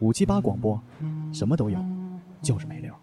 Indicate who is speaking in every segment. Speaker 1: 五七八广播，什么都有，就是没溜。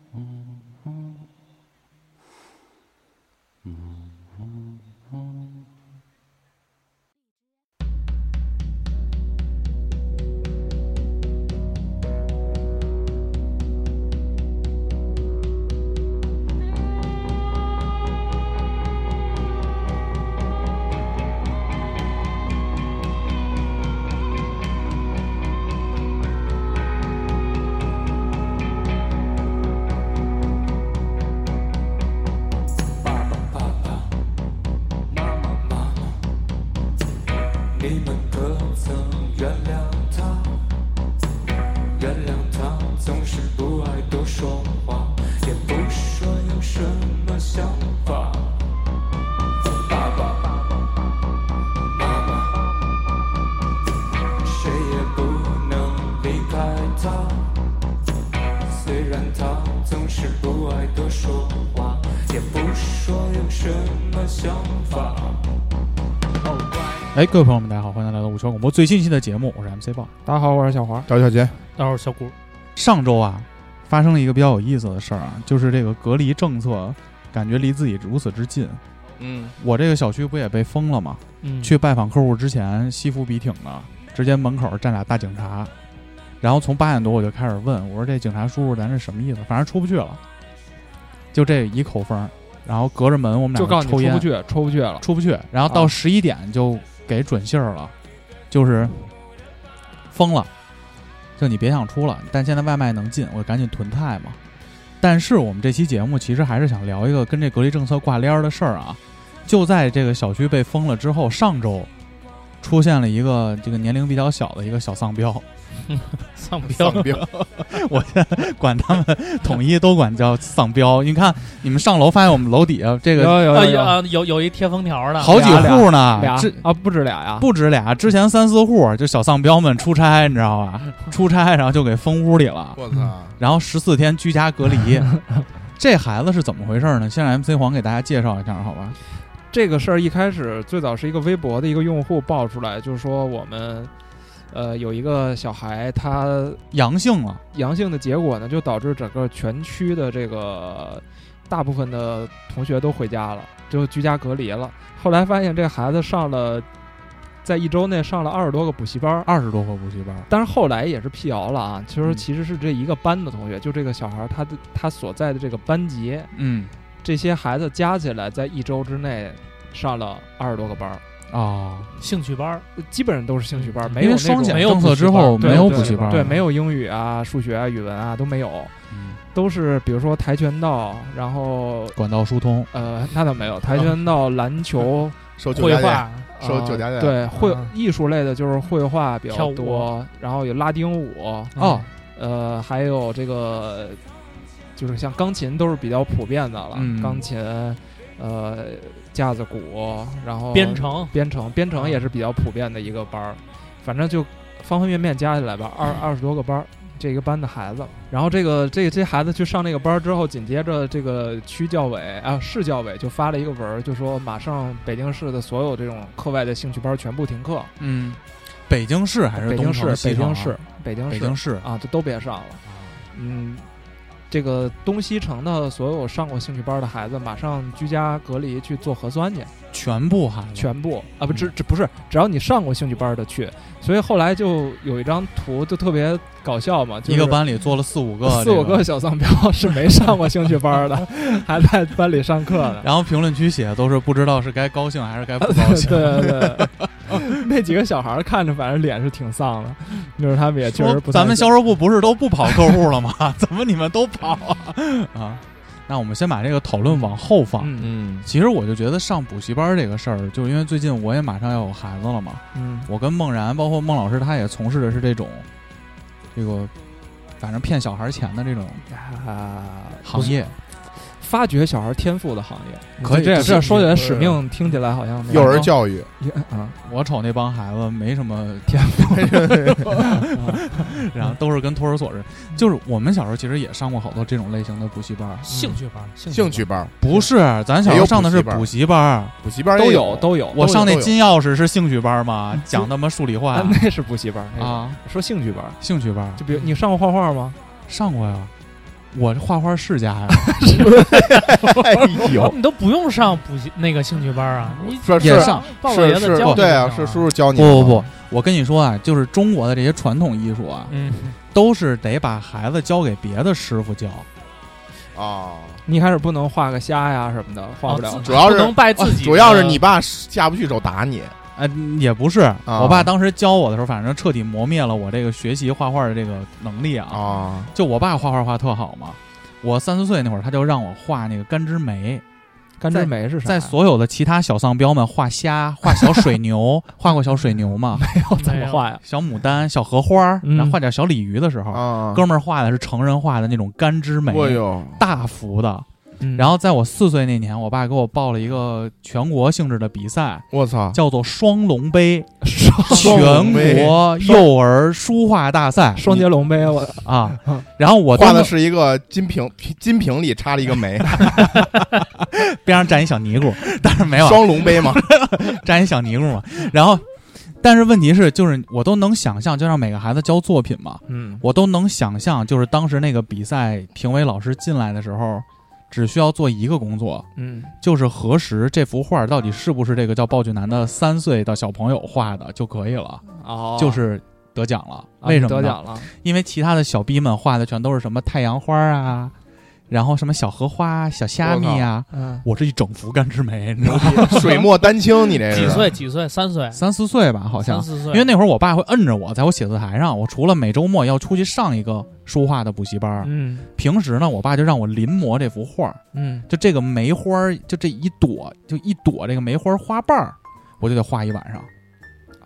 Speaker 2: 爸爸爸爸，妈妈妈妈，你们可曾原谅他？原谅他总是不爱多说话，也不说有什么想法。爸爸妈妈，谁也不能离开他。虽然他总是不爱多说话，也不说有什么想法。
Speaker 3: 哎，各位朋友们，大家好，欢迎来到五车广播最新一期的节目，我是 MC 豹。
Speaker 4: 大家好，我是小华。
Speaker 5: 赵小杰，
Speaker 6: 待会儿小谷，
Speaker 3: 上周啊，发生了一个比较有意思的事儿啊，就是这个隔离政策，感觉离自己如此之近。
Speaker 4: 嗯，
Speaker 3: 我这个小区不也被封了吗？
Speaker 6: 嗯，
Speaker 3: 去拜访客户之前，西服笔挺的，直接门口站俩大警察。然后从八点多我就开始问，我说这警察叔叔咱这什么意思？反正出不去了，就这一口风儿。然后隔着门我们
Speaker 4: 就
Speaker 3: 俩
Speaker 4: 告诉
Speaker 3: 抽
Speaker 4: 你出
Speaker 3: 烟
Speaker 4: 不，去，出不去了。
Speaker 3: 出不去。然后到
Speaker 4: 啊
Speaker 3: 十一点就给准信儿了，就是封了，就你别想出了。但现在外卖能进，我赶紧囤菜嘛。但是我们这期节目其实还是想聊一个跟这隔离政策挂链儿的事儿啊。就在这个小区被封了之后，上周出现了一个这个年龄比较小的一个小丧彪，
Speaker 6: 丧彪，
Speaker 5: 丧彪，
Speaker 3: 我现在管他们统一都管叫丧彪。你看你们上楼发现我们楼底下这
Speaker 4: 有
Speaker 3: 个
Speaker 4: 有
Speaker 6: 啊
Speaker 4: 有
Speaker 6: 有
Speaker 4: 有
Speaker 6: 啊有有一贴封条的，
Speaker 3: 好几
Speaker 4: 俩
Speaker 3: 户呢，
Speaker 4: 俩
Speaker 3: 这
Speaker 4: 啊，不止俩呀，
Speaker 3: 不止俩，之前三四户就小丧彪们出差，你知道 吧？出差然后就给封屋里了，
Speaker 5: 我操，
Speaker 3: 然后十四天居家隔离。 这孩子是怎么回事呢？先让 MC 黄给大家介绍一下，好吧？
Speaker 4: 这个事儿一开始最早是一个微博的一个用户爆出来，就是说我们呃有一个小孩他
Speaker 3: 阳性了，
Speaker 4: 阳性的结果呢，就导致整个全区的这个大部分的同学都回家了，就居家隔离了。后来发现这孩子上了，在一周内上了二十多个补习班儿，
Speaker 3: 二十多个补习班，
Speaker 4: 但是后来也是辟谣了啊。其实
Speaker 3: 嗯
Speaker 4: 其实是这一个班的同学，就这个小孩儿他的他所在的这个班级，
Speaker 3: 嗯
Speaker 4: 这些孩子加起来在一周之内上了二十多个班儿，
Speaker 3: 啊、哦，
Speaker 6: 兴趣班儿，
Speaker 4: 基本上都是兴趣班儿，
Speaker 6: 嗯
Speaker 4: 没
Speaker 3: 因
Speaker 4: 有
Speaker 3: 为
Speaker 4: 那种
Speaker 3: 双减
Speaker 6: 没有
Speaker 3: 政策之后
Speaker 4: 对
Speaker 3: 没有
Speaker 4: 对
Speaker 3: 补习班，
Speaker 4: 对，没有英语啊、数学啊、语文啊都没有。
Speaker 3: 嗯
Speaker 4: 都是比如说跆拳道，然后
Speaker 3: 管道疏通，
Speaker 4: 呃，那倒没有
Speaker 3: 嗯
Speaker 4: 跆拳道、篮球、
Speaker 5: 收酒
Speaker 6: 绘
Speaker 5: 家宴，
Speaker 6: 画，
Speaker 5: 收
Speaker 4: 呃
Speaker 5: 酒家宴
Speaker 4: 对绘
Speaker 3: 嗯
Speaker 6: 啊
Speaker 4: 艺术类的就是绘画比
Speaker 6: 跳
Speaker 4: 较
Speaker 6: 舞
Speaker 4: 多，然后有拉丁舞，
Speaker 3: 哦
Speaker 4: 呃，还有这个就是像钢琴都是比较普遍的了，
Speaker 3: 嗯
Speaker 4: 钢琴，呃，架子鼓，然后
Speaker 6: 编程，
Speaker 4: 编程
Speaker 3: 嗯
Speaker 4: 编程也是比较普遍的一个班儿，反正就方方面面加起来吧，
Speaker 3: 嗯
Speaker 4: 二二十多个班儿，这一个班的孩子。然后这个这这孩子去上那个班儿之后，紧接着这个区教委啊市教委就发了一个文儿，就说马上北京市的所有这种课外的兴趣班儿全部停课，
Speaker 3: 嗯，北京市还是
Speaker 4: 北京
Speaker 3: 东
Speaker 4: 市
Speaker 3: 城西
Speaker 4: 北
Speaker 3: 城啊
Speaker 4: 京市北京
Speaker 3: 北
Speaker 4: 市
Speaker 3: 京市
Speaker 4: 啊，就都别上了。嗯，这个东西城的所有上过兴趣班儿的孩子，马上居家隔离去做核酸去。
Speaker 3: 全部喊了
Speaker 4: 全部啊，不，
Speaker 3: 嗯
Speaker 4: 只只不是，只要你上过兴趣班的去。所以后来就有一张图，就特别搞笑嘛，就是、
Speaker 3: 一个。班里坐了四五个
Speaker 4: 四五
Speaker 3: 这
Speaker 4: 个小丧彪是没上过兴趣班的，还在班里上课 呢。
Speaker 3: 然后评论区写的都是不知道是该高兴还是该不高兴。
Speaker 4: 对对对， 那几个小孩看着反正脸是挺丧的，就是他们也确实
Speaker 3: 说
Speaker 4: 不太
Speaker 3: 咱们
Speaker 4: 行
Speaker 3: 销售部不是都不跑客户了吗？ 怎么你们都跑啊？啊，那我们先把这个讨论往后放。
Speaker 4: 嗯
Speaker 5: 嗯，
Speaker 3: 其实我就觉得上补习班这个事儿，就是因为最近我也马上要有孩子了嘛，
Speaker 4: 嗯
Speaker 3: 我跟孟然，包括孟老师，他也从事的是这种，这个反正骗小孩钱的这种
Speaker 4: 啊，
Speaker 3: 行业。
Speaker 4: 发掘小孩天赋的行业。
Speaker 5: 可以
Speaker 4: 这
Speaker 5: 这是
Speaker 4: 这说起来
Speaker 5: 是
Speaker 4: 使命听起来好像哦
Speaker 5: 幼儿教育，
Speaker 4: 啊，
Speaker 3: 我瞅那帮孩子没什么
Speaker 4: 天
Speaker 3: 然后都是跟托儿所似的。就是我们小时候其实也上过好多这种类型的补习班儿，
Speaker 6: 兴趣班，
Speaker 5: 兴
Speaker 6: 趣
Speaker 5: 趣班、
Speaker 3: 不是，咱小时候上的是
Speaker 5: 也有补习班儿
Speaker 3: 补习班儿，
Speaker 5: 补习班
Speaker 4: 都
Speaker 5: 也
Speaker 4: 有都有。
Speaker 3: 我上那
Speaker 5: 都有
Speaker 3: 金钥匙是兴趣班儿 嘛，讲他妈数理化
Speaker 4: 啊， 那是补习班那个
Speaker 3: 啊，
Speaker 4: 说兴趣班，
Speaker 3: 兴趣班儿
Speaker 4: 就比如你上过画画吗？
Speaker 3: 上过呀。我画画世家 呀，
Speaker 5: 哎 呦，
Speaker 6: 你都不用上补习那个兴趣班啊，你
Speaker 5: 是
Speaker 3: 也
Speaker 5: 是
Speaker 3: 上
Speaker 6: 鲍老爷
Speaker 5: 是
Speaker 6: 子
Speaker 5: 是
Speaker 6: 教，你
Speaker 5: 对啊，
Speaker 6: 就是行
Speaker 5: 叔叔教你的
Speaker 3: 不不不
Speaker 5: 吗，，
Speaker 3: 我跟你说啊，就是中国的这些传统艺术啊，
Speaker 6: 嗯，
Speaker 3: 都是得把孩子交给别的师傅教。
Speaker 5: 啊，
Speaker 4: 你一开始不能画个虾呀什么的，
Speaker 6: 哦
Speaker 4: 画不了。
Speaker 5: 主要是哦
Speaker 6: 不能拜自己的，
Speaker 5: 主要是你爸下不去手打你，
Speaker 3: 呃，也不是，
Speaker 4: 啊
Speaker 3: 我爸当时教我的时候，反正彻底磨灭了我这个学习画画的这个能力啊。
Speaker 5: 啊，
Speaker 3: 就我爸画画画特好嘛，我三四岁那会儿，他就让我画那个干枝梅，
Speaker 4: 甘枝梅是啊啥呀？
Speaker 3: 在所有的其他小丧彪们画虾、画小水 牛，画过小水牛嘛，
Speaker 4: 怎
Speaker 6: 没
Speaker 4: 么
Speaker 6: 有
Speaker 4: 画呀？
Speaker 3: 小牡丹、小荷花儿，
Speaker 4: 嗯
Speaker 3: 然后画点小鲤鱼的时候，
Speaker 5: 啊，
Speaker 3: 哥们儿画的是成人画的那种干枝梅，
Speaker 5: 哎呦，
Speaker 3: 大幅的。
Speaker 4: 嗯
Speaker 3: 然后在我四岁那年，我爸给我报了一个全国性质的比赛，
Speaker 5: 我操，
Speaker 3: 叫做双龙杯，
Speaker 5: 双龙
Speaker 3: 全
Speaker 5: 杯
Speaker 3: 国幼儿书画大赛
Speaker 4: 双截龙呗，我
Speaker 3: 啊。然后我
Speaker 5: 画
Speaker 3: 都
Speaker 5: 的
Speaker 3: 能
Speaker 5: 是一个金瓶，金瓶里插了一个梅，
Speaker 3: 边上站一小尼姑，但是没有啊
Speaker 5: 双龙杯嘛，
Speaker 3: 站一小尼姑嘛。然后，但是问题是，就是我都能想象，就让每个孩子交作品嘛，
Speaker 4: 嗯，
Speaker 3: 我都能想象，就是当时那个比赛评委老师进来的时候，只需要做一个工作，
Speaker 4: 嗯，
Speaker 3: 就是核实这幅画到底是不是这个叫鲍俊南的三岁的小朋友画的就可以了，
Speaker 4: 哦，
Speaker 3: 就是得奖了。
Speaker 4: 啊
Speaker 3: 为什么
Speaker 4: 得
Speaker 3: 呢？
Speaker 4: 奖了？
Speaker 3: 因为其他的小逼们画的全都是什么太阳花啊，然后什么小荷花、小虾米啊，
Speaker 4: 嗯，
Speaker 3: 我这一整幅干枝梅，你知道吗？
Speaker 5: 水墨丹青，你这是
Speaker 6: 几岁？几岁？三岁，
Speaker 3: 三四岁吧，好像
Speaker 6: 三。四岁，
Speaker 3: 因为那会儿我爸会摁着我，在我写字台上，我除了每周末要出去上一个书画的补习班儿，
Speaker 4: 嗯
Speaker 3: 平时呢，我爸就让我临摹这幅画儿，
Speaker 4: 嗯，
Speaker 3: 就这个梅花儿，就这一朵，就一朵这个梅花花瓣儿，我就得画一晚上，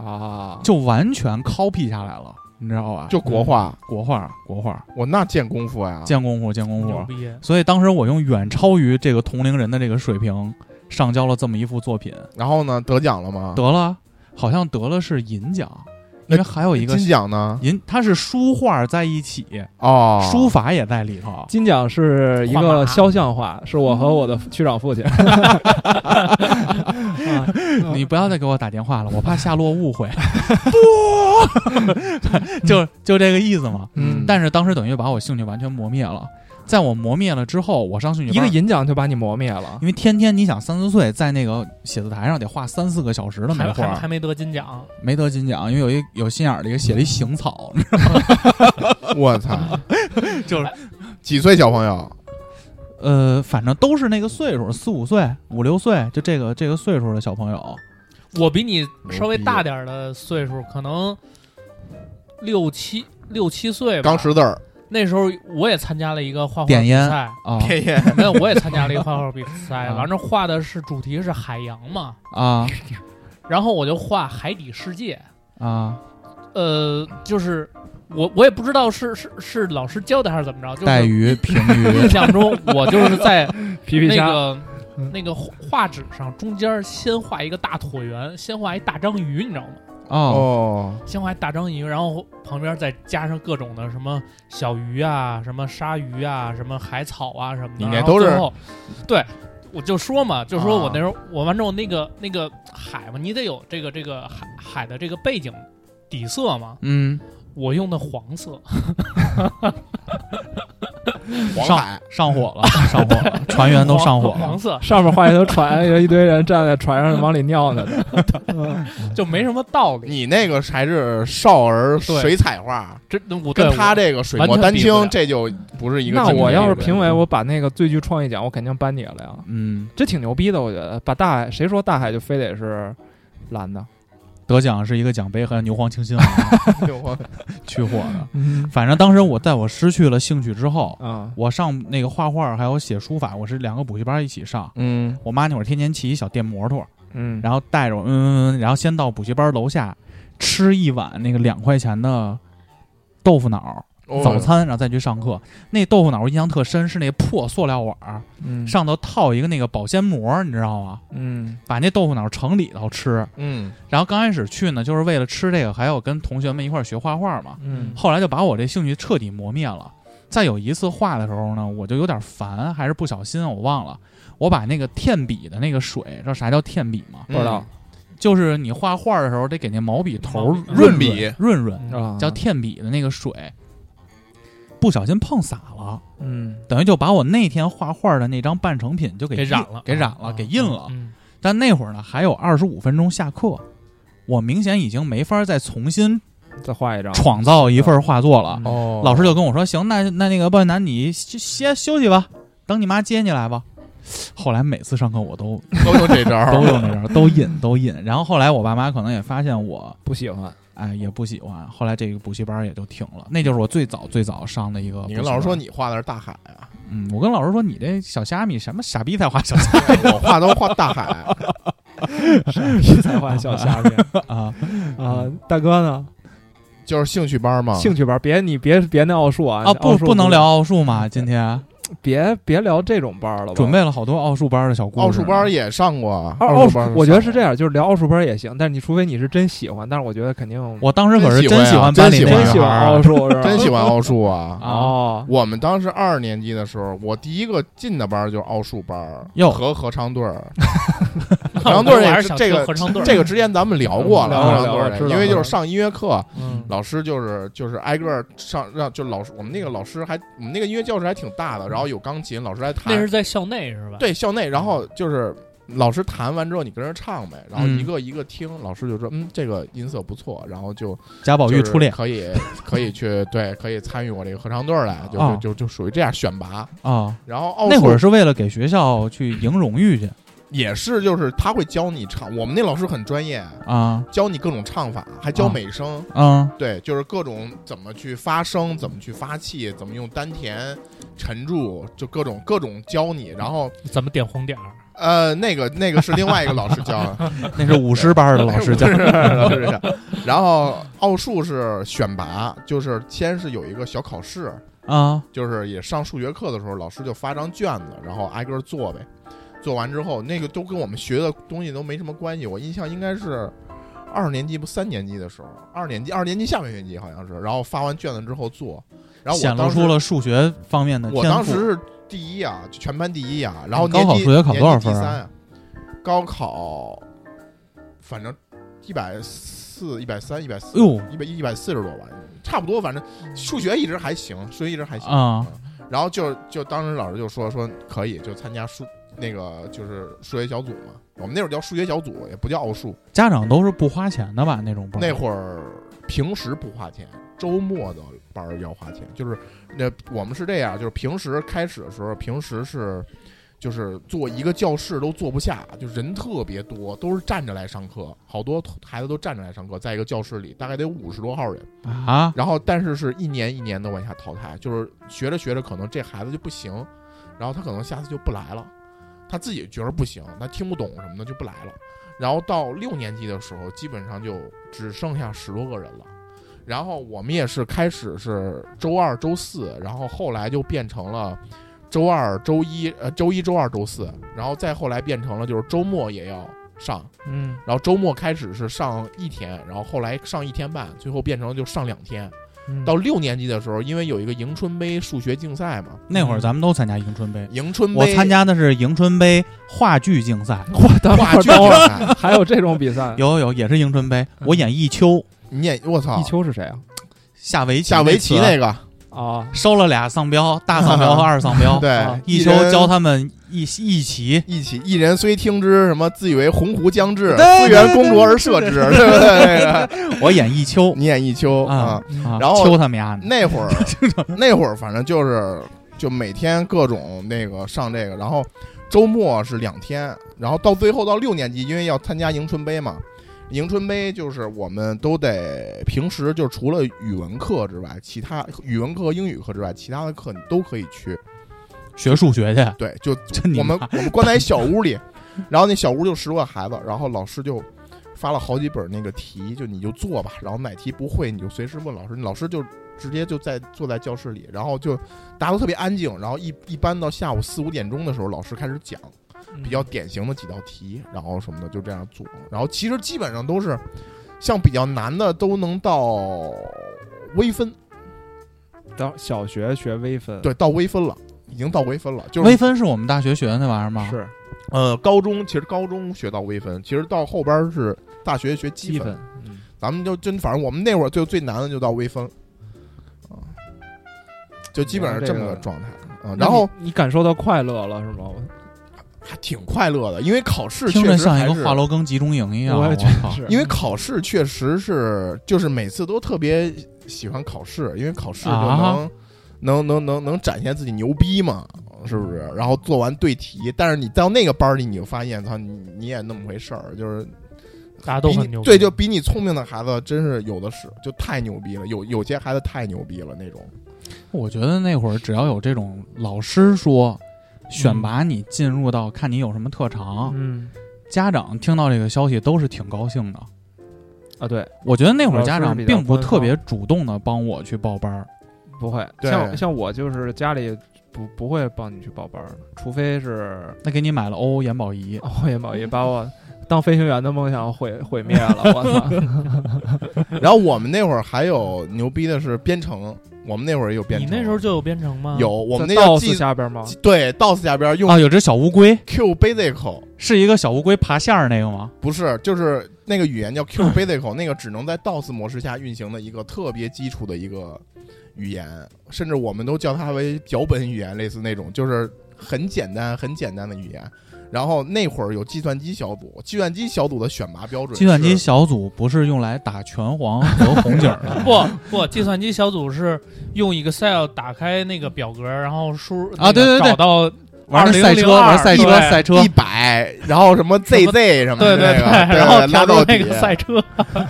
Speaker 4: 啊，
Speaker 3: 就完全 copy 下来了，你知道吧？
Speaker 5: 就啊 国画，
Speaker 3: 国画，国画，
Speaker 5: 我那见功夫呀，
Speaker 3: 见功夫，见功
Speaker 6: 牛
Speaker 3: 夫。
Speaker 6: 逼，
Speaker 3: 所以当时我用远超于这个同龄人的这个水平上交了这么一幅作品，
Speaker 5: 然后呢，得奖了吗？
Speaker 3: 得了，好像得了是银奖，因
Speaker 5: 那
Speaker 3: 为还有一个
Speaker 5: 哎金奖呢？
Speaker 3: 银，它是书画在一起，
Speaker 5: 哦，
Speaker 3: 书法也在里头。
Speaker 4: 金奖是一
Speaker 6: 画马
Speaker 4: 个肖像画，是我和我的区长父亲。啊
Speaker 3: 你不要再给我打电话了，我怕夏洛误 会。不， 就就这个意思嘛。
Speaker 5: 嗯
Speaker 3: 但是当时等于把我兴趣完全磨灭了。在我磨灭了之后，我上兴趣
Speaker 4: 一个
Speaker 3: 班，
Speaker 4: 银奖就把你磨灭了
Speaker 3: 因为天天你想三四岁在那个写字台上得画三四个小时的梅
Speaker 6: 还还
Speaker 3: 花
Speaker 6: 还，没得金奖，
Speaker 3: 没得金奖，因为有一有心眼儿的一个写了一行 草，
Speaker 5: 我操，
Speaker 3: 就是
Speaker 5: 几岁小朋友？
Speaker 3: 呃，反正都是那个岁数，四五岁、五六岁，就这个这个岁数的小朋友，
Speaker 6: 我比你
Speaker 5: 逼
Speaker 6: 稍微大点儿的岁数，可能六七六七岁吧。
Speaker 5: 刚识字儿，
Speaker 6: 那时候我也参加了一个画画
Speaker 3: 点
Speaker 6: 比
Speaker 3: 烟
Speaker 6: 赛，
Speaker 3: 啊
Speaker 5: 天爷，
Speaker 6: 没有，我也参加了一个画画比 赛，
Speaker 3: 啊
Speaker 6: 完了画的是主题是海洋嘛，
Speaker 3: 啊
Speaker 6: 然后我就画海底世界，
Speaker 3: 啊，
Speaker 6: 呃，就是我我也不知道是是是老师教的还是怎么着，
Speaker 3: 带
Speaker 6: 就是
Speaker 3: 鱼、 平
Speaker 6: 印
Speaker 3: 鱼
Speaker 6: 象中我就是在
Speaker 4: 皮皮
Speaker 6: 那
Speaker 4: 虾。
Speaker 6: 个那个画纸上中间先画一个大椭圆，先画一大章鱼，你知道吗？
Speaker 3: 哦，
Speaker 5: 哦，
Speaker 6: 先画一大章鱼，然后旁边再加上各种的什么小鱼啊、什么鲨鱼啊、什么海草啊什么的。
Speaker 5: 你那
Speaker 6: 然后
Speaker 5: 都是
Speaker 6: 最后对，我就说嘛，就说我
Speaker 5: 啊
Speaker 6: 那时候、我完之后那个那个海嘛，你得有这个这个海海的这个背景底色嘛。
Speaker 3: 嗯，
Speaker 6: 我用的黄色，
Speaker 5: 哦黄海
Speaker 3: 上火了， 上火了，船员都上火
Speaker 6: 黄黄
Speaker 3: 了，
Speaker 6: 色
Speaker 4: 上面画一条船， 有一堆人站在船上往里尿呢。
Speaker 6: 就没什么道理。
Speaker 5: 你那个还是少儿水彩画，
Speaker 6: 这我
Speaker 5: 跟
Speaker 6: 对
Speaker 5: 他
Speaker 6: 我
Speaker 5: 这个水墨
Speaker 6: 完全
Speaker 5: 丹
Speaker 6: 比不了
Speaker 5: 青，这就不是一个
Speaker 4: 那
Speaker 5: 境界。
Speaker 4: 我要是评委，
Speaker 5: 对
Speaker 4: 我把那个最具创意奖，我肯定颁你了呀。
Speaker 3: 嗯，
Speaker 4: 这挺牛逼的，我觉得。把大海，谁说大海就非得是蓝的？
Speaker 3: 得奖是一个奖杯和牛黄清新丸 去火的。
Speaker 4: 嗯
Speaker 3: 反正当时我在我失去了兴趣之后，
Speaker 5: 嗯
Speaker 4: 啊，
Speaker 3: 我上那个画画还有写书法，我是两个补习班一起上。
Speaker 5: 嗯，
Speaker 3: 我妈那会儿天天骑一小电摩托，
Speaker 4: 嗯，
Speaker 3: 然后带着我，嗯嗯嗯，然后先到补习班楼下吃一碗那个两块钱的豆腐脑儿，
Speaker 5: 哦
Speaker 3: 早餐，然后再去上课。那豆腐脑我印象特深，是那破塑料碗儿，
Speaker 4: 嗯
Speaker 3: 上头套一个那个保鲜膜，你知道吗？
Speaker 4: 嗯
Speaker 3: 把那豆腐脑盛里头吃。
Speaker 5: 嗯，
Speaker 3: 然后刚开始去呢，就是为了吃这个，还有跟同学们一块儿学画画嘛。
Speaker 4: 嗯
Speaker 3: 后来就把我这兴趣彻底磨灭了。再有一次画的时候呢，我就有点烦，还是不小心我忘了，我把那个添笔的那个水，知道啥叫添笔吗？
Speaker 5: 不
Speaker 4: 知道
Speaker 3: 就是你画画的时候得给那毛笔头
Speaker 6: 嗯毛笔嗯
Speaker 3: 润
Speaker 5: 润笔
Speaker 3: 润润，
Speaker 4: 啊
Speaker 3: 叫添笔的那个水，不小心碰洒了，
Speaker 4: 嗯
Speaker 3: 等于就把我那天画画的那张半成品就给
Speaker 6: 给
Speaker 3: 印
Speaker 6: 染了
Speaker 3: 给染了，给印了。
Speaker 6: 嗯，
Speaker 3: 但那会儿呢，还有二十五分钟下课，我明显已经没法再重新
Speaker 4: 再画一张
Speaker 3: 创造一份画作了。
Speaker 5: 哦，
Speaker 3: 老师就跟我说：“行，那那那个鲍俊南，你休歇休息吧，等你妈接你来吧。”后来每次上课我都
Speaker 5: 都有这招
Speaker 3: 都
Speaker 5: 儿，
Speaker 3: 有那样，都印都印。然后后来我爸妈可能也发现我，
Speaker 4: 不喜 欢，
Speaker 3: 哎，也不喜欢。后来这个补习班也就停了。那就是我最早最早上的一个。
Speaker 5: 你跟老师说，你画的是大海啊，
Speaker 3: 嗯，我跟老师说你这小虾米什么傻逼才画小虾
Speaker 5: 哎我画都画大海，
Speaker 4: 才画小虾米
Speaker 3: 米 啊，
Speaker 4: 啊，大哥呢？
Speaker 5: 就是兴趣班嘛，
Speaker 4: 兴趣班，别你别别那奥数啊
Speaker 3: 啊不
Speaker 4: 奥数
Speaker 3: 不能聊，奥数 嘛，今天
Speaker 4: 别别聊这种班了吧，
Speaker 3: 准备了好多奥数班的小故事。
Speaker 5: 奥数班也上过，
Speaker 4: 奥
Speaker 5: 奥
Speaker 4: 奥
Speaker 5: 数班
Speaker 4: 我觉得是这
Speaker 5: 样，
Speaker 4: 样，就是聊奥数班也行，但是你除非你是真喜欢，但是我觉得肯定
Speaker 3: 我当时可是
Speaker 5: 真
Speaker 3: 真
Speaker 5: 喜
Speaker 3: 喜
Speaker 5: 欢啊
Speaker 3: 欢班里
Speaker 5: 真喜欢
Speaker 3: 那个
Speaker 5: 啊
Speaker 4: 真喜欢奥数是 吧？
Speaker 5: 真喜欢奥数啊。
Speaker 3: 啊，
Speaker 4: 哦，
Speaker 5: 我们当时二年级的时候，我第一个进的班儿就是奥数班儿，
Speaker 3: 哟
Speaker 5: 和合唱队儿。 合唱队儿
Speaker 6: 嗯我还
Speaker 5: 也
Speaker 6: 是 想
Speaker 5: 这
Speaker 6: 听
Speaker 5: 个
Speaker 6: 合唱队儿
Speaker 5: 这个之前咱们聊过了，
Speaker 4: 聊过
Speaker 5: 合唱队儿
Speaker 4: 聊
Speaker 5: 的
Speaker 4: 过知道
Speaker 5: 因为就是
Speaker 4: 了
Speaker 5: 上音乐课，
Speaker 4: 嗯
Speaker 5: 老师就是就是挨个儿上让就老师我们那个老师还我们那个音乐教室还挺大的，然后有钢琴，老师还
Speaker 6: 那是
Speaker 5: 弹，
Speaker 6: 在校内是吧？，
Speaker 5: 对校内，然后就是。老师弹完之后，你跟着唱呗，然后
Speaker 3: 嗯
Speaker 5: 一个一个听。老师就说：“嗯，这个音色不错。”然后就
Speaker 3: 贾宝玉
Speaker 5: 就是
Speaker 3: 初恋
Speaker 5: 可以可以去对，可以参与我这个合唱队儿来，就
Speaker 3: 哦
Speaker 5: 就就就属于这样选拔。
Speaker 3: 啊。
Speaker 5: 然后奥数
Speaker 3: 那会儿是为了给学校去赢荣誉去
Speaker 5: 也是，就是他会教你唱。我们那老师很专业，
Speaker 3: 啊，
Speaker 5: 教你各种唱法，还教
Speaker 3: 啊
Speaker 5: 美声。
Speaker 3: 嗯，
Speaker 5: 对，就是各种怎么去发声，怎么去发气，怎么用丹田沉住，就各种各种教你。然后
Speaker 6: 怎么点红点儿？
Speaker 5: 呃，那个那个是另外一个老师教的，
Speaker 3: 那是舞狮班的 老师
Speaker 5: ，
Speaker 3: 教
Speaker 5: 是老师教。然后奥数是选拔，就是先是有一个小考试，
Speaker 3: 啊，
Speaker 5: 就是也上数学课的时候，老师就发张卷子，然后挨个儿做呗。做完之后，那个都跟我们学的东西都没什么关系。我印象应该是二年级不三年级的时候，二年级二年级下半学期好像是。然后发完卷子之后做，然后
Speaker 3: 啊显
Speaker 5: 我
Speaker 3: 露
Speaker 5: 当时
Speaker 3: 出了数学方面的
Speaker 5: 我
Speaker 3: 天
Speaker 5: 当时
Speaker 3: 赋。
Speaker 5: 是第一啊，就全班第一啊。然后
Speaker 3: 你高
Speaker 5: 年
Speaker 3: 考
Speaker 5: 级
Speaker 3: 数学考
Speaker 5: 年
Speaker 3: 多少
Speaker 5: 级第
Speaker 3: 分啊
Speaker 5: 三啊高考反正一百四、一百三、一百四
Speaker 3: 哎呦，
Speaker 5: 一百一百四十多吧，差不多。反正数学一直还行，数学一直还行
Speaker 3: 啊
Speaker 5: 嗯然后就就当时老师就说说可以，就参加数那个就是数学小组嘛。我们那会儿叫数学小组，也不叫奥数。
Speaker 3: 家长都是不花钱的吧？那种班
Speaker 5: 那会儿平时不花钱，周末的班儿要花钱。就是那我们是这样，就是平时开始的时候，平时是就是坐一个教室都坐不下，就人特别多，都是站着来上课，好多孩子都站着来上课，在一个教室里大概得有五十多号人。
Speaker 3: 啊，
Speaker 5: 然后但是是一年一年的往下淘汰，就是学着学着可能这孩子就不行，然后他可能下次就不来了，他自己觉得不行，他听不懂什么的就不来了。然后到六年级的时候，基本上就只剩下十多个人了。然后我们也是开始是周二、周四，然后后来就变成了周二、周一，呃，周一周二、周四，然后再后来变成了就是周末也要上，
Speaker 4: 嗯
Speaker 5: 然后周末开始是上一天，然后后来上一天半，最后变成了就上两天。
Speaker 4: 嗯
Speaker 5: 到六年级的时候，因为有一个迎春杯数学竞赛嘛，
Speaker 3: 那会儿咱们都参加迎春杯，
Speaker 5: 迎嗯春杯嗯
Speaker 3: 我参加的是迎春杯话剧竞赛，
Speaker 4: 我等会
Speaker 5: 话
Speaker 4: 儿
Speaker 5: 剧
Speaker 4: 等
Speaker 5: 竞
Speaker 4: 会儿
Speaker 5: 赛，
Speaker 4: 还有这种比赛，
Speaker 3: 有有有也是迎春杯，
Speaker 5: 嗯
Speaker 3: 我演弈秋，
Speaker 5: 你也我操
Speaker 4: 一，秋是谁啊？
Speaker 3: 下围棋
Speaker 5: 下围棋那
Speaker 3: 个
Speaker 5: 个，
Speaker 4: 啊，
Speaker 3: 收了俩丧彪，大丧彪和二丧彪，
Speaker 5: 对
Speaker 4: 啊，
Speaker 3: 一秋
Speaker 5: 人
Speaker 3: 教他们一一棋，
Speaker 5: 一起，一人虽听之，什么自以为鸿鹄将至，
Speaker 3: 对
Speaker 5: 思源公卓而射之，对不对？那个
Speaker 3: 我演弈秋
Speaker 5: 你演一秋
Speaker 3: 啊
Speaker 5: 啊，
Speaker 3: 啊，
Speaker 5: 然后
Speaker 3: 秋他们丫的
Speaker 5: 那会儿那会儿反正就是就每天各种那个上这个，然后周末是两天，然后到最后到六年级，因为要参加迎春杯嘛。迎春杯就是我们都得平时就除了语文课之外，其他语文课、和英语课之外，其他的课你都可以去。
Speaker 3: 学数学去，
Speaker 5: 对，就
Speaker 3: 这你
Speaker 5: 我们
Speaker 3: 妈
Speaker 5: 我们关在一小屋里，然后那小屋就十多个孩子，然后老师就发了好几本那个题，就你就做吧，然后哪题不会你就随时问老师，老师就直接就在坐在教室里，然后就大家都特别安静，然后一一般到下午四五点钟的时候，老师开始讲比
Speaker 6: 嗯
Speaker 5: 较典型的几道题，然后什么的就这样做，然后其实基本上都是像比较难的都能到微分，
Speaker 4: 到小学学微分，
Speaker 5: 对，到微分了，已经到微分了，就是
Speaker 3: 微分是我们大学学的那玩意儿吗？
Speaker 4: 是
Speaker 5: 呃，高中其实高中学到微分，其实到后边儿是大学学积
Speaker 4: 积
Speaker 5: 分，
Speaker 4: 分，嗯
Speaker 5: 咱们就真反正我们那会儿就最难的就到微分，啊，就基本上这么个状态啊。然后
Speaker 4: 那你你感受到快乐了是吗？
Speaker 5: 还挺快乐的，因为考试
Speaker 3: 听
Speaker 5: 确
Speaker 3: 着
Speaker 5: 实
Speaker 3: 像一
Speaker 5: 还
Speaker 3: 个
Speaker 5: 是
Speaker 3: 华罗庚集中营一样，
Speaker 4: 我也觉
Speaker 3: 靠
Speaker 4: 得是，
Speaker 5: 因为考试确实是就是每次都特别喜欢考试，因为考试就
Speaker 3: 啊
Speaker 5: 能、能能能能展现自己牛逼嘛，是不是？然后做完对题，但是你到那个班儿里，你就发现操，你你也那么回事儿，就是
Speaker 6: 大家都
Speaker 5: 比
Speaker 6: 很
Speaker 5: 你
Speaker 6: 牛逼，
Speaker 5: 对，就比你聪明的孩子真是有的是，就太牛逼了。有有些孩子太牛逼了那 种。
Speaker 3: 我觉得那会儿只要有这种老师说
Speaker 5: 嗯
Speaker 3: 选拔你进入到看你有什么特长，
Speaker 4: 嗯
Speaker 3: 家长听到这个消息都是挺高兴的。
Speaker 4: 啊对，
Speaker 3: 我觉得那会儿
Speaker 4: 老师
Speaker 3: 家长
Speaker 4: 比较
Speaker 3: 并不
Speaker 4: 官方
Speaker 3: 特别主动的帮我去报班儿，
Speaker 4: 不会，
Speaker 5: 对
Speaker 4: 像像我就是家里不不会帮你去报班儿的，除非是
Speaker 3: 那给你买了欧欧眼保仪，
Speaker 4: 后眼保仪把我当飞行员的梦想毁毁灭了，我 操！
Speaker 5: 然后我们那会儿还有牛逼的是编程，我们那会儿也有编
Speaker 6: 你
Speaker 5: 程。
Speaker 6: 那时候就有编程吗？
Speaker 5: 有我们那
Speaker 4: 到
Speaker 5: 叫
Speaker 4: 四
Speaker 5: 计
Speaker 4: 下边吗？
Speaker 5: 计对 DOS 下边 用
Speaker 3: 啊，有只小乌龟，
Speaker 5: Q Basic，
Speaker 3: 是一个小乌龟爬线儿那个吗？
Speaker 5: 不是就是那个语言叫 Q Basic，那个只能在 DOS 模式下运行的一个特别基础的一个语言，甚至我们都叫它为脚本语言，类似那种，就是很简单很简单的语言。然后那会儿有计算机小组，计算机小组的选拔标准是，
Speaker 3: 计算机小组不是用来打拳皇和红警儿的 吗
Speaker 6: 不不，计算机小组是用 Excel 打开那个表格，然后输
Speaker 3: 啊
Speaker 6: 那个
Speaker 3: 对对对
Speaker 6: 找到
Speaker 5: 嗯
Speaker 3: 玩那赛车，
Speaker 6: 2002
Speaker 3: 玩赛车，
Speaker 6: 对
Speaker 3: 赛车
Speaker 5: 一，百，然后什么 ZZ 什么
Speaker 6: 对
Speaker 5: 的
Speaker 6: 对
Speaker 5: 那个，对
Speaker 6: 然后
Speaker 5: 拉
Speaker 6: 调
Speaker 5: 到
Speaker 6: 到
Speaker 5: 底
Speaker 6: 那 个赛车，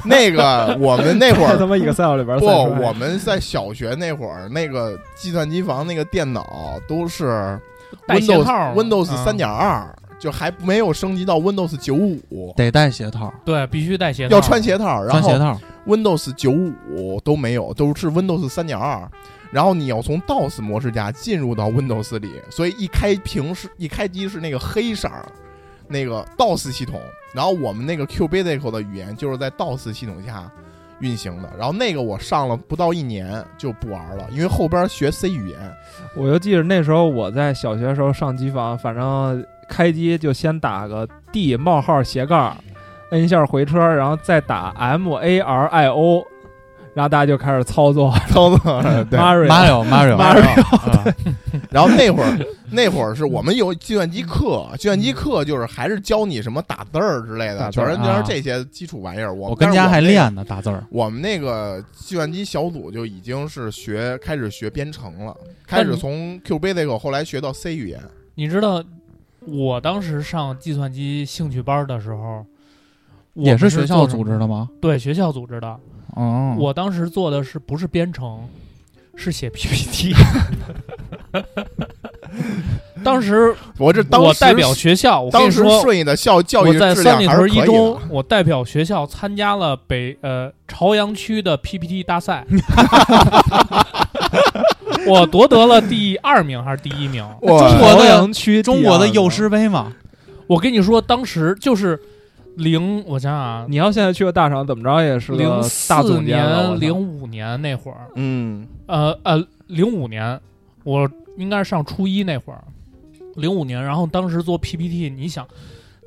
Speaker 5: 那个我们那会
Speaker 4: 在
Speaker 5: 儿
Speaker 4: 妈 Excel 里边
Speaker 5: 不，
Speaker 4: 算出来
Speaker 5: 我们在小学那会儿，那个计算机房那个电脑都是
Speaker 6: 带鞋
Speaker 5: Windows
Speaker 6: 套儿
Speaker 5: Windows
Speaker 6: 嗯
Speaker 5: 三点二，就还没有升级到 Windows 九五，
Speaker 3: 得带鞋套，
Speaker 6: 对，必须带鞋套，
Speaker 5: 要穿。鞋套，然
Speaker 3: 穿
Speaker 5: 后
Speaker 3: 鞋套，
Speaker 5: Windows 九五都没有，都是 Windows 三点二。然后你要从 DOS 模式下进入到 Windows 里，所以一开屏是一开机是那个黑色儿，那个 DOS 系统。然后我们那个 Q Basic 的语言就是在 DOS 系统下运行的。然后那个我上了不到一年就不玩了，因为后边学 C 语言，
Speaker 4: 我就记着那时候我在小学时候上机房，反正开机就先打个 D 冒号斜杠，摁一下回车，然后再打 M A R I O，然后大家就开始操 作
Speaker 5: 操作呃对。
Speaker 4: Mario。
Speaker 3: Mario Mario，啊
Speaker 5: Mario，然后那会儿，那会儿是我们有计算机课，计算机课就是还是教你什么打字儿之类的，
Speaker 4: 打字
Speaker 5: 全
Speaker 4: 儿
Speaker 5: 是全
Speaker 3: 啊
Speaker 5: 是这些基础玩意儿。我
Speaker 3: 我跟家还。练呢，打字儿。
Speaker 5: 我们那个计算机小组就已经是学开始学编程了，
Speaker 6: 但
Speaker 5: 开
Speaker 6: 你
Speaker 5: 始从 Q Basic 后来学到 C 语言。
Speaker 6: 你知道，我当时上计算机兴趣班的时候，我
Speaker 3: 也
Speaker 6: 们
Speaker 3: 是
Speaker 6: 是
Speaker 3: 学校
Speaker 6: 做什
Speaker 3: 组织
Speaker 6: 么，
Speaker 3: 的吗？
Speaker 6: 对，学校组织的。
Speaker 3: 哦，
Speaker 6: 我当时做的是不是编程，是写 PPT。当时
Speaker 5: 我这当时
Speaker 6: 我代表学校，我跟
Speaker 5: 当
Speaker 6: 你
Speaker 5: 时
Speaker 6: 说，
Speaker 5: 顺义的校教
Speaker 6: 我
Speaker 5: 育
Speaker 6: 在
Speaker 5: 质
Speaker 6: 三
Speaker 5: 量
Speaker 6: 里
Speaker 5: 还
Speaker 6: 屯
Speaker 5: 是
Speaker 6: 一
Speaker 5: 可以
Speaker 6: 中
Speaker 5: 的。，
Speaker 6: 我代表学校参加了北呃朝阳区的 PPT 大赛， 我夺得了第二名还是第一名。
Speaker 5: 我
Speaker 3: 中国的
Speaker 4: 朝阳区第二
Speaker 3: 中
Speaker 4: 名，
Speaker 3: 国的幼师杯嘛，
Speaker 6: 我跟你说，当时就是零，我想想啊，
Speaker 4: 你要现在去个大厂，怎么着也是个
Speaker 6: 零
Speaker 4: 大
Speaker 6: 四
Speaker 4: 总监了。我
Speaker 6: 年、
Speaker 4: 操
Speaker 6: 零五年那会儿，
Speaker 5: 嗯，
Speaker 6: 呃呃，零五年我应该是上初一那会儿，零五年，然后当时做 PPT，你想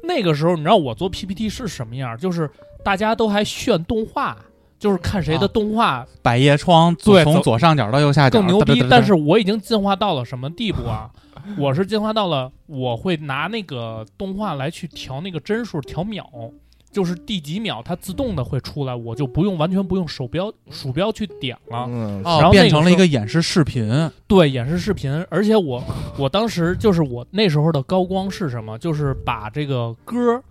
Speaker 6: 那个时候你知道我做 PPT 是什么样儿？就是大家都还炫动画，就是看谁的
Speaker 3: 啊
Speaker 6: 动画
Speaker 3: 百叶窗
Speaker 6: 对
Speaker 3: 从
Speaker 6: 走
Speaker 3: 左上角到右下角
Speaker 6: 更牛
Speaker 3: 哒哒
Speaker 6: 逼
Speaker 3: 哒。哒
Speaker 6: 但是我已经进化到了什么地步啊？我是进化到了我会拿那个动画来去调那个帧数，调秒，就是第几秒它自动的会出来，我就不用完全不用手标鼠标去点了。
Speaker 5: 嗯，
Speaker 3: 哦
Speaker 6: 然后那个
Speaker 3: 变成了一
Speaker 6: 时候
Speaker 3: 个演示视频，
Speaker 6: 对，演示视频，而且我我当时就是我那时候的高光是什么？就是把这个歌儿，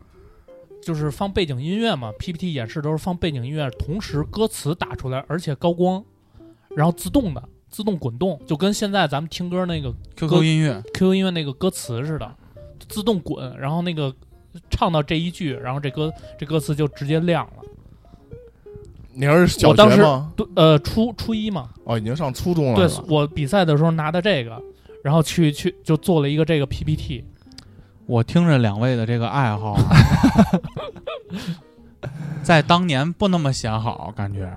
Speaker 6: 就是放背景音乐嘛，PPT 演示都是放背景音乐，同时歌词打出来，而且高光，然后自动的自动滚动，就跟现在咱们听歌那个
Speaker 3: QQ 音乐
Speaker 6: QQ 音乐那个歌词似的，自动滚，然后那个唱到这一句，然后这歌这歌词就直接亮了。
Speaker 5: 你是小
Speaker 6: 我当
Speaker 5: 学
Speaker 6: 时
Speaker 5: 吗？
Speaker 6: 对呃初初一嘛，
Speaker 5: 哦，已经上初中了
Speaker 6: 对
Speaker 5: 是吧？
Speaker 6: 我比赛的时候拿的这个，然后去去就做了一个这个 PPT，
Speaker 3: 我听着两位的这个爱好啊， 在当年不那么显好，感觉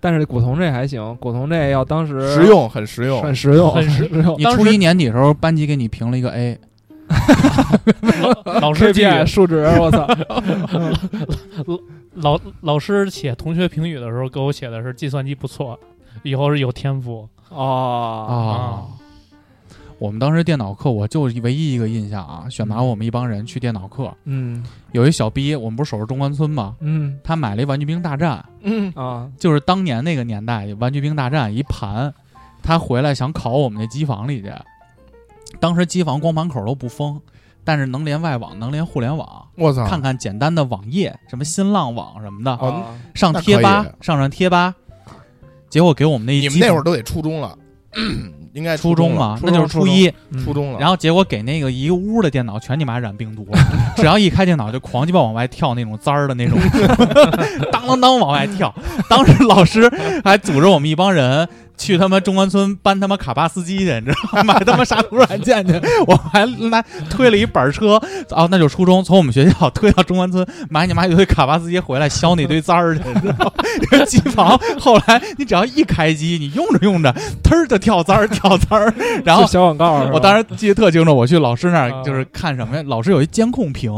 Speaker 4: 但是古潼这还行，古潼这要当时
Speaker 5: 实，用，很实用。
Speaker 4: 很实用，
Speaker 6: 很实
Speaker 4: 用
Speaker 3: 你
Speaker 6: 当时
Speaker 3: 初一年底的时候，班级给你评了一个 A，
Speaker 6: 老师
Speaker 4: KPI
Speaker 6: 写
Speaker 4: 数值，我操！
Speaker 6: 老老师写同学评语的时候给我写的是计算机不错，以后是有天赋
Speaker 4: 哦，
Speaker 3: 啊。我们当时电脑课，我就唯一一个印象啊，选
Speaker 5: 嗯
Speaker 3: 拔我们一帮人去电脑课，
Speaker 4: 嗯
Speaker 3: 有一小逼，我们不是守着中关村吗？
Speaker 4: 嗯
Speaker 3: 他买了一《玩具兵大战》，
Speaker 5: 嗯，
Speaker 4: 啊，
Speaker 3: 就是当年那个年代《玩具兵大战》一盘，他回来想考我们那机房里去。当时机房光盘口都不封，但是能连外网，能连互联网，
Speaker 5: 我操，
Speaker 3: 看看简单的网页，什么新浪网什么的，
Speaker 5: 哦
Speaker 4: 啊
Speaker 3: 上
Speaker 5: 那可
Speaker 3: 贴吧
Speaker 5: 以
Speaker 3: 上上贴吧。结果给我们那
Speaker 5: 你
Speaker 3: 一
Speaker 5: 们
Speaker 3: 机
Speaker 5: 那会儿
Speaker 3: 房
Speaker 5: 都得初中了， 应该
Speaker 3: 初
Speaker 5: 中
Speaker 3: 中
Speaker 5: 了
Speaker 3: 嘛，
Speaker 5: 初
Speaker 3: 那
Speaker 5: 中
Speaker 3: 就是初，一。
Speaker 5: 初中初中了。
Speaker 3: 然后结果给那个一个屋的电脑全你妈染病毒了，只要一开电脑就狂鸡巴往外跳那种簪儿的那种， 当当当往外跳。当时老师还组织我们一帮人去他妈中关村搬他妈卡巴斯基去，你知道吗？买他妈杀毒软件去。我们还拿推了一板车，哦，那就是初中，从我们学校推到中关村，买你妈一堆卡巴斯基回来削那堆簪儿去，你知道吗？ 这机房后来你只要一开机，你用着用着，忒儿就跳簪儿跳簪儿，然后
Speaker 4: 就小广告是吧，
Speaker 3: 啊我当时记得特清楚，我去老师那儿
Speaker 6: 啊
Speaker 3: 就是看什么呀？老师有一监控屏，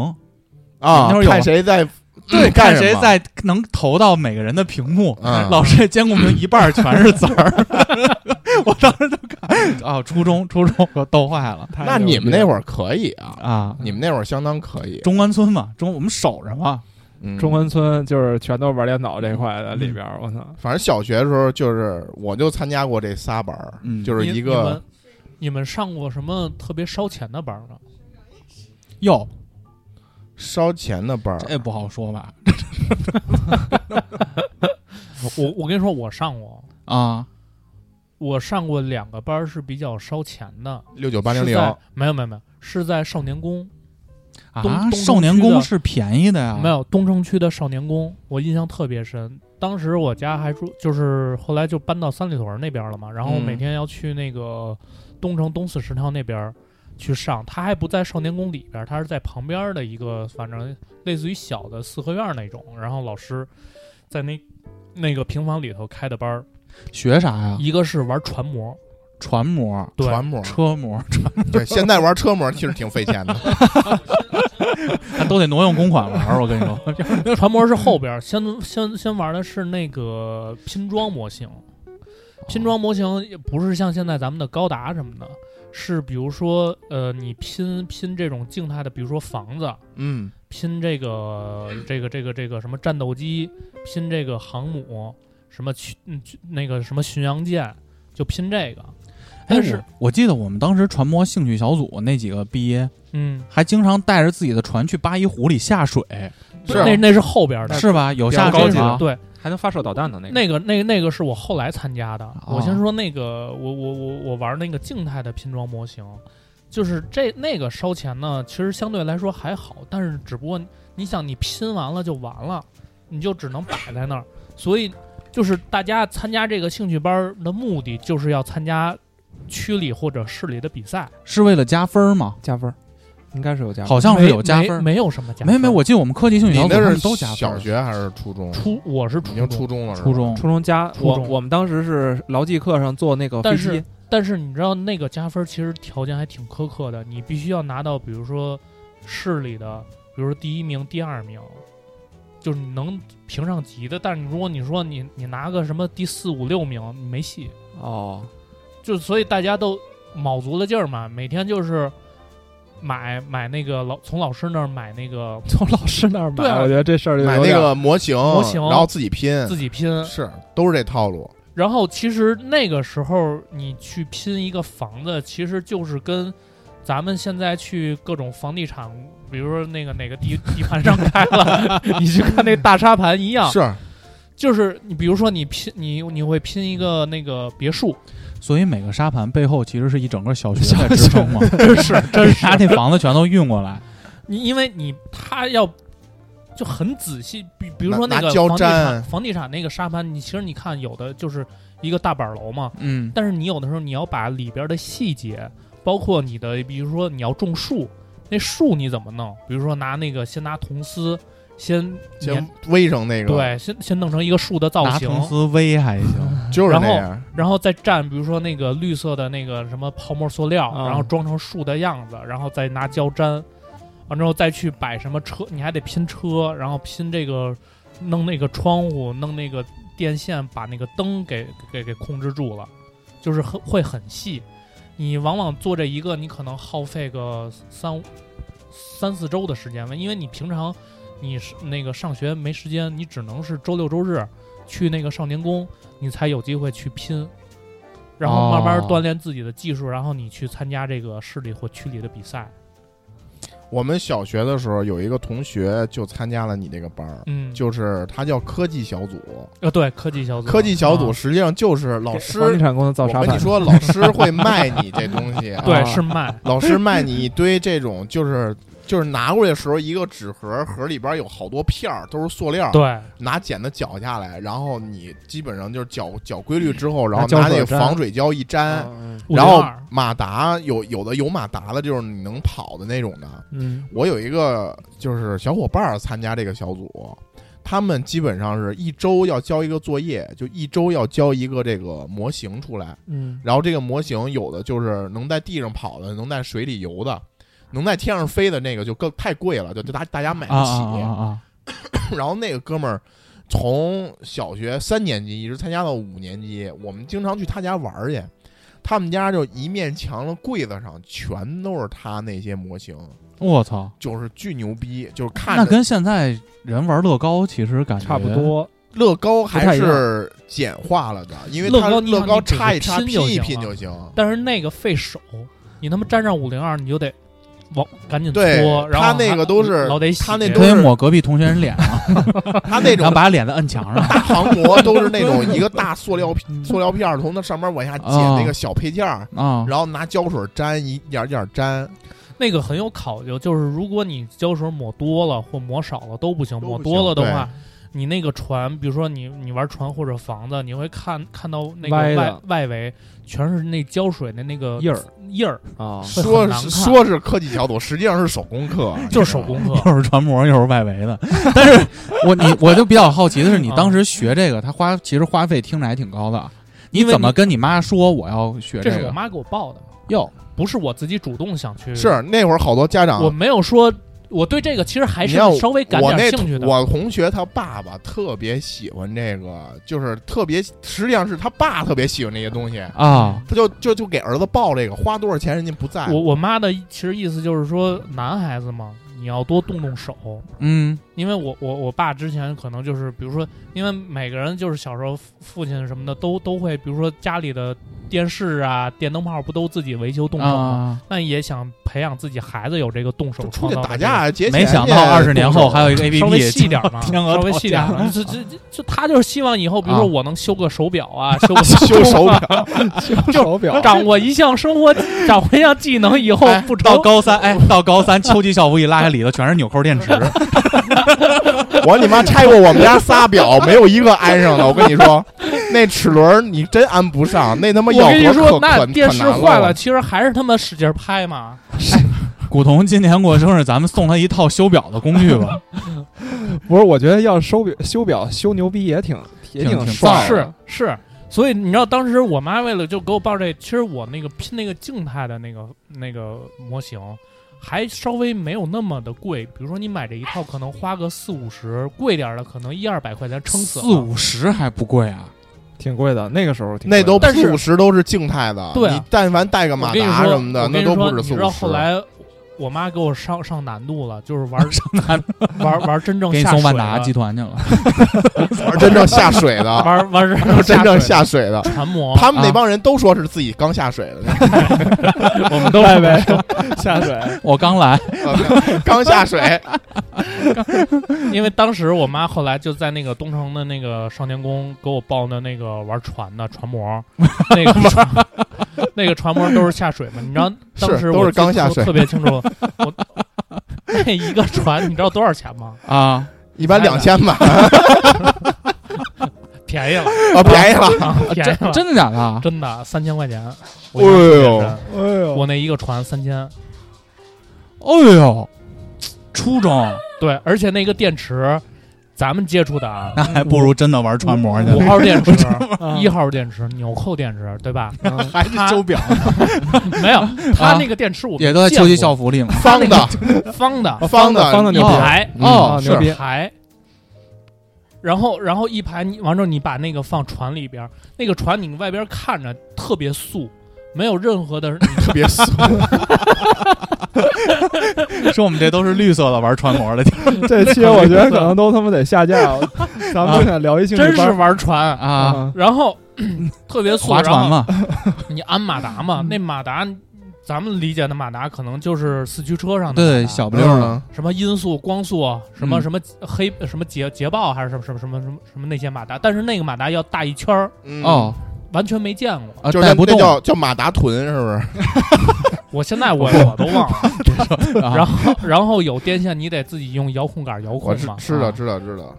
Speaker 5: 啊
Speaker 3: 那会儿，有
Speaker 5: 看谁在
Speaker 3: 对，看啊
Speaker 5: 干什
Speaker 3: 谁
Speaker 5: 么
Speaker 3: 在能投到每个人的屏幕。
Speaker 5: 嗯
Speaker 3: 老师这监控屏一半儿全是字儿， 我当时就看啊，初中初中我逗坏了
Speaker 4: 太
Speaker 5: 那
Speaker 4: 牛
Speaker 5: 你
Speaker 4: 逼
Speaker 5: 们
Speaker 4: 了
Speaker 5: 那会儿可以啊，
Speaker 3: 啊！
Speaker 5: 你们那会儿相当可以。
Speaker 3: 中关村嘛，中我们守着嘛，
Speaker 5: 嗯
Speaker 4: 中关村就是全都玩电脑这块的里边儿，我操！
Speaker 5: 反正小学的时候就是，我就参加过这仨班儿，
Speaker 3: 嗯
Speaker 5: 就是一
Speaker 6: 你你
Speaker 5: 个
Speaker 6: 们你们上过什么特别烧钱的班吗？
Speaker 3: 哟，
Speaker 5: 烧钱的班儿。
Speaker 3: 这不好说吧？
Speaker 6: 我我跟你说，我上过，
Speaker 3: 啊，
Speaker 6: 我上过两个班儿是比较烧钱的，
Speaker 5: 六九八零
Speaker 6: 是
Speaker 5: 零
Speaker 6: 在没有没有没有，是在少年宫，东
Speaker 3: 啊，
Speaker 6: 东城
Speaker 3: 少年
Speaker 6: 区
Speaker 3: 宫
Speaker 6: 的
Speaker 3: 是便宜的呀，
Speaker 6: 没有东城区的少年宫，我印象特别深。当时我家还住，就是后来就搬到三里屯那边了嘛，然后
Speaker 5: 嗯
Speaker 6: 每天要去那个东城东四十条那边去上，他还不在少年宫里边，他是在旁边的一个，反正类似于小的四合院那种。然后老师在那那个平房里头开的班儿，
Speaker 3: 学啥呀？
Speaker 6: 一个是玩船模，
Speaker 3: 船模、
Speaker 6: 对，
Speaker 5: 船模，
Speaker 3: 车模，
Speaker 5: 对，现在玩车模其实挺费钱的。
Speaker 3: 还都得挪用公款玩儿。我跟你说，
Speaker 6: 那船模是后边儿，先先先玩的是那个拼装模型， 拼装模型也不是像现在咱们的高达什么的，是比如说呃，你拼拼这种静态的，比如说房子，
Speaker 5: 嗯，
Speaker 6: 拼这个这个这个这个什么战斗机，拼这个航母，什么巡嗯去那个什么巡洋舰，就拼这个。
Speaker 3: 哎，
Speaker 6: 但是
Speaker 3: 我我记得我们当时传播兴趣小组那几个毕业
Speaker 6: 嗯，
Speaker 3: 还经常带着自己的船去八一湖里下水，
Speaker 5: 是啊
Speaker 6: 那那是后边的，
Speaker 3: 是吧？有
Speaker 4: 比
Speaker 3: 下
Speaker 4: 较
Speaker 6: 高
Speaker 3: 水
Speaker 6: 级
Speaker 3: 吗？
Speaker 6: 对。
Speaker 4: 还能发射导弹的那
Speaker 6: 那个、那个、那个是我后来参加的。我先
Speaker 3: 哦
Speaker 6: 说那个，我、我、我、我玩那个静态的拼装模型，就是这那个烧钱呢，其实相对来说还好，但是只不过你想，你拼完了就完了，你就只能摆在那儿。所以，就是大家参加这个兴趣班儿的目的，就是要参加区里或者市里的比赛，
Speaker 3: 是为了加分吗？
Speaker 4: 加分儿，应该是有加分儿。
Speaker 3: 好像是有加
Speaker 6: 没
Speaker 3: 分，
Speaker 6: 没有什么加
Speaker 3: 没
Speaker 6: 分，
Speaker 3: 没，我记得我们科技兴趣
Speaker 5: 你
Speaker 3: 小组他
Speaker 5: 那
Speaker 3: 们
Speaker 5: 是
Speaker 3: 都加分，
Speaker 5: 小学啊还是初中？
Speaker 6: 初我是初
Speaker 5: 已经
Speaker 6: 中
Speaker 5: 初中了，是吧
Speaker 3: 初。中
Speaker 4: 初中加
Speaker 6: 初
Speaker 4: 我，
Speaker 6: 中
Speaker 4: 我们当时是劳技课上做那个飞
Speaker 6: 但
Speaker 4: 机
Speaker 6: 是，但是你知道那个加分其实条件还挺苛刻的，你必须要拿到比如说市里的，比如说第一名、第二名，就是你能评上级的。但是你如果你说你你拿个什么第四五六名，你没戏。
Speaker 4: 哦，
Speaker 6: 就所以大家都卯足了劲儿嘛，每天就是买买那个老从老师那儿买那个
Speaker 4: 从老师那儿买，
Speaker 6: 对啊
Speaker 4: 我觉得这事儿就
Speaker 5: 买
Speaker 4: 有
Speaker 5: 那
Speaker 4: 点儿
Speaker 5: 个模型，
Speaker 6: 模型
Speaker 5: 然后自己拼，
Speaker 6: 自己拼，
Speaker 5: 是都是这套路。
Speaker 6: 然后其实那个时候你去拼一个房子，其实就是跟咱们现在去各种房地产，比如说那个哪个 地地盘上开了， 你去看那大沙盘一样，
Speaker 5: 是，
Speaker 6: 就是你比如说你拼你你会拼一个那个别墅，
Speaker 3: 所以每个沙盘背后其实是一整个小学在支撑嘛，
Speaker 6: 真是真是
Speaker 3: 他那房子全都运过来，
Speaker 6: 你因为你他要就很仔细，比比如说
Speaker 5: 拿
Speaker 6: 那个
Speaker 5: 拿胶
Speaker 6: 房地
Speaker 5: 粘
Speaker 6: 产房地产那个沙盘，你其实你看有的就是一个大板楼嘛，
Speaker 3: 嗯
Speaker 6: 但是你有的时候你要把里边的细节，包括你的，比如说你要种树，那树你怎么弄？比如说拿那个先拿铜丝，先
Speaker 5: 先
Speaker 6: 粘
Speaker 5: 微整那个，，
Speaker 6: 对，先先弄成一个树的造
Speaker 3: 拿
Speaker 6: 型，
Speaker 3: 铜丝微还行，
Speaker 5: 就是
Speaker 6: 然
Speaker 5: 那
Speaker 6: 后
Speaker 5: 样。
Speaker 6: 然后再蘸，比如说那个绿色的那个什么泡沫塑料，
Speaker 4: 嗯
Speaker 6: 然后装成树的样子，然后再拿胶粘，完之后再去摆什么车，你还得拼车，然后拼这个，弄那个窗户，弄那个电线，把那个灯给给给控制住了，就是很会很细。你往往做这一个，你可能耗费个三五三四周的时间吧，因为你平常你是那个上学没时间，你只能是周六周日去那个少年宫，你才有机会去拼，然后慢慢
Speaker 3: 哦
Speaker 6: 锻炼自己的技术，然后你去参加这个市里或区里的比赛。
Speaker 5: 我们小学的时候有一个同学就参加了你这个班儿，
Speaker 6: 嗯，
Speaker 5: 就是他叫科技小组。
Speaker 6: 呃对科技小组，
Speaker 5: 科技小
Speaker 6: 啊
Speaker 5: 组实际上就是老师，
Speaker 4: 房地
Speaker 5: 我
Speaker 4: 产公司造沙
Speaker 5: 跟
Speaker 4: 盘
Speaker 5: 你， 说，老师会卖你这东西，
Speaker 6: 对
Speaker 4: 啊
Speaker 6: 是卖，
Speaker 5: 老师卖你一堆这种，就是就是拿过来的时候，一个纸盒盒里边有好多片儿，都是塑料，
Speaker 6: 对
Speaker 5: 拿剪子绞下来，然后你基本上就是绞绞规律之后，然后
Speaker 4: 胶
Speaker 5: 拿
Speaker 4: 水
Speaker 5: 那个
Speaker 4: 粘
Speaker 5: 防水胶一粘，
Speaker 4: 嗯
Speaker 5: 然后
Speaker 6: 502
Speaker 5: 马达有有的有马达的，就是你能跑的那种的。
Speaker 4: 嗯，
Speaker 5: 我有一个就是小伙伴儿参加这个小组，他们基本上是一周要交一个作业，就一周要交一个这个模型出来。
Speaker 4: 嗯
Speaker 5: 然后这个模型有的就是能在地上跑的，能在水里游的，能在天上飞的那个就更太贵了，就就大大家买
Speaker 6: 哎
Speaker 5: 不
Speaker 3: 啊
Speaker 5: 起。
Speaker 3: 啊啊啊！
Speaker 5: 然后那个哥们儿从小学三年级一直参加到五年级，我们经常去他家玩儿去。他们家就一面墙的柜子上全都是他那些模型，
Speaker 3: 我操，
Speaker 5: 就是巨牛逼，就是
Speaker 3: 那
Speaker 5: 看着
Speaker 3: 跟现在人玩乐高其实感觉
Speaker 4: 差不。多，
Speaker 5: 乐高
Speaker 4: 不太
Speaker 5: 还
Speaker 4: 一
Speaker 5: 是简化了的，因为
Speaker 6: 乐
Speaker 5: 他
Speaker 6: 高你
Speaker 5: 乐
Speaker 6: 看
Speaker 5: 高
Speaker 6: 你只是
Speaker 5: 插一插
Speaker 6: 拼
Speaker 5: 拼
Speaker 6: 就
Speaker 5: 一
Speaker 6: 行
Speaker 5: 拼
Speaker 6: 了
Speaker 5: 就行。
Speaker 6: 但是那个费手，你他妈粘上五零二，你就得往赶紧搓
Speaker 5: 对，
Speaker 6: 然
Speaker 5: 他
Speaker 6: 后
Speaker 5: 那
Speaker 6: 还
Speaker 5: 个都是
Speaker 6: 老得洗
Speaker 5: 他那
Speaker 3: 可以抹隔壁同学人脸 嘛，
Speaker 5: 他那种
Speaker 3: 然后把脸再摁墙上。
Speaker 5: 大航模都是那种一个大塑 料片塑料片儿从那上面往下剪
Speaker 3: 啊
Speaker 5: 那个小配件儿，
Speaker 3: 啊，
Speaker 5: 然后拿胶水粘，一点儿一点儿粘。
Speaker 6: 那个很有考究，就是如果你胶水抹多了或抹少了都不行，
Speaker 5: 都不行
Speaker 6: 抹多了的
Speaker 5: 对
Speaker 6: 话，你那个船，比如说你你玩船或者房子，你会看看到那个
Speaker 4: 歪的
Speaker 6: 外外围全是那胶水的那个
Speaker 4: 印儿
Speaker 6: 印 儿，
Speaker 3: 哦
Speaker 4: 啊，
Speaker 6: 会
Speaker 5: 说
Speaker 6: 很难
Speaker 5: 是
Speaker 6: 看
Speaker 5: 说是科技小组，实际上是手工课，啊
Speaker 6: 就是手工课。
Speaker 3: 又是船模又是外围 的。但是我你我就比较好奇的
Speaker 6: 嗯
Speaker 3: 是，你当时学这个，他花其实花费听着还挺高的。你怎么跟你妈说我要学
Speaker 6: 这是我
Speaker 3: 个？
Speaker 6: 妈给我报的，
Speaker 3: 哟，
Speaker 6: 不是我自己主动想去。
Speaker 5: 你知道吗。是那会儿好多家长
Speaker 6: 我，没有说，我对这个其实还
Speaker 5: 你
Speaker 6: 是
Speaker 5: 看
Speaker 6: 稍微感
Speaker 5: 我
Speaker 6: 点
Speaker 5: 那
Speaker 6: 兴趣的。
Speaker 5: 我同学他爸爸特别喜欢这个，就是特别，实际上是他爸特别喜欢这些东西，
Speaker 3: 啊，
Speaker 5: 他就就就给儿子报这个，花多少钱人家不在乎。
Speaker 6: 我我妈的其实意思就是说，男孩子嘛，你要多动动手。
Speaker 3: 嗯
Speaker 6: 因为我我我爸之前可能就是，比如说，因为每个人就是小时候父父亲什么的都都会，比如说家里的电视啊、电灯泡不都自己维修动手吗？
Speaker 3: 啊，
Speaker 6: 那、也想培养自己孩子有这个动手
Speaker 5: 就出
Speaker 6: 创
Speaker 5: 去
Speaker 6: 造的
Speaker 5: 打
Speaker 6: 这个
Speaker 5: 架节
Speaker 3: 没想到 二十年后还有一个 A P
Speaker 6: 稍微
Speaker 3: P
Speaker 6: 细点儿嘛，
Speaker 3: 天鹅
Speaker 6: 稍微细点儿
Speaker 3: 套
Speaker 6: 嘛。这这这就他就是希望以后，比如
Speaker 3: 啊
Speaker 6: 说我能修个手表 啊，修个啊
Speaker 5: 修手表，
Speaker 4: 手表
Speaker 6: 掌握一项生活，掌握一项技能以 后
Speaker 3: 哎
Speaker 6: 哦不成
Speaker 3: 到高三，哎，到高三秋季校服一拉开，里头全是纽扣电 池。
Speaker 5: 我你妈拆过我们家仨表，没有一个安上的。我跟你说，那齿轮儿你真安不上，那他妈咬
Speaker 6: 我跟你
Speaker 5: 合可，
Speaker 6: 说那
Speaker 5: 可
Speaker 6: 电视
Speaker 5: 可难
Speaker 6: 坏
Speaker 5: 了
Speaker 6: 了，。其实还是他妈使劲拍嘛。
Speaker 3: 古潼今年过生日，咱们送他一套修表的工具吧。
Speaker 4: 不是，我觉得要收表修表修牛逼也挺也
Speaker 3: 挺挺
Speaker 4: 帅的，
Speaker 3: 棒
Speaker 6: 是是，所以你知道当时我妈为了就给我报这，其实我那个拼那个静态的那个那个模型，还稍微没有那么的贵。比如说你买这一套可能花个四五十，贵点儿的可能一二百块钱 撑死了。
Speaker 3: 四五十还不贵啊？
Speaker 4: 挺贵的，那个时候挺贵
Speaker 5: 那
Speaker 4: 的
Speaker 5: 都
Speaker 6: 但是
Speaker 5: 四五十都是静态的，
Speaker 6: 对啊
Speaker 5: 你但凡带个马
Speaker 6: 我跟你
Speaker 5: 达
Speaker 6: 说，
Speaker 5: 什么的，
Speaker 6: 我跟
Speaker 5: 那
Speaker 6: 你
Speaker 5: 都
Speaker 6: 说
Speaker 5: 不止
Speaker 6: 你
Speaker 5: 四五
Speaker 6: 知道
Speaker 5: 十
Speaker 6: 后。来我妈给我上上难度了，就是玩上 难玩玩真正
Speaker 3: 给你
Speaker 6: 下
Speaker 3: 送
Speaker 6: 水
Speaker 3: 万达
Speaker 6: 的
Speaker 3: 集团去了。
Speaker 5: 玩真正下水 的，
Speaker 6: 玩玩
Speaker 5: 玩
Speaker 6: 玩
Speaker 5: 真正
Speaker 6: 水哦
Speaker 5: 下水的，
Speaker 6: 的 船模，
Speaker 5: 他们那
Speaker 3: 啊
Speaker 5: 帮人都说是自己刚下水 的，
Speaker 6: 我 们都
Speaker 4: 外围下水，
Speaker 3: 我刚来，
Speaker 5: 刚下水。
Speaker 6: 因为当时我妈后来就在那个东城的那个少年宫给我报的那个玩船的船模，那个船 那个船模都是下水嘛，你知道当
Speaker 5: 是
Speaker 6: 时
Speaker 5: 都
Speaker 6: 我
Speaker 5: 是刚下
Speaker 6: 记得
Speaker 5: 水
Speaker 6: 特别清楚，我那一个船你知道多少钱吗？
Speaker 3: 啊，
Speaker 7: 一般两千吧，
Speaker 6: 便宜了，
Speaker 7: 啊，便宜了，
Speaker 6: 啊便宜了，
Speaker 3: 真的假的啊？
Speaker 6: 真的三千块钱。
Speaker 7: 哎
Speaker 6: 我一个
Speaker 7: 呦，
Speaker 6: 船
Speaker 7: 哎呦，
Speaker 6: 我那一个船三千，
Speaker 3: 哎呦，初中
Speaker 6: 对，而且那个电池，咱们接触的啊，
Speaker 3: 那还不如真 的玩船模去
Speaker 6: 五
Speaker 3: 呢。
Speaker 6: 号电池、
Speaker 4: 嗯
Speaker 6: 一号电池、纽扣电池，对吧？
Speaker 7: 还是
Speaker 6: 他
Speaker 7: 手表
Speaker 6: 没有，他那个电池我 们
Speaker 3: 也都在秋季校
Speaker 6: 见
Speaker 3: 服里嘛。
Speaker 6: 过
Speaker 7: 方的，
Speaker 6: 方的
Speaker 5: 哦
Speaker 7: 方
Speaker 4: 的方的
Speaker 7: 一
Speaker 4: 牛逼
Speaker 7: 排
Speaker 6: 排
Speaker 7: 嗯
Speaker 4: 哦牛
Speaker 6: 一
Speaker 4: 逼
Speaker 6: 排，然后然后一排你完之后你把那个放船里边儿，那个船你外边看着特别素，没有任何的
Speaker 7: 特别俗，
Speaker 3: 说我们这都是绿色的玩船模的地
Speaker 8: 这期我觉得可能都他妈得下架了，咱们就想聊一
Speaker 3: 啊
Speaker 8: 兴
Speaker 6: 真
Speaker 8: 趣
Speaker 6: 是
Speaker 8: 班
Speaker 6: 玩船
Speaker 3: 方，
Speaker 4: 嗯
Speaker 3: 啊，
Speaker 6: 然后 特别素，
Speaker 3: 划船
Speaker 6: 然后
Speaker 3: 嘛。
Speaker 6: 你安马达嘛，那马达。咱们理解的马达可能就是四驱车上的马达，
Speaker 3: 对，小
Speaker 7: 嗯
Speaker 3: 不溜儿的。
Speaker 6: 什么音速、光速，什么
Speaker 3: 嗯
Speaker 6: 什么黑什么捷捷豹还是什么什么什么什么什么那些马达，但是那个马达要大一圈儿，
Speaker 7: 嗯，
Speaker 3: 哦
Speaker 6: 完全没见过。
Speaker 5: 嗯
Speaker 3: 啊，
Speaker 7: 就是那
Speaker 3: 带不
Speaker 7: 那
Speaker 3: 动
Speaker 7: 叫叫马达臀是不是？
Speaker 6: 我现在我我都忘了。
Speaker 3: 啊
Speaker 6: 然后然后有电线，你得自己用遥控杆遥
Speaker 7: 我
Speaker 6: 控
Speaker 7: 知
Speaker 6: 嘛。
Speaker 7: 知道
Speaker 6: 啊
Speaker 7: 知道知道，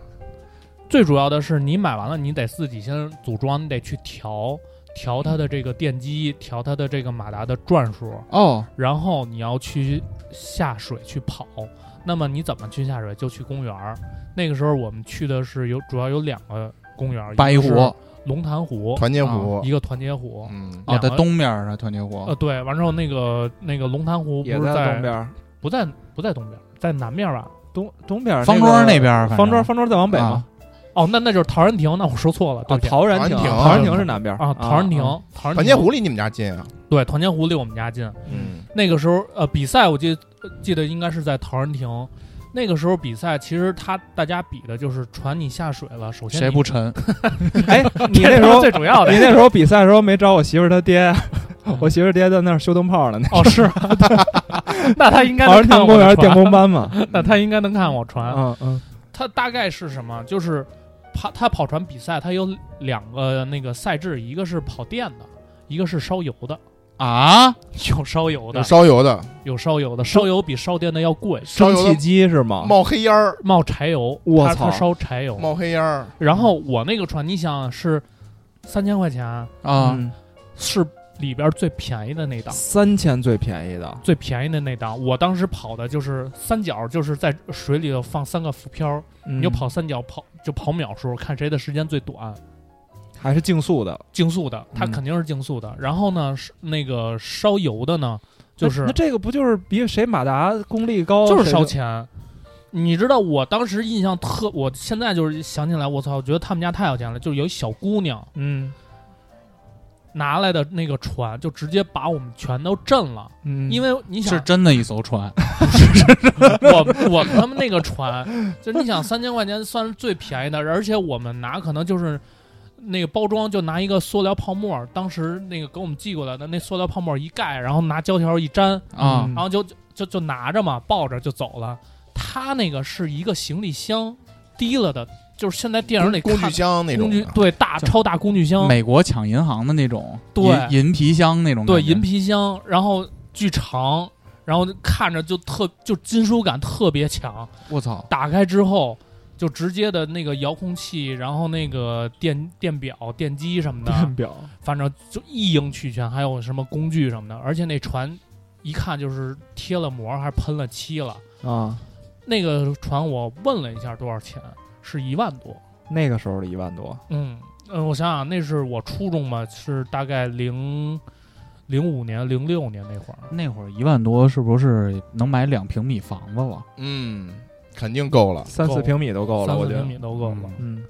Speaker 6: 最主要的是你买完了，你得自己先组装，你得去调调它的这个电机，调它的这个马达的转数，
Speaker 3: 哦，
Speaker 6: 然后你要去下水去跑。那么你怎么去下水？就去公园儿。那个时候我们去的是有主要有两个公园儿，
Speaker 3: 八一
Speaker 6: 个是
Speaker 3: 湖
Speaker 6: 龙潭湖，啊
Speaker 7: 团结湖，
Speaker 6: 一个团结湖。
Speaker 7: 嗯，
Speaker 3: 哦，
Speaker 6: 两
Speaker 3: 在
Speaker 6: 个
Speaker 3: 东边儿啊，团结湖
Speaker 6: 呃，对，完之后那个那个龙潭湖不
Speaker 4: 也
Speaker 6: 是
Speaker 4: 在东边儿，
Speaker 6: 不在不在东边儿，在南面儿吧？
Speaker 4: 东东边儿
Speaker 3: 方
Speaker 4: 那
Speaker 3: 庄
Speaker 4: 个
Speaker 3: 那边儿反
Speaker 4: 方
Speaker 3: 正啊
Speaker 4: 庄方庄再往北嘛，
Speaker 6: 哦，那那就是陶然亭，那我说错了，对
Speaker 4: 啊，
Speaker 6: 不起
Speaker 4: 陶然亭，
Speaker 7: 陶然亭
Speaker 4: 陶然亭是南边儿
Speaker 6: 啊，陶然亭
Speaker 4: 啊，
Speaker 6: 陶然
Speaker 7: 团结湖离你们家近啊？
Speaker 6: 对，团结湖离我们家近。
Speaker 7: 嗯，
Speaker 6: 那个时候，呃，比赛我记记得应该是在陶然亭。那个时候比赛，其实他大家比的就是船你下水了，首先
Speaker 3: 谁
Speaker 6: 你
Speaker 3: 不沉？
Speaker 4: 哎，你
Speaker 6: 这
Speaker 4: 那时
Speaker 6: 是
Speaker 4: 候
Speaker 6: 最主要的
Speaker 4: 你那时候比赛的时候没找我媳妇儿她爹，啊我媳妇儿爹在那儿修灯泡呢，
Speaker 6: 哦是， 那他应该
Speaker 4: 陶然
Speaker 6: 能看啊
Speaker 4: 亭
Speaker 6: 我
Speaker 4: 公园
Speaker 6: 的
Speaker 4: 电
Speaker 6: 船，
Speaker 4: 工班嘛，
Speaker 6: 那他应该能看我船。
Speaker 4: 嗯嗯，
Speaker 6: 他大概是什么？就是跑他跑船比赛，他有两个那个赛制，一个是跑电的，一个是烧油的，
Speaker 3: 啊，
Speaker 6: 有烧油的
Speaker 7: 有，烧油的，
Speaker 6: 有烧油的，烧油比烧电的要贵，
Speaker 7: 烧
Speaker 4: 蒸
Speaker 7: 油
Speaker 4: 汽
Speaker 7: 的
Speaker 4: 机是吗？
Speaker 7: 冒黑烟儿，
Speaker 6: 冒柴油，
Speaker 4: 我
Speaker 6: 他
Speaker 4: 操
Speaker 6: 他烧柴油。
Speaker 7: 冒黑烟儿，
Speaker 6: 然后我那个船，你想啊是三千块钱，
Speaker 3: 啊，
Speaker 4: 嗯
Speaker 6: 是里边最便宜的那档，
Speaker 4: 三千最便宜的，
Speaker 6: 最便宜的那档。我当时跑的就是三角，就是在水里头放三个浮漂，
Speaker 4: 你
Speaker 6: 你嗯就跑三角跑就跑秒数，看谁的时间最短。
Speaker 4: 还是竞速的，
Speaker 6: 竞速的，它
Speaker 4: 嗯
Speaker 6: 肯定是竞速的。然后呢，是那个烧油的呢，就
Speaker 4: 那
Speaker 6: 是
Speaker 4: 那这个不就是比谁马达功力高，
Speaker 6: 就是嗯烧
Speaker 4: 钱。
Speaker 6: 钱。你知道我当时印象特，我现在就是想起来，我操，我觉得他们家太有钱了。就有一小姑娘
Speaker 4: 嗯
Speaker 6: 拿来的那个船，就直接把我们全都震了。
Speaker 4: 嗯，
Speaker 6: 因为你想
Speaker 3: 是， 真的一艘船，
Speaker 6: 我我他们那个船，就是你想三千块钱算是最便宜的，而且我们拿可能就是那个包装就拿一个塑料泡沫，当时那个给我们寄过来的那塑料泡沫一盖，然后拿胶条一粘，
Speaker 3: 啊
Speaker 4: 嗯
Speaker 6: 然后就就就就拿着嘛，抱着就走了。他那个是一个行李箱提了的，就是现在电影里
Speaker 7: 工
Speaker 6: 看
Speaker 7: 具箱那种啊
Speaker 6: 工具
Speaker 7: 的，
Speaker 6: 对大
Speaker 3: 就
Speaker 6: 超大工具箱，
Speaker 3: 美国抢银行的那种，
Speaker 6: 嗯对
Speaker 3: 银银皮箱那种感觉，
Speaker 6: 对银皮箱，然后巨长，然后看着就特就金属感特别强。
Speaker 3: 我操，
Speaker 6: 打开之后就直接的那个遥控器，然后那个电电表、电机什么的
Speaker 7: 嗯
Speaker 4: 电，表，
Speaker 6: 反正就一应俱全，还有什么工具什么的。而且那船一看就是贴了膜，还喷了漆了。
Speaker 4: 啊，
Speaker 6: 那个船我问了一下多少钱，是一万多。
Speaker 4: 那个时候的一万多，
Speaker 6: 嗯嗯，我想想，那是我初中吧，是大概零零五年、零六年那会儿。
Speaker 3: 那会儿一万多是不是能买两平米房子了？
Speaker 7: 嗯，肯定够了。
Speaker 4: 三
Speaker 6: 够
Speaker 4: 四
Speaker 6: 了
Speaker 4: 平米都够了，
Speaker 6: 三
Speaker 4: 我
Speaker 6: 四
Speaker 4: 觉
Speaker 6: 平
Speaker 4: 得
Speaker 6: 米，都够了，
Speaker 4: 嗯，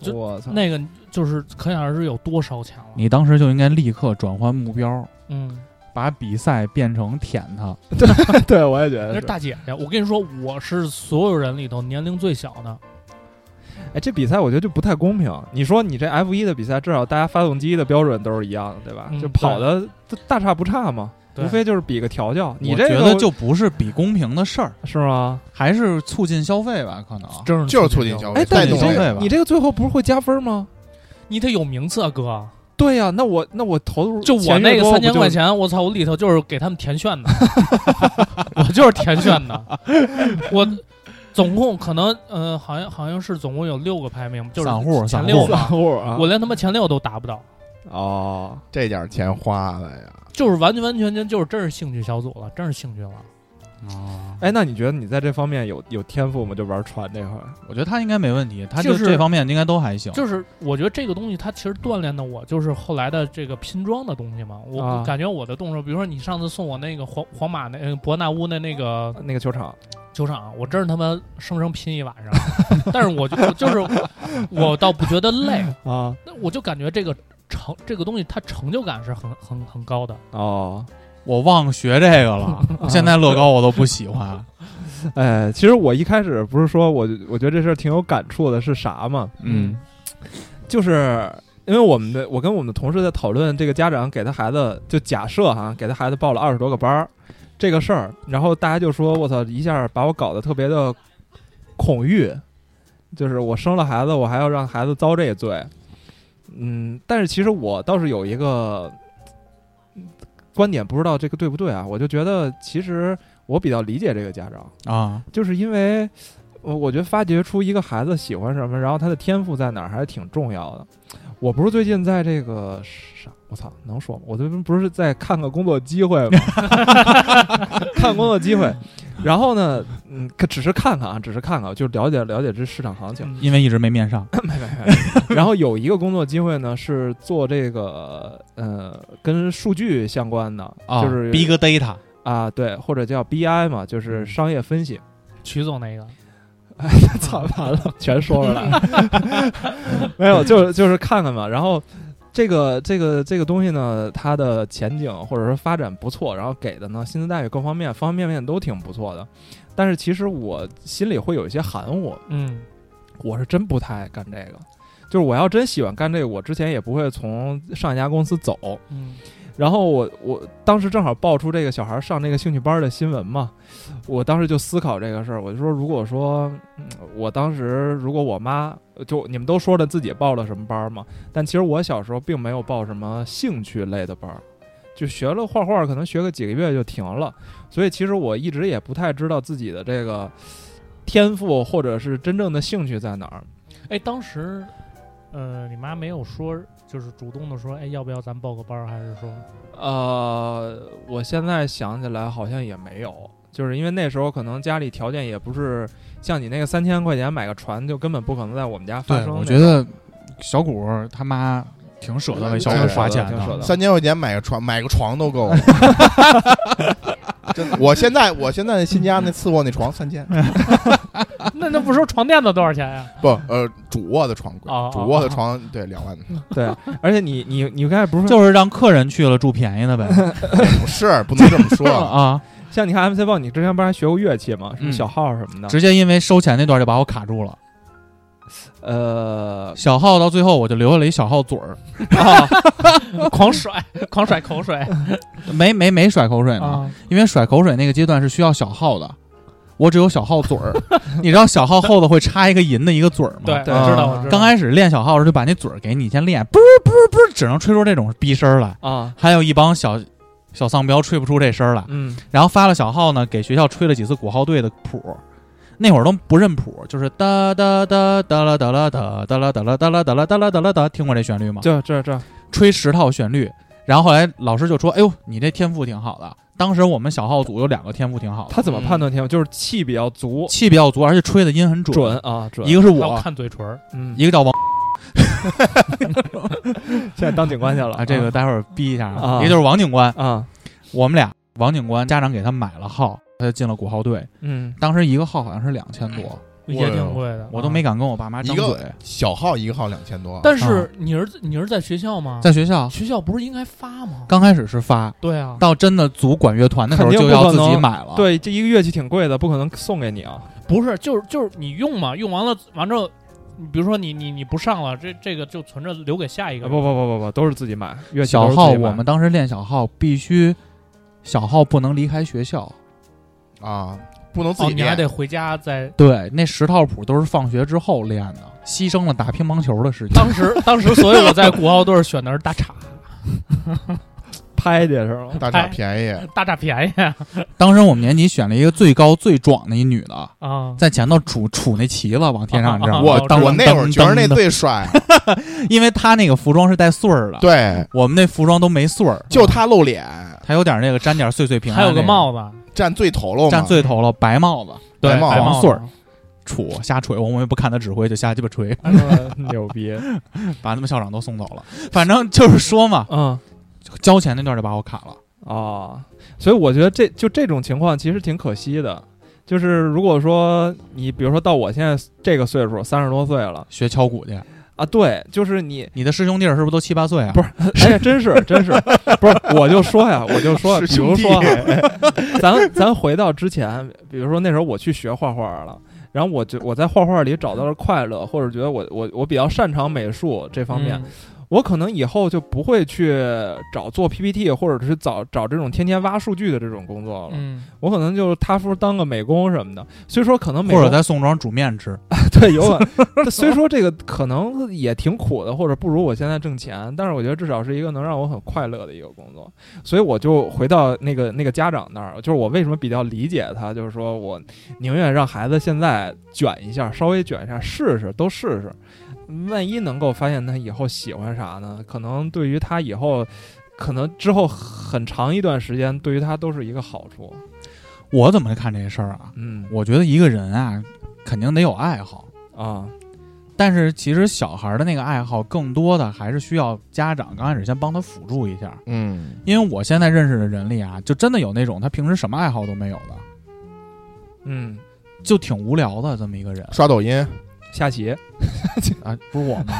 Speaker 6: 就
Speaker 4: 我操，
Speaker 6: 那个就是可想而知有多烧钱了。
Speaker 3: 你当时就应该立刻转换目标，
Speaker 6: 嗯，
Speaker 3: 把比赛变成舔它。
Speaker 4: 对我也觉得
Speaker 6: 那是
Speaker 4: 是。
Speaker 6: 大姐姐，我跟你说，我是所有人里头年龄最小的。
Speaker 4: 哎，这比赛我觉得就不太公平。你说你这 F 一的比赛，至少大家发动机的标准都是一样的，对吧？
Speaker 6: 嗯
Speaker 4: 就跑的都大差不差嘛，
Speaker 6: 对
Speaker 4: 无非就是比个调教。你
Speaker 3: 我
Speaker 4: 这
Speaker 3: 觉
Speaker 4: 个
Speaker 3: 得就不是比公平的事儿，
Speaker 4: 是吗？
Speaker 3: 还是促进消费吧？可能
Speaker 6: 真是
Speaker 7: 就是
Speaker 6: 促
Speaker 7: 促
Speaker 6: 进
Speaker 7: 进
Speaker 6: 消
Speaker 7: 消
Speaker 6: 费，
Speaker 7: 费，
Speaker 4: 哎，
Speaker 7: 带
Speaker 4: 但你
Speaker 7: 动
Speaker 3: 消
Speaker 7: 消
Speaker 3: 费
Speaker 7: 费。
Speaker 4: 这
Speaker 3: 吧
Speaker 4: 你这个最后不是会加分吗？
Speaker 6: 你得有名次啊，哥。
Speaker 4: 对呀、那我那我投入
Speaker 6: 就我
Speaker 4: 钱
Speaker 6: 那
Speaker 4: 越
Speaker 6: 个
Speaker 4: 多
Speaker 6: 三千
Speaker 4: 不就
Speaker 6: 块钱，我操，我里头 就是给他们填炫的，我就是填炫的，我总共可能呃，好像好像是总共有六个排名，就是
Speaker 3: 散户
Speaker 6: 前
Speaker 3: 散
Speaker 6: 六
Speaker 3: 户
Speaker 6: 嘛
Speaker 4: 散。户啊，
Speaker 6: 我连他妈前六都达不到，
Speaker 4: 哦，
Speaker 5: 这点钱花的呀，
Speaker 6: 就是完完全全就是真是兴趣小组了，真是兴趣了。
Speaker 3: 哦，
Speaker 4: 哎，那你觉得你在这方面有有天赋吗？就玩船这块儿，
Speaker 3: 我觉得他应该没问题，他
Speaker 6: 就
Speaker 3: 就是这方面应该都还行。
Speaker 6: 就是我觉得这个东西它其实锻炼的我，就是后来的这个拼装的东西嘛。我
Speaker 4: 啊
Speaker 6: 感觉我的动手，比如说你上次送我那个皇皇马那呃伯纳乌的那个
Speaker 4: 那个球场
Speaker 6: 球场，我真是他妈生生拼一晚上。但是我就我就是我倒不觉得累，
Speaker 4: 啊，
Speaker 6: 那我就感觉这个成这个东西它成就感是很很很高的。
Speaker 4: 哦，
Speaker 3: 我忘学这个 了，现在乐高我都不喜
Speaker 4: 啊
Speaker 3: 欢。
Speaker 4: 哎，其实我一开始不是说我我觉得这事儿挺有感触的，是啥嘛？
Speaker 3: 嗯，
Speaker 4: 就是因为我们的我跟我们的同事在讨论这个家长给他孩子就假设哈、给他孩子报了二十多个班儿这个事儿，然后大家就说我操，一下把我搞得特别的恐惧，就是我生了孩子，我还要让孩子遭这罪。嗯，但是其实我倒是有一个嗯观点，不知道这个对不对啊？我就觉得其实我比较理解这个家长，
Speaker 3: 啊，
Speaker 4: 就是因为，我我觉得发掘出一个孩子喜欢什么，然后他的天赋在哪儿，还是挺重要的。我不是最近在这个啥，我操，能说吗？我最近不是在看个工作机会吗？ 看工作机会，然后呢，嗯，可只是看看啊，只是看看，就了解了解这市场行情。
Speaker 6: 嗯
Speaker 3: 因为一直没面上。
Speaker 4: 然后有一个工作机会呢，是做这个呃跟数据相关的，
Speaker 3: 啊，
Speaker 4: 就是
Speaker 3: 逼个 data，
Speaker 4: 啊，对，或者叫 BI 嘛，
Speaker 3: 嗯
Speaker 4: 就是商业分析。
Speaker 6: 曲总那个，
Speaker 4: 操，完了，全说出来 了。没有，就是就是看看嘛。然后这个这个这个东西呢，它的前景或者说发展不错，然后给的呢薪资待遇各方面方方面面都挺不错的。但是其实我心里会有一些含糊，
Speaker 6: 嗯，
Speaker 4: 我是真不太爱干这个。就是我要真喜欢干这个，我之前也不会从上一家公司走。
Speaker 6: 嗯，
Speaker 4: 然后我我当时正好爆出这个小孩上那个兴趣班的新闻嘛，我当时就思考这个事儿，我就说如果说、嗯我当时如果我妈就你们都说了自己报了什么班嘛，但其实我小时候并没有报什么兴趣类的班儿，就学了画画，可能学个几个月就停了，所以其实我一直也不太知道自己的这个天赋或者是真正的兴趣在哪儿。
Speaker 6: 哎，当时，呃，你妈没有说，就是主动的说，哎，要不要咱报个班儿，还是说，
Speaker 4: 呃，我现在想起来好像也没有，就是因为那时候可能家里条件也不是像你那个三千块钱买个船，就根本不可能在我们家发
Speaker 3: 对，
Speaker 4: 生那种。
Speaker 3: 我觉得小谷他妈挺舍得为小
Speaker 5: 挺
Speaker 3: 谷
Speaker 5: 舍得
Speaker 3: 花钱
Speaker 4: 挺舍得
Speaker 5: 三千块钱买个床，买个床都 够了。真的，我现在我现在新家那次卧那床三 千，
Speaker 6: 那那不说床垫子多少钱呀、
Speaker 5: 不呃主卧的床贵
Speaker 6: 哦哦，
Speaker 5: 主卧的床对两万，
Speaker 4: 对， 而且你你你刚才不是
Speaker 3: 就是让客人去了住便宜的 呗。
Speaker 5: 不是不能这么
Speaker 6: 哦
Speaker 5: 说，
Speaker 3: 啊，
Speaker 4: 像你看 MC 豹，你之前不是还学过乐器吗？什么
Speaker 3: 嗯
Speaker 4: 小号什么的。
Speaker 3: 直接因为收钱那段就把我卡住了。
Speaker 4: 呃，
Speaker 3: 小号到最后我就留下了一小号嘴儿，
Speaker 6: 狂甩，狂甩口水
Speaker 3: 没没没甩口水呢，
Speaker 6: 啊！
Speaker 3: 因为甩口水那个阶段是需要小号的，我只有小号嘴 儿。你知道小号后头会插一个银的一个嘴儿吗？
Speaker 6: 对，我知
Speaker 4: 对
Speaker 6: 道，
Speaker 4: 啊
Speaker 6: 我知道。
Speaker 3: 刚开始练小号的时候就把那嘴儿给你先练，不不不，只能吹出这种逼声儿来。
Speaker 4: 啊，
Speaker 3: 还有一帮小小丧彪吹不出这声儿来，
Speaker 4: 嗯，
Speaker 3: 然后发了小号呢，给学校吹了几次鼓号队的谱，那会儿都不认谱，就是哒哒哒哒啦哒啦哒哒啦哒啦哒啦哒啦哒啦哒啦哒，听过这旋律吗？
Speaker 4: 这这这，
Speaker 3: 吹十套旋律，然后后来老师就说：“哎呦，你这天赋挺好的。”当时我们小号组有两个天赋挺好的，
Speaker 4: 他怎么判断天赋？就是气比较足，
Speaker 3: 气比较足，而且吹的音很准。
Speaker 4: 准啊准。
Speaker 3: 一个是
Speaker 6: 还有
Speaker 3: 我，
Speaker 6: 看嘴唇儿，
Speaker 4: 嗯，
Speaker 3: 一个叫王
Speaker 4: 现在当警官去了
Speaker 3: 啊，这个待会儿逼一下
Speaker 4: 啊
Speaker 3: 一个就是王警官，
Speaker 4: 啊，
Speaker 3: 我们俩王警官家长给他买了号，他就进了鼓号队。
Speaker 4: 嗯，
Speaker 3: 当时一个号好像是两千多，
Speaker 6: 也挺贵的。嗯
Speaker 3: 我都没敢跟我爸妈张
Speaker 5: 一
Speaker 3: 嘴
Speaker 5: 个。啊小号一个号两千多，
Speaker 6: 但
Speaker 3: 啊
Speaker 6: 是你儿子，你儿子在学校吗？
Speaker 3: 在学校
Speaker 6: 学校不是应该发吗？
Speaker 3: 刚开始是发，
Speaker 6: 对啊，
Speaker 3: 到真的组管乐团的时候
Speaker 4: 肯定
Speaker 3: 就
Speaker 4: 不
Speaker 3: 要自
Speaker 4: 可
Speaker 3: 己
Speaker 4: 能
Speaker 3: 买了。，
Speaker 4: 对，这一个乐器挺贵的，不可能送给你啊。
Speaker 6: 不是，就是就是你用嘛，用完了完之后，你比如说你你你不上了，这这个就存着留给下一
Speaker 4: 啊不
Speaker 6: 个。
Speaker 4: 不不不不，都是自己买乐器。
Speaker 3: 小号我们当时练小号必须，小号不能离开学校。
Speaker 5: 啊，不能自
Speaker 6: 哦，
Speaker 5: 己
Speaker 6: 你还
Speaker 5: 练。
Speaker 6: 得回家再
Speaker 3: 对，那十套谱都是放学之后练的，牺牲了打乒
Speaker 4: 啊
Speaker 3: 乓球的时间。
Speaker 6: 当时，当时，所以我在鼓号队选的是大叉，
Speaker 4: 拍去是吗？
Speaker 5: 大嗯
Speaker 6: 哎
Speaker 5: 差便宜，
Speaker 6: 大大便宜啊
Speaker 3: 当时我们年级选了一个最高最壮的一女的，
Speaker 6: 啊！
Speaker 3: 在前头杵杵那旗了，往天上
Speaker 6: 啊
Speaker 3: 扔。
Speaker 5: 我
Speaker 6: 当
Speaker 5: 我那会儿觉得那
Speaker 3: 对，
Speaker 5: 最 帅，
Speaker 3: 因为他那个服装是带穗儿的，，
Speaker 5: 对，
Speaker 3: 我们那服装都没穗儿，
Speaker 5: 就他露脸
Speaker 3: 他有点那个沾点碎碎平安
Speaker 6: 还
Speaker 3: 那，
Speaker 6: 有个帽子，
Speaker 5: 占最头了嘛，
Speaker 3: 占最头了，白帽子，
Speaker 6: 对，
Speaker 5: 白帽
Speaker 6: 白
Speaker 5: 子
Speaker 6: 帽
Speaker 3: 黄穗儿
Speaker 6: 子，
Speaker 3: 杵瞎锤，我们也不看他指挥，就瞎鸡巴锤，
Speaker 4: 牛 逼！
Speaker 3: 把他们校长都送走了。反正就是说嘛，
Speaker 4: 嗯
Speaker 3: 交钱那段就把我砍了。
Speaker 4: 哦，所以我觉得这就这种情况其实挺可惜的。就是如果说你，比如说到我现在这个岁数，三十多岁了
Speaker 3: 学敲鼓去，
Speaker 4: 啊，对，就是你，
Speaker 3: 你的师兄弟儿是不是都七八岁啊？
Speaker 4: 不是哎呀，真是真是，不是，我就 说呀，我就说，
Speaker 5: 是
Speaker 4: 比如
Speaker 5: 兄弟
Speaker 4: 说哈， 咱咱回到之前，比如说那时候我去学画画了。然后我就我在画画里找到了快乐，或者觉得我我我比较擅长美术这方面，
Speaker 6: 嗯
Speaker 4: 我可能以后就不会去找做 PPT 或者是找找这种天天挖数据的这种工作了。
Speaker 6: 嗯，
Speaker 4: 我可能就是踏夫当个美工什么的，虽说可能美
Speaker 3: 或者
Speaker 4: 工
Speaker 3: 在宋庄煮面吃，
Speaker 4: 对有可，虽说这个可能也挺苦的，或者不如我现在挣钱，但是我觉得至少是一个能让我很快乐的一个工作，所以我就回到那个那个家长那儿，就是我为什么比较理解他，就是说我宁愿让孩子现在卷一下，稍微卷一下试试，都试试，万一能够发现他以后喜欢啥呢？可能对于他以后，可能之后很长一段时间，对于他都是一个好处。
Speaker 3: 我怎么看这事儿啊？
Speaker 4: 嗯
Speaker 3: 我觉得一个人啊，肯定得有爱好。
Speaker 4: 啊，
Speaker 3: 但是其实小孩儿的那个爱好，更多的还是需要家长刚开始先帮他辅助一下。
Speaker 5: 嗯，
Speaker 3: 因为我现在认识的人里啊，就真的有那种他平时什么爱好都没有的，
Speaker 4: 嗯，
Speaker 3: 就挺无聊的这么一个人
Speaker 5: 刷抖音，
Speaker 4: 下棋，
Speaker 3: 啊，不是我吗？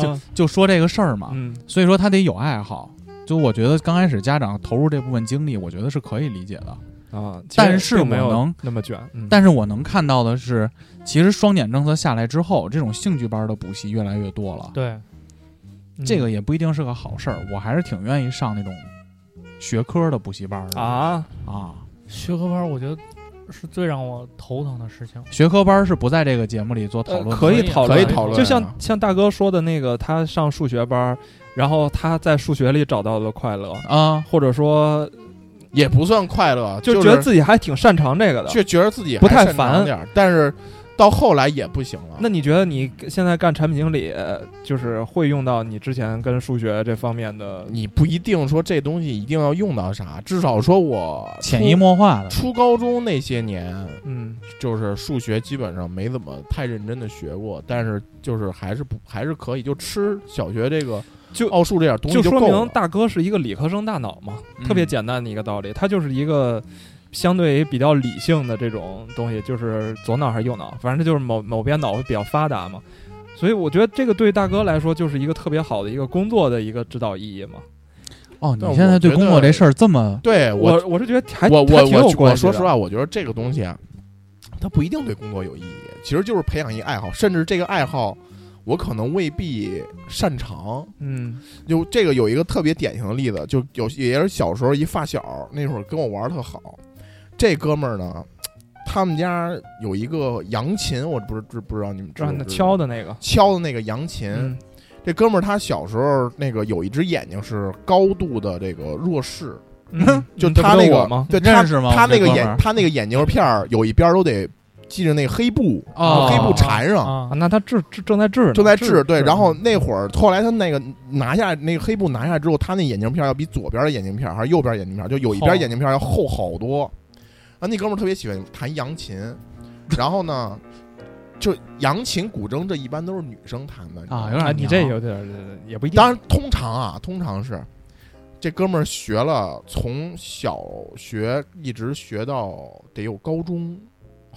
Speaker 4: 就
Speaker 3: 就说这个事儿嘛，
Speaker 4: 嗯
Speaker 3: 所以说他得有爱好。就我觉得刚开始家长投入这部分精力，我觉得是可以理解的。
Speaker 4: 啊，其实
Speaker 3: 但是
Speaker 4: 并
Speaker 3: 我
Speaker 4: 没有
Speaker 3: 能
Speaker 4: 那么卷，嗯
Speaker 3: 但是我能看到的是，其实双减政策下来之后，这种兴趣班的补习越来越多了。
Speaker 6: 对，
Speaker 4: 嗯
Speaker 5: 嗯
Speaker 3: 这个也不一定是个好事儿，我还是挺愿意上那种学科的补习班的
Speaker 4: 啊，
Speaker 3: 啊。
Speaker 6: 学科班儿我觉得是最让我头疼的事情。
Speaker 3: 学科班是不在这个节目里
Speaker 5: 呃
Speaker 3: 做讨论的、
Speaker 4: 呃可以
Speaker 6: 可以
Speaker 4: 讨论，
Speaker 6: 可以讨
Speaker 5: 论
Speaker 4: 就
Speaker 5: 啊
Speaker 4: 像像大哥说的那个，他上数学班儿，然后他在数学里找到了快乐，
Speaker 3: 啊。
Speaker 4: 或者说
Speaker 5: 也不算快乐，
Speaker 4: 就
Speaker 5: 就
Speaker 4: 觉得
Speaker 5: 是
Speaker 4: 自己还挺擅长这个的。
Speaker 5: 却觉得自己还
Speaker 4: 不太
Speaker 5: 擅长
Speaker 4: 烦
Speaker 5: 点儿，但是到后来也不行了。
Speaker 4: 那你觉得你现在干产品经理，就是会用到你之前跟数学这方面的？
Speaker 5: 你不一定说这东西一定要用到啥，至少说我
Speaker 3: 潜移默化的，
Speaker 5: 初高中那些年，
Speaker 4: 嗯
Speaker 5: 就是数学基本上没怎么太认真的学过，但是就是还是不还是可以，就吃小学这个
Speaker 4: 就
Speaker 5: 奥数这点东西
Speaker 4: 就说
Speaker 5: 够了
Speaker 4: 明。大哥是一个理科生大脑嘛，
Speaker 3: 嗯
Speaker 4: 特别简单的一个道理，他就是一个相对于比较理性的这种东西，就是左脑还是右脑，反正就是某某边脑会比较发达嘛。所以我觉得这个对大哥来说就是一个特别好的一个工作的一个指导意义嘛。
Speaker 3: 哦，你
Speaker 5: 但
Speaker 3: 现在对
Speaker 5: 我觉得
Speaker 3: 工作这事儿这么
Speaker 5: 对
Speaker 4: 我
Speaker 5: 我
Speaker 4: 我是觉得还
Speaker 5: 我
Speaker 4: 还
Speaker 5: 我
Speaker 4: 挺有
Speaker 5: 我
Speaker 4: 关
Speaker 5: 我
Speaker 4: 系
Speaker 5: 说
Speaker 4: 的
Speaker 5: 实话，我觉得这个东西啊，它不一定对工作有意义，其实就是培养一爱好，甚至这个爱好我可能未必擅长，
Speaker 4: 嗯
Speaker 5: 就这个有一个特别典型的例子，就有也是小时候一发小那会儿跟我玩儿特好，这哥们儿呢，他们家有一个扬琴，我不是知不知道你们知道
Speaker 4: 让他敲
Speaker 5: 的
Speaker 4: 啊的那个，
Speaker 5: 敲的那个扬琴，
Speaker 4: 嗯
Speaker 5: 这哥们儿他小时候那个有一只眼睛是高度的这个弱视，
Speaker 4: 嗯，
Speaker 5: 就
Speaker 4: 你这不
Speaker 5: 他那
Speaker 4: 就我
Speaker 5: 个
Speaker 4: 吗？
Speaker 5: 对他
Speaker 3: 认识吗？
Speaker 5: 他
Speaker 3: 我这
Speaker 5: 那个
Speaker 3: 哥们
Speaker 5: 眼
Speaker 3: 儿
Speaker 5: 他那个眼睛片儿有一边儿都得系着那个黑布，
Speaker 3: 哦，
Speaker 5: 黑布
Speaker 6: 查
Speaker 5: 缠上。
Speaker 6: 啊
Speaker 4: 啊，，那他治治正在治呢
Speaker 5: 正在治，对，然后
Speaker 4: 治
Speaker 5: 那会儿后来他那个拿下那个黑布拿下之后，他那眼镜片儿要比左边的眼镜片儿还是右边眼镜片儿，就有一边
Speaker 6: 厚
Speaker 5: 眼镜片儿要厚好多。啊，那哥们儿特别喜欢弹扬琴，然后呢，就扬琴、古筝这一般都是女生弹的
Speaker 3: 啊，有
Speaker 5: 有
Speaker 3: 点
Speaker 4: 啊，
Speaker 3: 娘
Speaker 4: 你这有点儿也不一定，
Speaker 5: 嗯当然通常啊，通常是这哥们儿学了，从小学一直学到得有高中。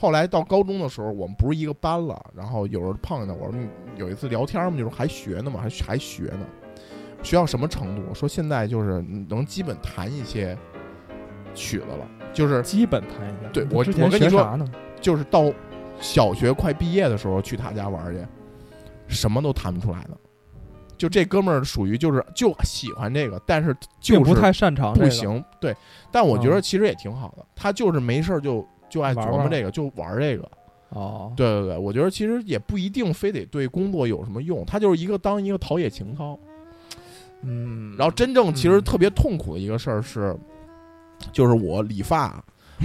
Speaker 5: 后来到高中的时候，我们不是一个班了，然后有时候碰见他，我说你嗯有一次聊天嘛，就是还学呢嘛，还还学呢，学到什么程度？说现在就是能基本弹一些曲子了，就是
Speaker 4: 基本谈一下。
Speaker 5: 对
Speaker 4: 你
Speaker 5: 我
Speaker 4: 之前
Speaker 5: 我跟你
Speaker 4: 学
Speaker 5: 说
Speaker 4: 啥呢？
Speaker 5: 就是到小学快毕业的时候去他家玩儿去，什么都弹不出来的。就这哥们儿属于就是就喜欢这个，但是就
Speaker 4: 并不
Speaker 5: 是
Speaker 4: 太擅长，
Speaker 5: 不。行。对，但我觉
Speaker 4: 嗯
Speaker 5: 得其实也挺好的，他就是没事儿就就爱
Speaker 4: 玩
Speaker 5: 琢磨
Speaker 4: 玩
Speaker 5: 这个，就玩儿这个。
Speaker 4: 哦，
Speaker 5: 对对对，我觉得其实也不一定非得对工作有什么用，他就是一个当一个陶冶情操。
Speaker 4: 嗯，
Speaker 5: 然后真正其实特别痛苦的一个事儿是，就是我理发，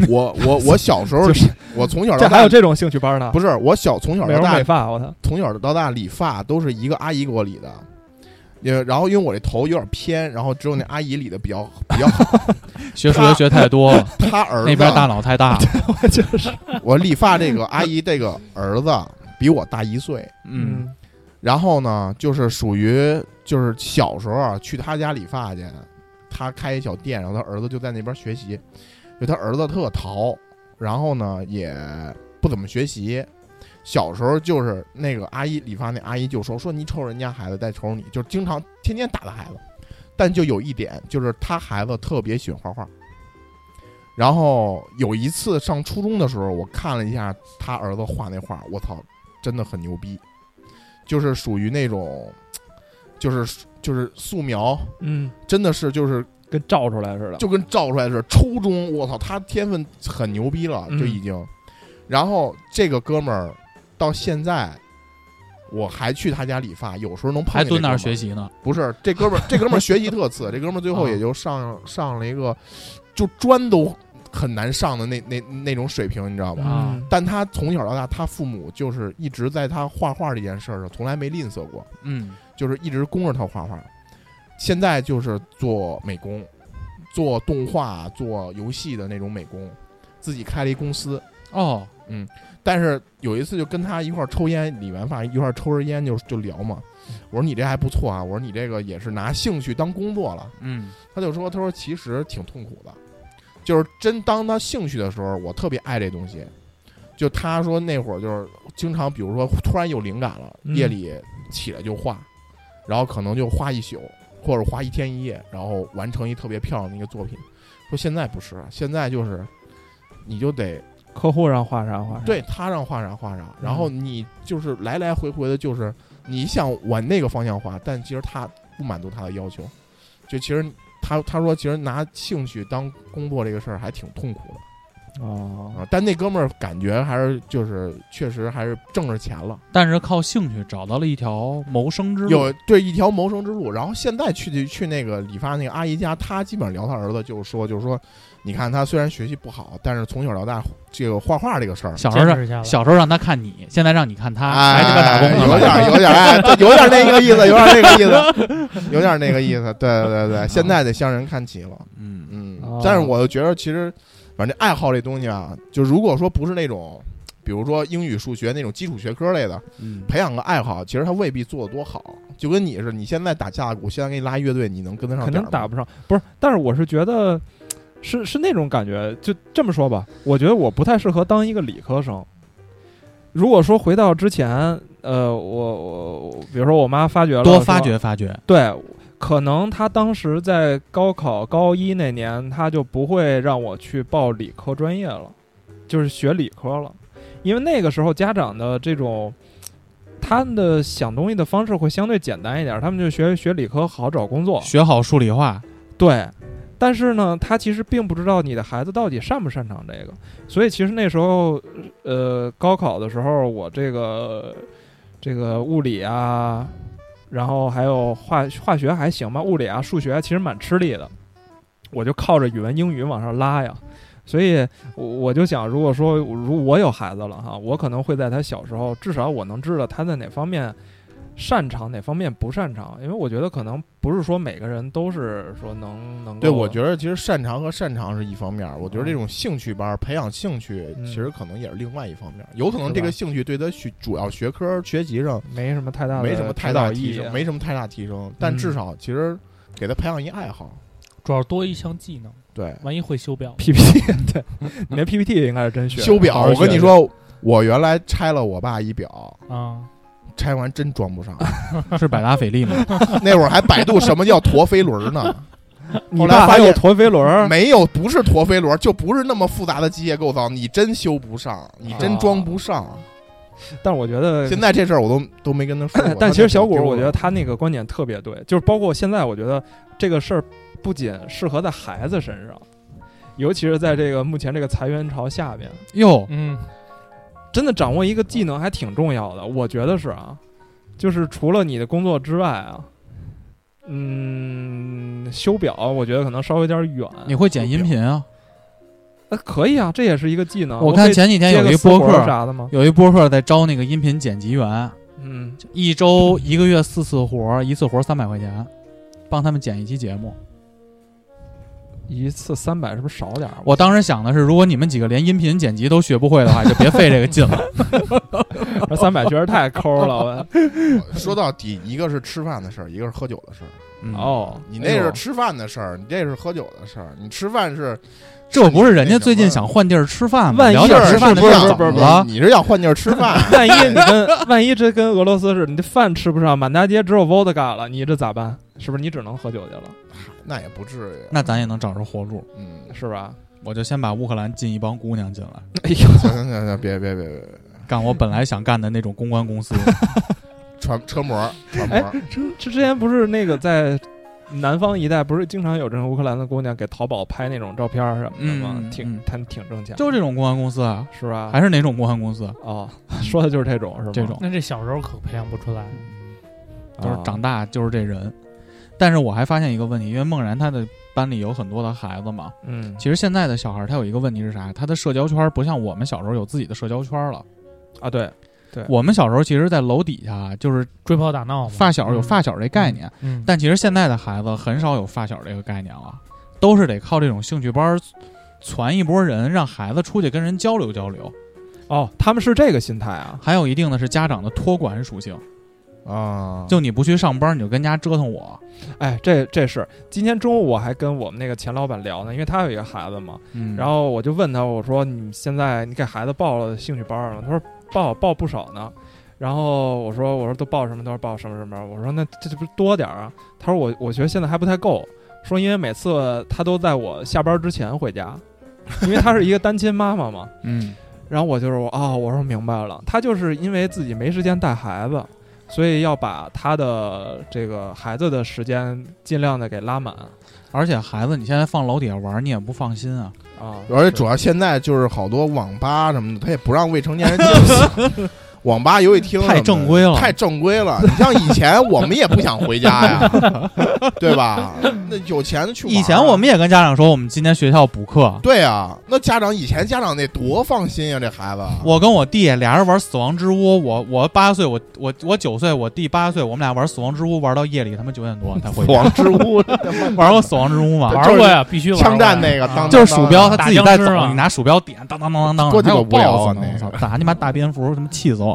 Speaker 5: 我我我小时候
Speaker 4: 就是
Speaker 5: 我从小
Speaker 4: 这
Speaker 5: 到
Speaker 4: 还有
Speaker 5: 大
Speaker 4: 这种兴趣班呢？
Speaker 5: 不是我小从小
Speaker 4: 美
Speaker 5: 到
Speaker 4: 容
Speaker 5: 大
Speaker 4: 美发，我操，
Speaker 5: 从小到大理发都是一个阿姨给我理的，因为然后因为我这头有点偏，然后只有那阿姨理的比较比较好。
Speaker 3: 学数学学太多 了，
Speaker 5: 她儿子
Speaker 3: 那边大脑太 大了。
Speaker 5: 我理发这个阿姨这个儿子比我大一岁，
Speaker 3: 嗯，
Speaker 5: 然后呢，就是属于就是小时候啊，去他家理发去，他开一小店，然后他儿子就在那边学习，就他儿子特淘，然后呢也不怎么学习。小时候就是那个阿姨理发那阿姨就说说你瞅人家孩子再瞅你，就是经常天天打他孩子，但就有一点就是他孩子特别喜欢画画。然后有一次上初中的时候，我看了一下他儿子画那画，我操，真的很牛逼。就是属于那种，就是就是素描，
Speaker 4: 嗯，
Speaker 5: 真的是就是
Speaker 4: 跟照出来似的，
Speaker 5: 就跟照出来似的。初中，我操，他天分很牛逼了，
Speaker 4: 嗯
Speaker 5: 就已经。然后这个哥们儿到现在，我还去他家理发，有时候能碰
Speaker 3: 还
Speaker 5: 见这
Speaker 3: 蹲那儿
Speaker 5: 哥们
Speaker 3: 学。习啊呢。
Speaker 5: 不是这哥 们儿，这哥们儿学习特次，这哥们儿最后也就上上了一个，就砖都很难上的那那那种水平，你知
Speaker 6: 嗯
Speaker 5: 道
Speaker 3: 嗯
Speaker 5: 吗？
Speaker 4: 啊
Speaker 5: 但他从小到大，他父母就是一直在他画画这件事儿上从来没吝啬过。
Speaker 3: 嗯，
Speaker 5: 就是一直供着他画画，现在就是做美工，做动画、做游戏的那种美工，自己开了一公司。
Speaker 3: 哦，
Speaker 5: 但是有一次就跟他一块儿抽烟，理完发一块儿抽着烟就就聊嘛。我说你这还不错啊，我说你这个也是拿兴趣当工作了。
Speaker 3: 嗯，
Speaker 5: 他就说，他说其实挺痛苦的，就是真当他兴趣的时候，我特别爱这东西。就他说那会儿就是经常，比如说突然有灵感了，
Speaker 4: 嗯
Speaker 5: 夜里起来就画，然后可能就画一宿或者画一天一夜，然后完成一特别漂亮的一个作品。说现在不是，啊现在就是你就得
Speaker 4: 客户让画啥画啥，
Speaker 5: 对他让画啥画啥，然后
Speaker 3: 嗯
Speaker 5: 你就是来来回回的，就是你想往那个方向画，但其实他不满足他的要求，就其实他他说其实拿兴趣当工作这个事儿还挺痛苦的
Speaker 4: 哦，
Speaker 5: 啊，但那哥们儿感觉还是就是确实还是挣着钱了，
Speaker 3: 但是靠兴趣找到了一条谋生之路。
Speaker 5: 有对一条谋生之路。然后现在去去那个理发那个阿姨家，她基本上聊她儿子就是说就是说，你看他虽然学习不好，但是从小到大这个画画这个事儿。
Speaker 3: 小时候
Speaker 6: 坚
Speaker 3: 让
Speaker 6: 持下来，
Speaker 3: 小时候让他看你，现在让你看他，
Speaker 5: 哎，
Speaker 3: 啊还是个打工的吧。
Speaker 5: 有 点有点哎，这有点那个意思，有点那个意思，有点那个意思。对对对对，现在得向人看齐了。
Speaker 3: 嗯，
Speaker 5: 嗯
Speaker 4: 哦，
Speaker 5: 但是我就觉得其实，反正爱好这东西啊，就如果说不是那种，比如说英语、数学那种基础学科类的，
Speaker 3: 嗯
Speaker 5: 培养个爱好，其实他未必做的多好。就跟你似的，你现在打架鼓，现在给你拉乐队，你能跟得上
Speaker 4: 肯
Speaker 5: 点
Speaker 4: 定
Speaker 5: 儿吗？
Speaker 4: 打不上。不是，但是我是觉得，是是那种感觉。就这么说吧，我觉得我不太适合当一个理科生。如果说回到之前，呃，我我我比如说我妈发掘了，
Speaker 3: 多
Speaker 4: 说
Speaker 3: 发掘发掘。
Speaker 4: 对，可能他当时在高考高一那年，他就不会让我去报理科专业了，就是学理科了，因为那个时候家长的这种。他们的想东西的方式会相对简单一点，他们就学学理科好找工作，
Speaker 3: 学好数理 化，
Speaker 4: 对，但是呢，他其实并不知道你的孩子到底擅不擅长这个，所以其实那时候，呃，高考的时候，我这个这个物理啊，然后还有化化学还行吧，物理啊、数学啊其实蛮吃力的，我就靠着语文、英语往上拉呀。所以，我我就想，如果说如我有孩子了哈，我可能会在他小时候，至少我能知道他在哪方面擅长哪方面不擅长，因为我觉得可能不是说每个人都是说能能够
Speaker 5: 对，我觉得其实擅长和擅长是一方面儿，我觉得这种兴趣班儿培养兴趣，
Speaker 4: 嗯
Speaker 5: 其实可能也是另外一方面儿。有可
Speaker 4: 是
Speaker 5: 能这
Speaker 4: 吧
Speaker 5: 个兴趣对他学主要学科儿学习上
Speaker 4: 没什么太大的啊
Speaker 5: 没什么太大
Speaker 4: 指导意
Speaker 5: 提
Speaker 4: 义
Speaker 5: 升，没什么太大提升，但至少其实给他培养一爱好。
Speaker 6: 主要多一项技能，
Speaker 5: 对，
Speaker 6: 万一会修表。
Speaker 4: PPT，对，你那 PPT 应该是真学的
Speaker 5: 修表，
Speaker 4: 好好
Speaker 5: 我跟
Speaker 4: 学
Speaker 5: 你说，我原来拆了我爸一表，
Speaker 6: 啊，
Speaker 5: 拆完真装不上，
Speaker 3: 是百达翡丽吗？
Speaker 5: 那会儿还百度什么叫陀飞轮呢？
Speaker 4: 你
Speaker 5: 后来
Speaker 4: 爸
Speaker 5: 发
Speaker 4: 还有
Speaker 5: 现
Speaker 4: 陀飞轮儿，
Speaker 5: 没有，不是陀飞轮，就不是那么复杂的机械构造，你真修不上，你真装不上。
Speaker 4: 但是我觉得
Speaker 5: 现在这事儿我都都没跟他说过
Speaker 4: 。但其实小
Speaker 5: 谷
Speaker 4: 谷，我觉得他那个观点特别对，就是包括现在，我觉得这个事儿不仅适合在孩子身上，尤其是在这个目前这个裁员潮下边，
Speaker 3: 哟，
Speaker 9: 嗯，
Speaker 4: 真的掌握一个技能还挺重要的，我觉得是啊，就是除了你的工作之外啊，嗯，修表我觉得可能稍微有点远。
Speaker 3: 你会剪音频啊？
Speaker 4: 呃可以啊，这也是一个技能。
Speaker 3: 我看前几
Speaker 4: 几
Speaker 3: 天有一播客，
Speaker 4: 啥的吗？
Speaker 3: 有一播客在招那个音频剪辑员，
Speaker 4: 嗯，
Speaker 3: 一周一个月四次活儿，一次活三百块钱，帮他们剪一期节目。
Speaker 4: 一次三百是不是少点儿？
Speaker 3: 我当时想的是，如果你们几个连音频剪辑都学不会的话，就别费这个劲了。
Speaker 4: 三百确实太抠了。
Speaker 5: 说到底，一个是吃饭的事儿，一个是喝酒的事儿。
Speaker 3: 嗯
Speaker 4: 我哦，
Speaker 5: 你那是吃饭的事儿，你这是喝酒的事儿。你吃饭是，
Speaker 3: 这不是人家最近想换地儿吃饭吗？
Speaker 4: 万一
Speaker 3: 聊点
Speaker 5: 是
Speaker 3: 吃饭的啊
Speaker 5: 不
Speaker 3: 事
Speaker 5: 是
Speaker 3: 儿
Speaker 5: 不是
Speaker 3: 怎
Speaker 5: 不
Speaker 3: 么
Speaker 5: 是
Speaker 3: 了？
Speaker 5: 你是要换地儿吃饭？
Speaker 4: 万一你跟万一这跟俄罗斯似的，你这饭吃不上，满大街只有 vodka 了，你这咋办？是不是你只能喝酒去了？
Speaker 5: 那也不至于。
Speaker 3: 那咱也能找着活路。
Speaker 5: 嗯，
Speaker 4: 是吧？
Speaker 3: 我就先把乌克兰进一帮姑娘进来，
Speaker 4: 哎呦，
Speaker 5: 行行行行，别别别别别，
Speaker 3: 干我本来想干的那种公关公 司。
Speaker 5: 传车模传
Speaker 4: 哎
Speaker 5: 模，
Speaker 4: 这这之前不是那个在南方一带，不是经常有这种乌克兰的姑娘给淘宝拍那种照片儿什么的吗？
Speaker 3: 嗯
Speaker 4: 挺
Speaker 3: 嗯
Speaker 4: 他们挺挣钱的，
Speaker 3: 就这种公关公司啊，
Speaker 4: 是吧？
Speaker 3: 还是哪种公关公司？啊
Speaker 4: 哦，说的就是这种是吧？
Speaker 3: 这种
Speaker 6: 那这小时候可培养不出来。
Speaker 3: 都是长
Speaker 4: 啊
Speaker 3: 大就是这人。但是我还发现一个问题，因为梦然他的班里有很多的孩子嘛，
Speaker 4: 嗯
Speaker 3: 其实现在的小孩儿他有一个问题是啥？他的社交圈儿不像我们小时候有自己的社交圈儿了。
Speaker 4: 啊对，对
Speaker 3: 我们小时候其实，在楼底下就是
Speaker 6: 追跑打闹嘛，
Speaker 3: 发小有发小这概念，
Speaker 6: 嗯，
Speaker 3: 但其实现在的孩子很少有发小这个概念了，都是得靠这种兴趣班儿攒一波人，让孩子出去跟人交流交流。
Speaker 4: 哦，他们是这个心态啊。
Speaker 3: 还有一定的是家长的托管属性，
Speaker 5: 啊，
Speaker 3: 哎就你不去上班，你就跟家折腾我。
Speaker 4: 哎，这这是今天中午我还跟我们那个前老板聊呢，因为他有一个孩子嘛，
Speaker 3: 嗯
Speaker 4: 然后我就问他，我说你现在你给孩子报了兴趣班儿了吗？他说报报不少呢。然后我说我说都报什么？他说报什么什么。我说那这这不是多点儿啊？他说我我觉得现在还不太够，说因为每次他都在我下班之前回家，因为他是一个单亲妈妈嘛。
Speaker 3: 嗯，
Speaker 4: 然后我就是我啊、我说明白了，他就是因为自己没时间带孩子，所以要把他的这个孩子的时间尽量的给拉满
Speaker 3: 而且孩子，你现在放楼底下玩儿，你也不放心啊。
Speaker 4: 啊。
Speaker 5: 而且主要现在就是好多网吧什么的，他也不让未成年人进去。网吧游戏厅什么的
Speaker 3: 太正规了
Speaker 5: 太正规了。你像以前我们也不想回家呀， 对吧？那有钱的去玩啊
Speaker 3: 以前我们也跟家长说，我们今天学校补课。
Speaker 5: 对啊，那家长以前家长得多放心啊呀，这孩子。
Speaker 3: 我跟我弟俩人玩《死亡之屋》，我我八岁，我我我九岁，我弟八岁，我们俩玩《死亡之屋》玩到夜里他妈九点多才回
Speaker 5: 死
Speaker 3: 家。
Speaker 5: 亡之屋
Speaker 3: 玩过《死亡之屋》吗？
Speaker 6: 玩过呀，必须玩过呀。啊
Speaker 5: 枪战那个，当
Speaker 3: 就是鼠标，
Speaker 5: 当
Speaker 3: 他自己带走
Speaker 6: 打僵尸，嘛
Speaker 3: 你拿鼠标点，当当当当当，
Speaker 5: 多鸡
Speaker 3: 还
Speaker 5: 巴
Speaker 3: 有
Speaker 5: 无聊
Speaker 3: boss
Speaker 5: 啊
Speaker 3: 呢！
Speaker 5: 那
Speaker 3: 我
Speaker 5: 个
Speaker 3: 操，打你妈大蝙蝠，他妈气死我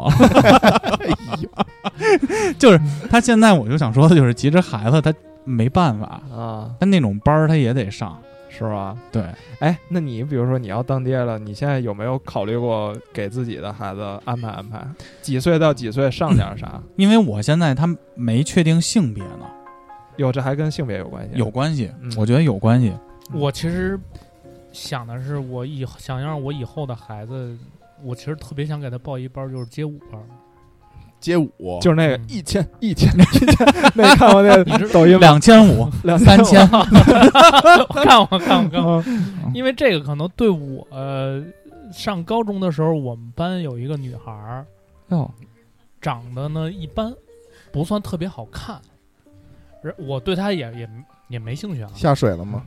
Speaker 3: 了！
Speaker 5: 哎呦
Speaker 3: 就是他现在，我就想说的就是，其实孩子他没办法，
Speaker 4: 啊，
Speaker 3: 他那种班儿他也得上。
Speaker 4: 是吧？
Speaker 3: 对，
Speaker 4: 哎，那你比如说你要当爹了，你现在有没有考虑过给自己的孩子安排安排？几岁到几岁上点啥？
Speaker 3: 因为我现在他没确定性别呢，
Speaker 4: 哟，这还跟性别有关系？
Speaker 3: 有关系
Speaker 4: 嗯，
Speaker 3: 我觉得有关系。
Speaker 6: 我其实想的是，我以想让我以后的孩子，我其实特别想给他报一班，就是街舞班。
Speaker 5: 街舞，
Speaker 4: 就是那个
Speaker 6: 嗯
Speaker 4: 一千 一千一千，那你看过那个抖音吗？
Speaker 3: 两千五，
Speaker 4: 两
Speaker 3: 三 千，
Speaker 6: 我 看我看我看我，
Speaker 4: 啊
Speaker 5: 嗯
Speaker 6: 因为这个可能对我、呃、上高中的时候，我们班有一个女孩儿，
Speaker 4: 哟，
Speaker 6: 长得呢一般，不算特别好看，然我对她也也也没兴趣啊，
Speaker 5: 下水了吗？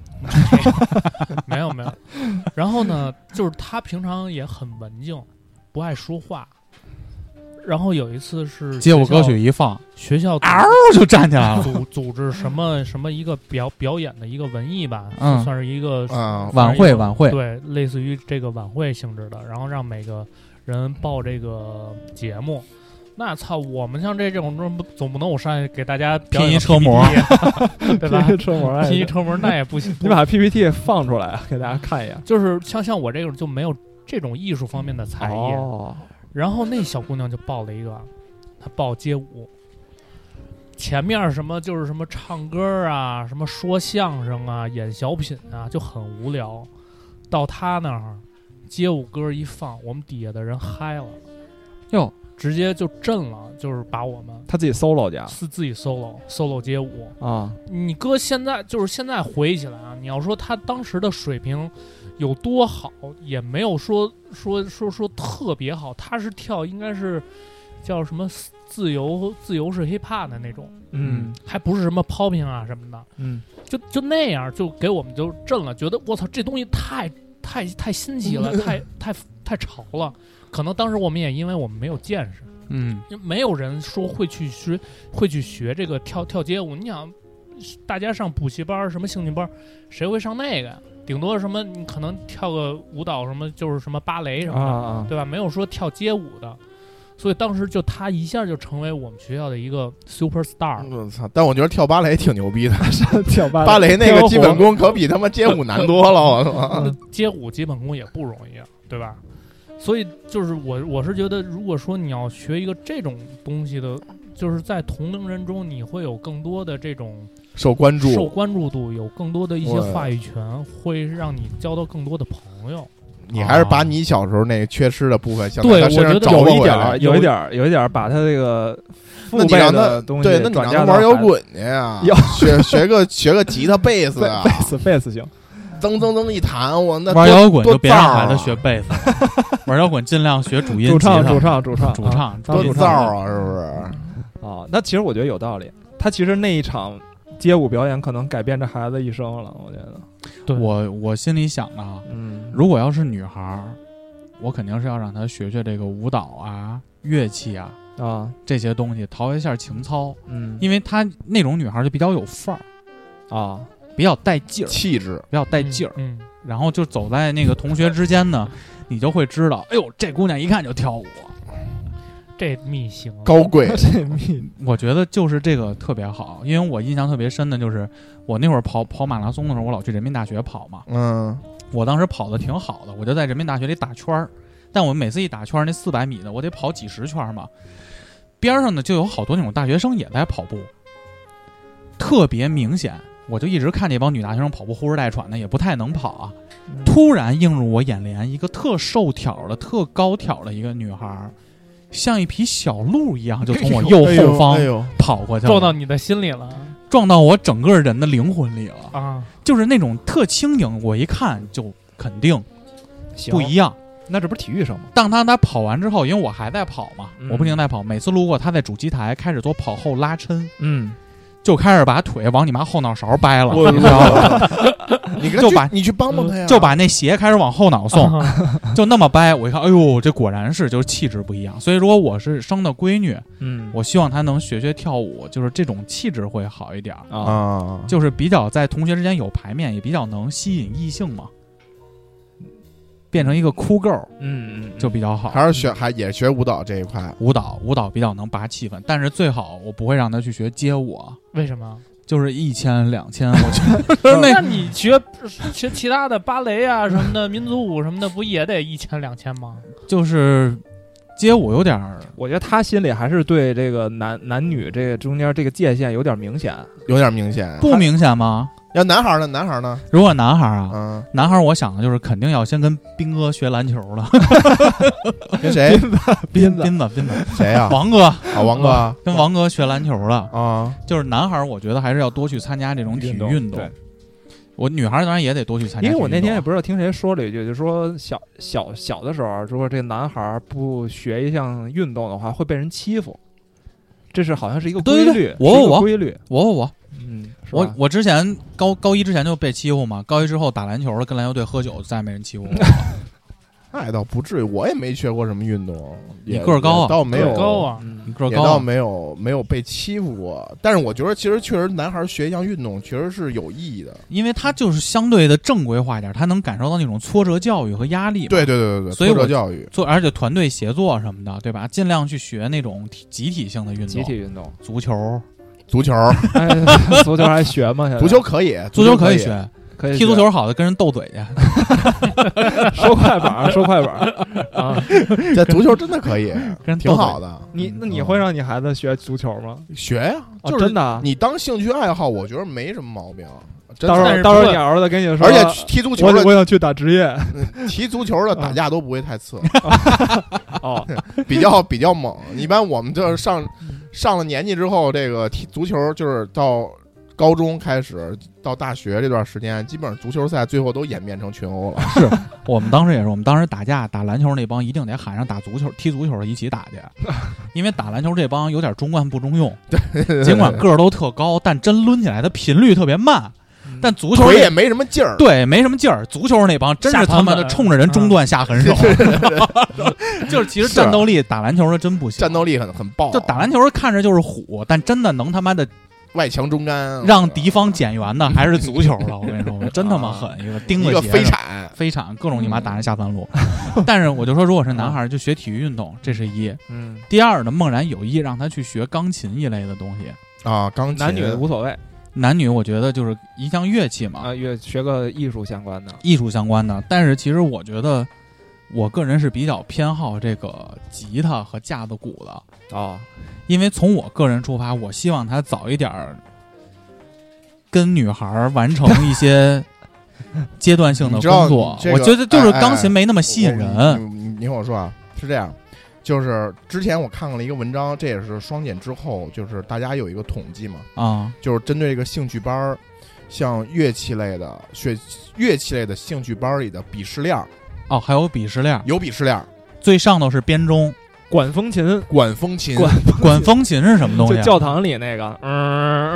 Speaker 6: 没有没有。然后呢，就是他平常也很文静，不爱说话。然后有一次是
Speaker 3: 街舞歌
Speaker 6: 学
Speaker 3: 曲啊一放，
Speaker 6: 校学校组
Speaker 3: 嗷就站起 来了。
Speaker 6: 组组织什么什么一个表表演的一个文艺吧，
Speaker 3: 嗯
Speaker 6: 算是一个
Speaker 5: 啊
Speaker 3: 晚会晚会
Speaker 6: 对，类似于这个晚会性质的，然后让每个人报这个节目。那操，我们像这这种，这总不能我上去给大家表演
Speaker 3: 拼一
Speaker 6: 个
Speaker 3: 车模
Speaker 6: PPT 对 吧？
Speaker 4: 车模，
Speaker 6: 拼一车模那也不行，
Speaker 4: 你把 PPT 放出来给大家看一眼。
Speaker 6: 就是像像我这种就没有这种艺术方面的才艺，
Speaker 4: 哦，
Speaker 6: 然后那小姑娘就报了一个，她报街舞，前面什么就是什么唱歌啊，什么说相声啊，演小品啊，就很无聊。到她那儿，街舞歌一放，我们底下的人嗨了，
Speaker 4: 哟，
Speaker 6: 直接就震了，就是把我们
Speaker 4: 他自己 solo 去啊
Speaker 6: 自自己 solo solo 街舞。
Speaker 4: 啊，
Speaker 6: 你哥现在就是现在回忆起来啊，你要说他当时的水平有多好，也没有说说说说特别好，他是跳应该是叫什么自由自由式 hiphop 的那种，
Speaker 8: 嗯
Speaker 6: 还不是什么 popping 啊什么的，
Speaker 8: 嗯，
Speaker 6: 就就那样就给我们就震了，觉得我操这东西太太太新奇了，太太太潮了。可能当时我们也因为我们没有见识，
Speaker 3: 嗯，
Speaker 6: 因为没有人说会去学会去学这个跳跳街舞。你想，大家上补习班儿什么兴趣班儿，谁会上那个呀？顶多什么你可能跳个舞蹈什么，就是什么芭蕾什么
Speaker 8: 啊
Speaker 6: 的，
Speaker 8: 啊，
Speaker 6: 对吧？没有说跳街舞的，所以当时就他一下就成为我们学校的一个 super star。
Speaker 5: 我操！但我觉得跳芭蕾挺牛逼的，
Speaker 8: 跳芭
Speaker 5: 芭蕾那个基本功可比他妈街舞难多了。我 操！
Speaker 6: 街舞基本功也不容易，啊，对吧？所以就是我我是觉得，如果说你要学一个这种东西的，就是在同龄人中，你会有更多的这种
Speaker 5: 受关
Speaker 6: 受
Speaker 5: 注，
Speaker 6: 关注度，有更多的一些
Speaker 5: 对
Speaker 6: 话语权，会让你交到更多的朋友。
Speaker 5: 你还是把你小时候那个缺失的部分，想
Speaker 6: 对
Speaker 5: 在他身
Speaker 6: 我觉
Speaker 5: 上
Speaker 6: 得
Speaker 5: 找
Speaker 8: 有一
Speaker 5: 回
Speaker 8: 点
Speaker 5: 来
Speaker 8: 儿，。有一点儿，有一点儿，把他这个父
Speaker 5: 那你
Speaker 8: 辈
Speaker 5: 让他
Speaker 8: 的东西
Speaker 5: 对，那你
Speaker 8: 转
Speaker 5: 让
Speaker 8: 嫁
Speaker 5: 他
Speaker 8: 到
Speaker 5: 玩摇
Speaker 8: 孩子
Speaker 5: 滚去呀
Speaker 8: 摇，
Speaker 5: 学学个学个吉他、贝斯
Speaker 8: 贝
Speaker 5: 啊，
Speaker 8: 贝斯贝斯行，
Speaker 5: 噔噔噔一弹，我那
Speaker 3: 玩
Speaker 5: 多
Speaker 3: 摇滚
Speaker 5: 多
Speaker 3: 就别让
Speaker 5: 燥
Speaker 3: 孩子
Speaker 5: 啊
Speaker 3: 学贝斯，玩摇滚尽量学主音、
Speaker 8: 主唱
Speaker 3: 吉他
Speaker 8: 主唱主唱
Speaker 3: 主唱，
Speaker 8: 当
Speaker 3: 啊主
Speaker 5: 多
Speaker 8: 主
Speaker 5: 燥
Speaker 8: 唱
Speaker 5: 啊，是不是？
Speaker 8: 啊，那其实我觉得有道理。他其实那一场街舞表演可能改变这孩子一生了，我觉得。
Speaker 6: 对
Speaker 3: 我我心里想呢，
Speaker 8: 嗯，
Speaker 3: 如果要是女孩儿，我肯定是要让她学学这个舞蹈啊、乐器啊
Speaker 8: 啊，
Speaker 3: 这些东西，陶一下情操，
Speaker 8: 嗯
Speaker 3: 因为她那种女孩儿就比较有范 儿，
Speaker 8: 啊，，
Speaker 3: 比较带劲儿，
Speaker 5: 气质，
Speaker 3: 比较带劲儿。
Speaker 6: 嗯，
Speaker 3: 然后就走在那个同学之间呢，你就会知道，哎呦，这姑娘一看就跳舞。
Speaker 6: 嗯这密行
Speaker 5: 高贵
Speaker 8: 这命
Speaker 3: 我觉得就是这个特别好，因为我印象特别深的就是我那会儿跑跑马拉松的时候，我老去人民大学跑嘛，
Speaker 5: 嗯，
Speaker 3: 我当时跑的挺好的，我就在人民大学里打圈儿，但我每次一打圈儿，那四百米的我得跑几十圈儿嘛，边儿上呢就有好多那种大学生也在跑步，特别明显，我就一直看这帮女大学生跑步呼哧带喘的，也不太能跑啊。
Speaker 5: 嗯
Speaker 3: 突然映入我眼帘，一个特瘦条儿的、特高挑的一个女孩儿，像一匹小鹿一样，就从我右
Speaker 5: 哎
Speaker 3: 后
Speaker 5: 呦
Speaker 3: 方
Speaker 5: 哎呦，
Speaker 3: 跑过去了，
Speaker 6: 撞到你的心里了
Speaker 3: 撞到我整个人的灵魂里了，
Speaker 6: 啊！
Speaker 3: 就是那种特轻盈，我一看就肯定
Speaker 6: 行
Speaker 3: 不一样。
Speaker 8: 那这不是体育生吗？
Speaker 3: 当他他跑完之后，因为我还在跑嘛，
Speaker 8: 嗯
Speaker 3: 我不停地在跑，每次路过他在主机台开始做跑后拉抻，
Speaker 8: 嗯，
Speaker 3: 就开始把腿往你妈后脑勺掰了，
Speaker 5: 我
Speaker 4: 啊
Speaker 3: 你知道吗？
Speaker 5: 你跟他
Speaker 3: 就
Speaker 5: 去
Speaker 3: 把
Speaker 5: 你去帮帮他呀，
Speaker 3: 就把那鞋开始往后脑送，
Speaker 6: 啊
Speaker 3: 就那么掰。我一看，哎呦，这果然是就是气质不一样。所以如果我是生的闺女，
Speaker 8: 嗯
Speaker 3: 我希望她能学学跳舞，就是这种气质会好一点儿，
Speaker 8: 啊，
Speaker 5: 啊，
Speaker 3: 就是比较在同学之间有排面，也比较能吸引异性嘛，变成一个酷 girl
Speaker 8: 嗯嗯，
Speaker 3: 就比较好。
Speaker 5: 还是学还也学舞蹈这一块，
Speaker 3: 舞蹈，舞蹈比较能拔气氛，但是最好我不会让他去学街舞，啊，
Speaker 6: 为什 么？
Speaker 3: 就是一千两千，我觉得那
Speaker 6: 那你学学其他的芭蕾啊什么的、民族舞什么的，不也得一千两千吗？
Speaker 3: 就是街舞有点儿
Speaker 8: 我觉得他心里还是对这个男男女这个中间这个界限有点明显。
Speaker 5: 有点明显。
Speaker 3: 不明显吗？
Speaker 5: 要男孩儿呢？男孩儿呢？
Speaker 3: 如果男孩儿啊，
Speaker 5: 嗯，
Speaker 3: 男孩儿我想的就是肯定要先跟斌哥学篮球 了，
Speaker 5: 嗯 跟谁？
Speaker 3: 斌斌子斌子，
Speaker 8: 哎
Speaker 5: 谁呀？
Speaker 3: 王哥
Speaker 5: 啊，王哥啊
Speaker 3: 跟王哥学篮球了。
Speaker 5: 啊，
Speaker 3: 就是男孩儿，我觉得还是要多去参加这种体育
Speaker 8: 运动
Speaker 3: 运动
Speaker 8: 对。
Speaker 3: 我女孩儿当然也得多去参加
Speaker 8: 因
Speaker 3: 体育运动啊，
Speaker 8: 为我那天也不知道听谁说了一句，就说小小小的时候，如果这男孩儿不学一项运动的话，会被人欺负。这是好像是一个规
Speaker 3: 对对
Speaker 8: 律，
Speaker 3: 对
Speaker 8: 是
Speaker 3: 我
Speaker 8: 一个
Speaker 3: 我
Speaker 8: 规律。
Speaker 3: 我我我
Speaker 8: 嗯，是
Speaker 3: 我
Speaker 8: 吧
Speaker 3: 我之前高高一之前就被欺负嘛，高一之后打篮球了，跟篮球队喝酒，再也没人欺负我。
Speaker 5: 那也倒不至于，我也没学过什么运动。
Speaker 3: 你
Speaker 5: 也
Speaker 3: 个儿高啊
Speaker 5: 也倒没有
Speaker 6: 个儿高啊
Speaker 8: 嗯
Speaker 3: 你个儿
Speaker 5: 也
Speaker 3: 高
Speaker 5: 倒
Speaker 3: 啊，
Speaker 5: 没有没有被欺负过。但是我觉得，其实确实男孩儿学一项运动确实是有意义的。
Speaker 3: 因为他就是相对的正规化一点，他能感受到那种挫折教育和压力嘛。
Speaker 5: 对对对对对，
Speaker 3: 所以我
Speaker 5: 挫折教育
Speaker 3: 做而且团队协作什么的，对吧？尽量去学那种体集体性的运动，
Speaker 8: 集体运动，
Speaker 3: 足球，
Speaker 5: 足球，
Speaker 8: 哎， 足球还学吗？现在
Speaker 5: 足球可以，
Speaker 3: 嗯足球
Speaker 5: 球
Speaker 3: 可
Speaker 5: 以
Speaker 3: 以，学，
Speaker 8: 可以
Speaker 3: 踢足
Speaker 8: 学
Speaker 3: 球好的跟人斗嘴去，
Speaker 8: 说快板 儿，说快板儿啊！
Speaker 5: 这足球真的可以，
Speaker 3: 跟人
Speaker 5: 挺
Speaker 3: 斗
Speaker 5: 好
Speaker 3: 嘴。
Speaker 5: 的。
Speaker 8: 你
Speaker 3: 嗯
Speaker 8: 那
Speaker 3: 哦
Speaker 8: 你会让你孩子学足球吗？
Speaker 5: 学呀，
Speaker 8: 哦
Speaker 5: 就是
Speaker 8: 真的啊，
Speaker 5: 你当兴趣爱好，我觉得没什么毛病。真
Speaker 8: 到时
Speaker 5: 的
Speaker 8: 候
Speaker 6: 但是
Speaker 8: 到时
Speaker 6: 不
Speaker 8: 候你儿子跟你说，
Speaker 5: 而且踢足球
Speaker 8: 我
Speaker 5: 的
Speaker 8: 我想去打职业
Speaker 5: 踢足球的打架都不会太次，
Speaker 8: 哦，
Speaker 4: 嗯
Speaker 5: 比较比较
Speaker 3: 嗯
Speaker 5: 猛。一般我们这上上了年纪之后，这个踢足球就是到高中开始到大学这段时间，基本上足球赛最后都演变成群殴了。
Speaker 3: 是我们当时也是，我们当时打架打篮球那帮一定得喊上打足球、踢足球的一起打去，因为打篮球这帮有点中惯不中用，尽管个儿都特高，但真抡起来的频率特别慢。但足球
Speaker 5: 腿也
Speaker 3: 那
Speaker 5: 没什么劲儿，
Speaker 3: 对没什么劲儿，足球那帮真是他妈
Speaker 6: 下
Speaker 3: 的
Speaker 6: 盘子
Speaker 3: 冲着人中断下狠手， 就是其实
Speaker 5: 是
Speaker 3: 战斗力打篮球的真不行，
Speaker 5: 战斗力很很爆，
Speaker 3: 就打篮球看着就是虎，但真的能他妈的
Speaker 5: 外强中干，啊
Speaker 3: 让敌方减员的还是足球了。我跟你说，我真他妈狠，一个钉
Speaker 5: 一
Speaker 3: 子
Speaker 5: 个
Speaker 3: 鞋
Speaker 5: 飞
Speaker 3: 上
Speaker 5: 铲。嗯
Speaker 3: 飞铲，各种你妈打人下三路。 但是我就说，如果是男孩儿，就学体育运动，这是一。
Speaker 4: 嗯，
Speaker 3: 第二呢，梦然有意让他去学钢琴一类的东西。
Speaker 5: 啊，钢琴
Speaker 4: 男女无所谓
Speaker 3: 男女，我觉得就是一项乐器嘛，
Speaker 4: 啊，也学个艺术相关的。
Speaker 3: 艺术相关的。但是其实我觉得，我个人是比较偏好这个吉他和架子鼓的，
Speaker 4: 哦，
Speaker 3: 因为从我个人出发，我希望他早一点儿跟女孩儿完成一 些阶段性的
Speaker 5: 你知道
Speaker 3: 工作。
Speaker 5: 这个
Speaker 3: 我觉得就是
Speaker 5: 哎哎
Speaker 3: 钢琴没那么吸引人。
Speaker 5: 我你你你听我说啊，是这样，就是之前我看过了一个文章，这也是双减之后，就是大家有一个统计嘛，
Speaker 3: 啊，
Speaker 5: 就是针对这个兴趣班儿，像乐器类的学乐器类的兴趣班儿里的鄙视链儿，
Speaker 3: 哦，还有鄙视链儿，
Speaker 5: 有鄙视链儿，
Speaker 3: 最上头是编 钟，
Speaker 4: 管风琴，
Speaker 5: 管风琴，
Speaker 4: 管
Speaker 3: 管风琴是什么东
Speaker 4: 就
Speaker 3: 西啊？
Speaker 4: 教堂里那个，嗯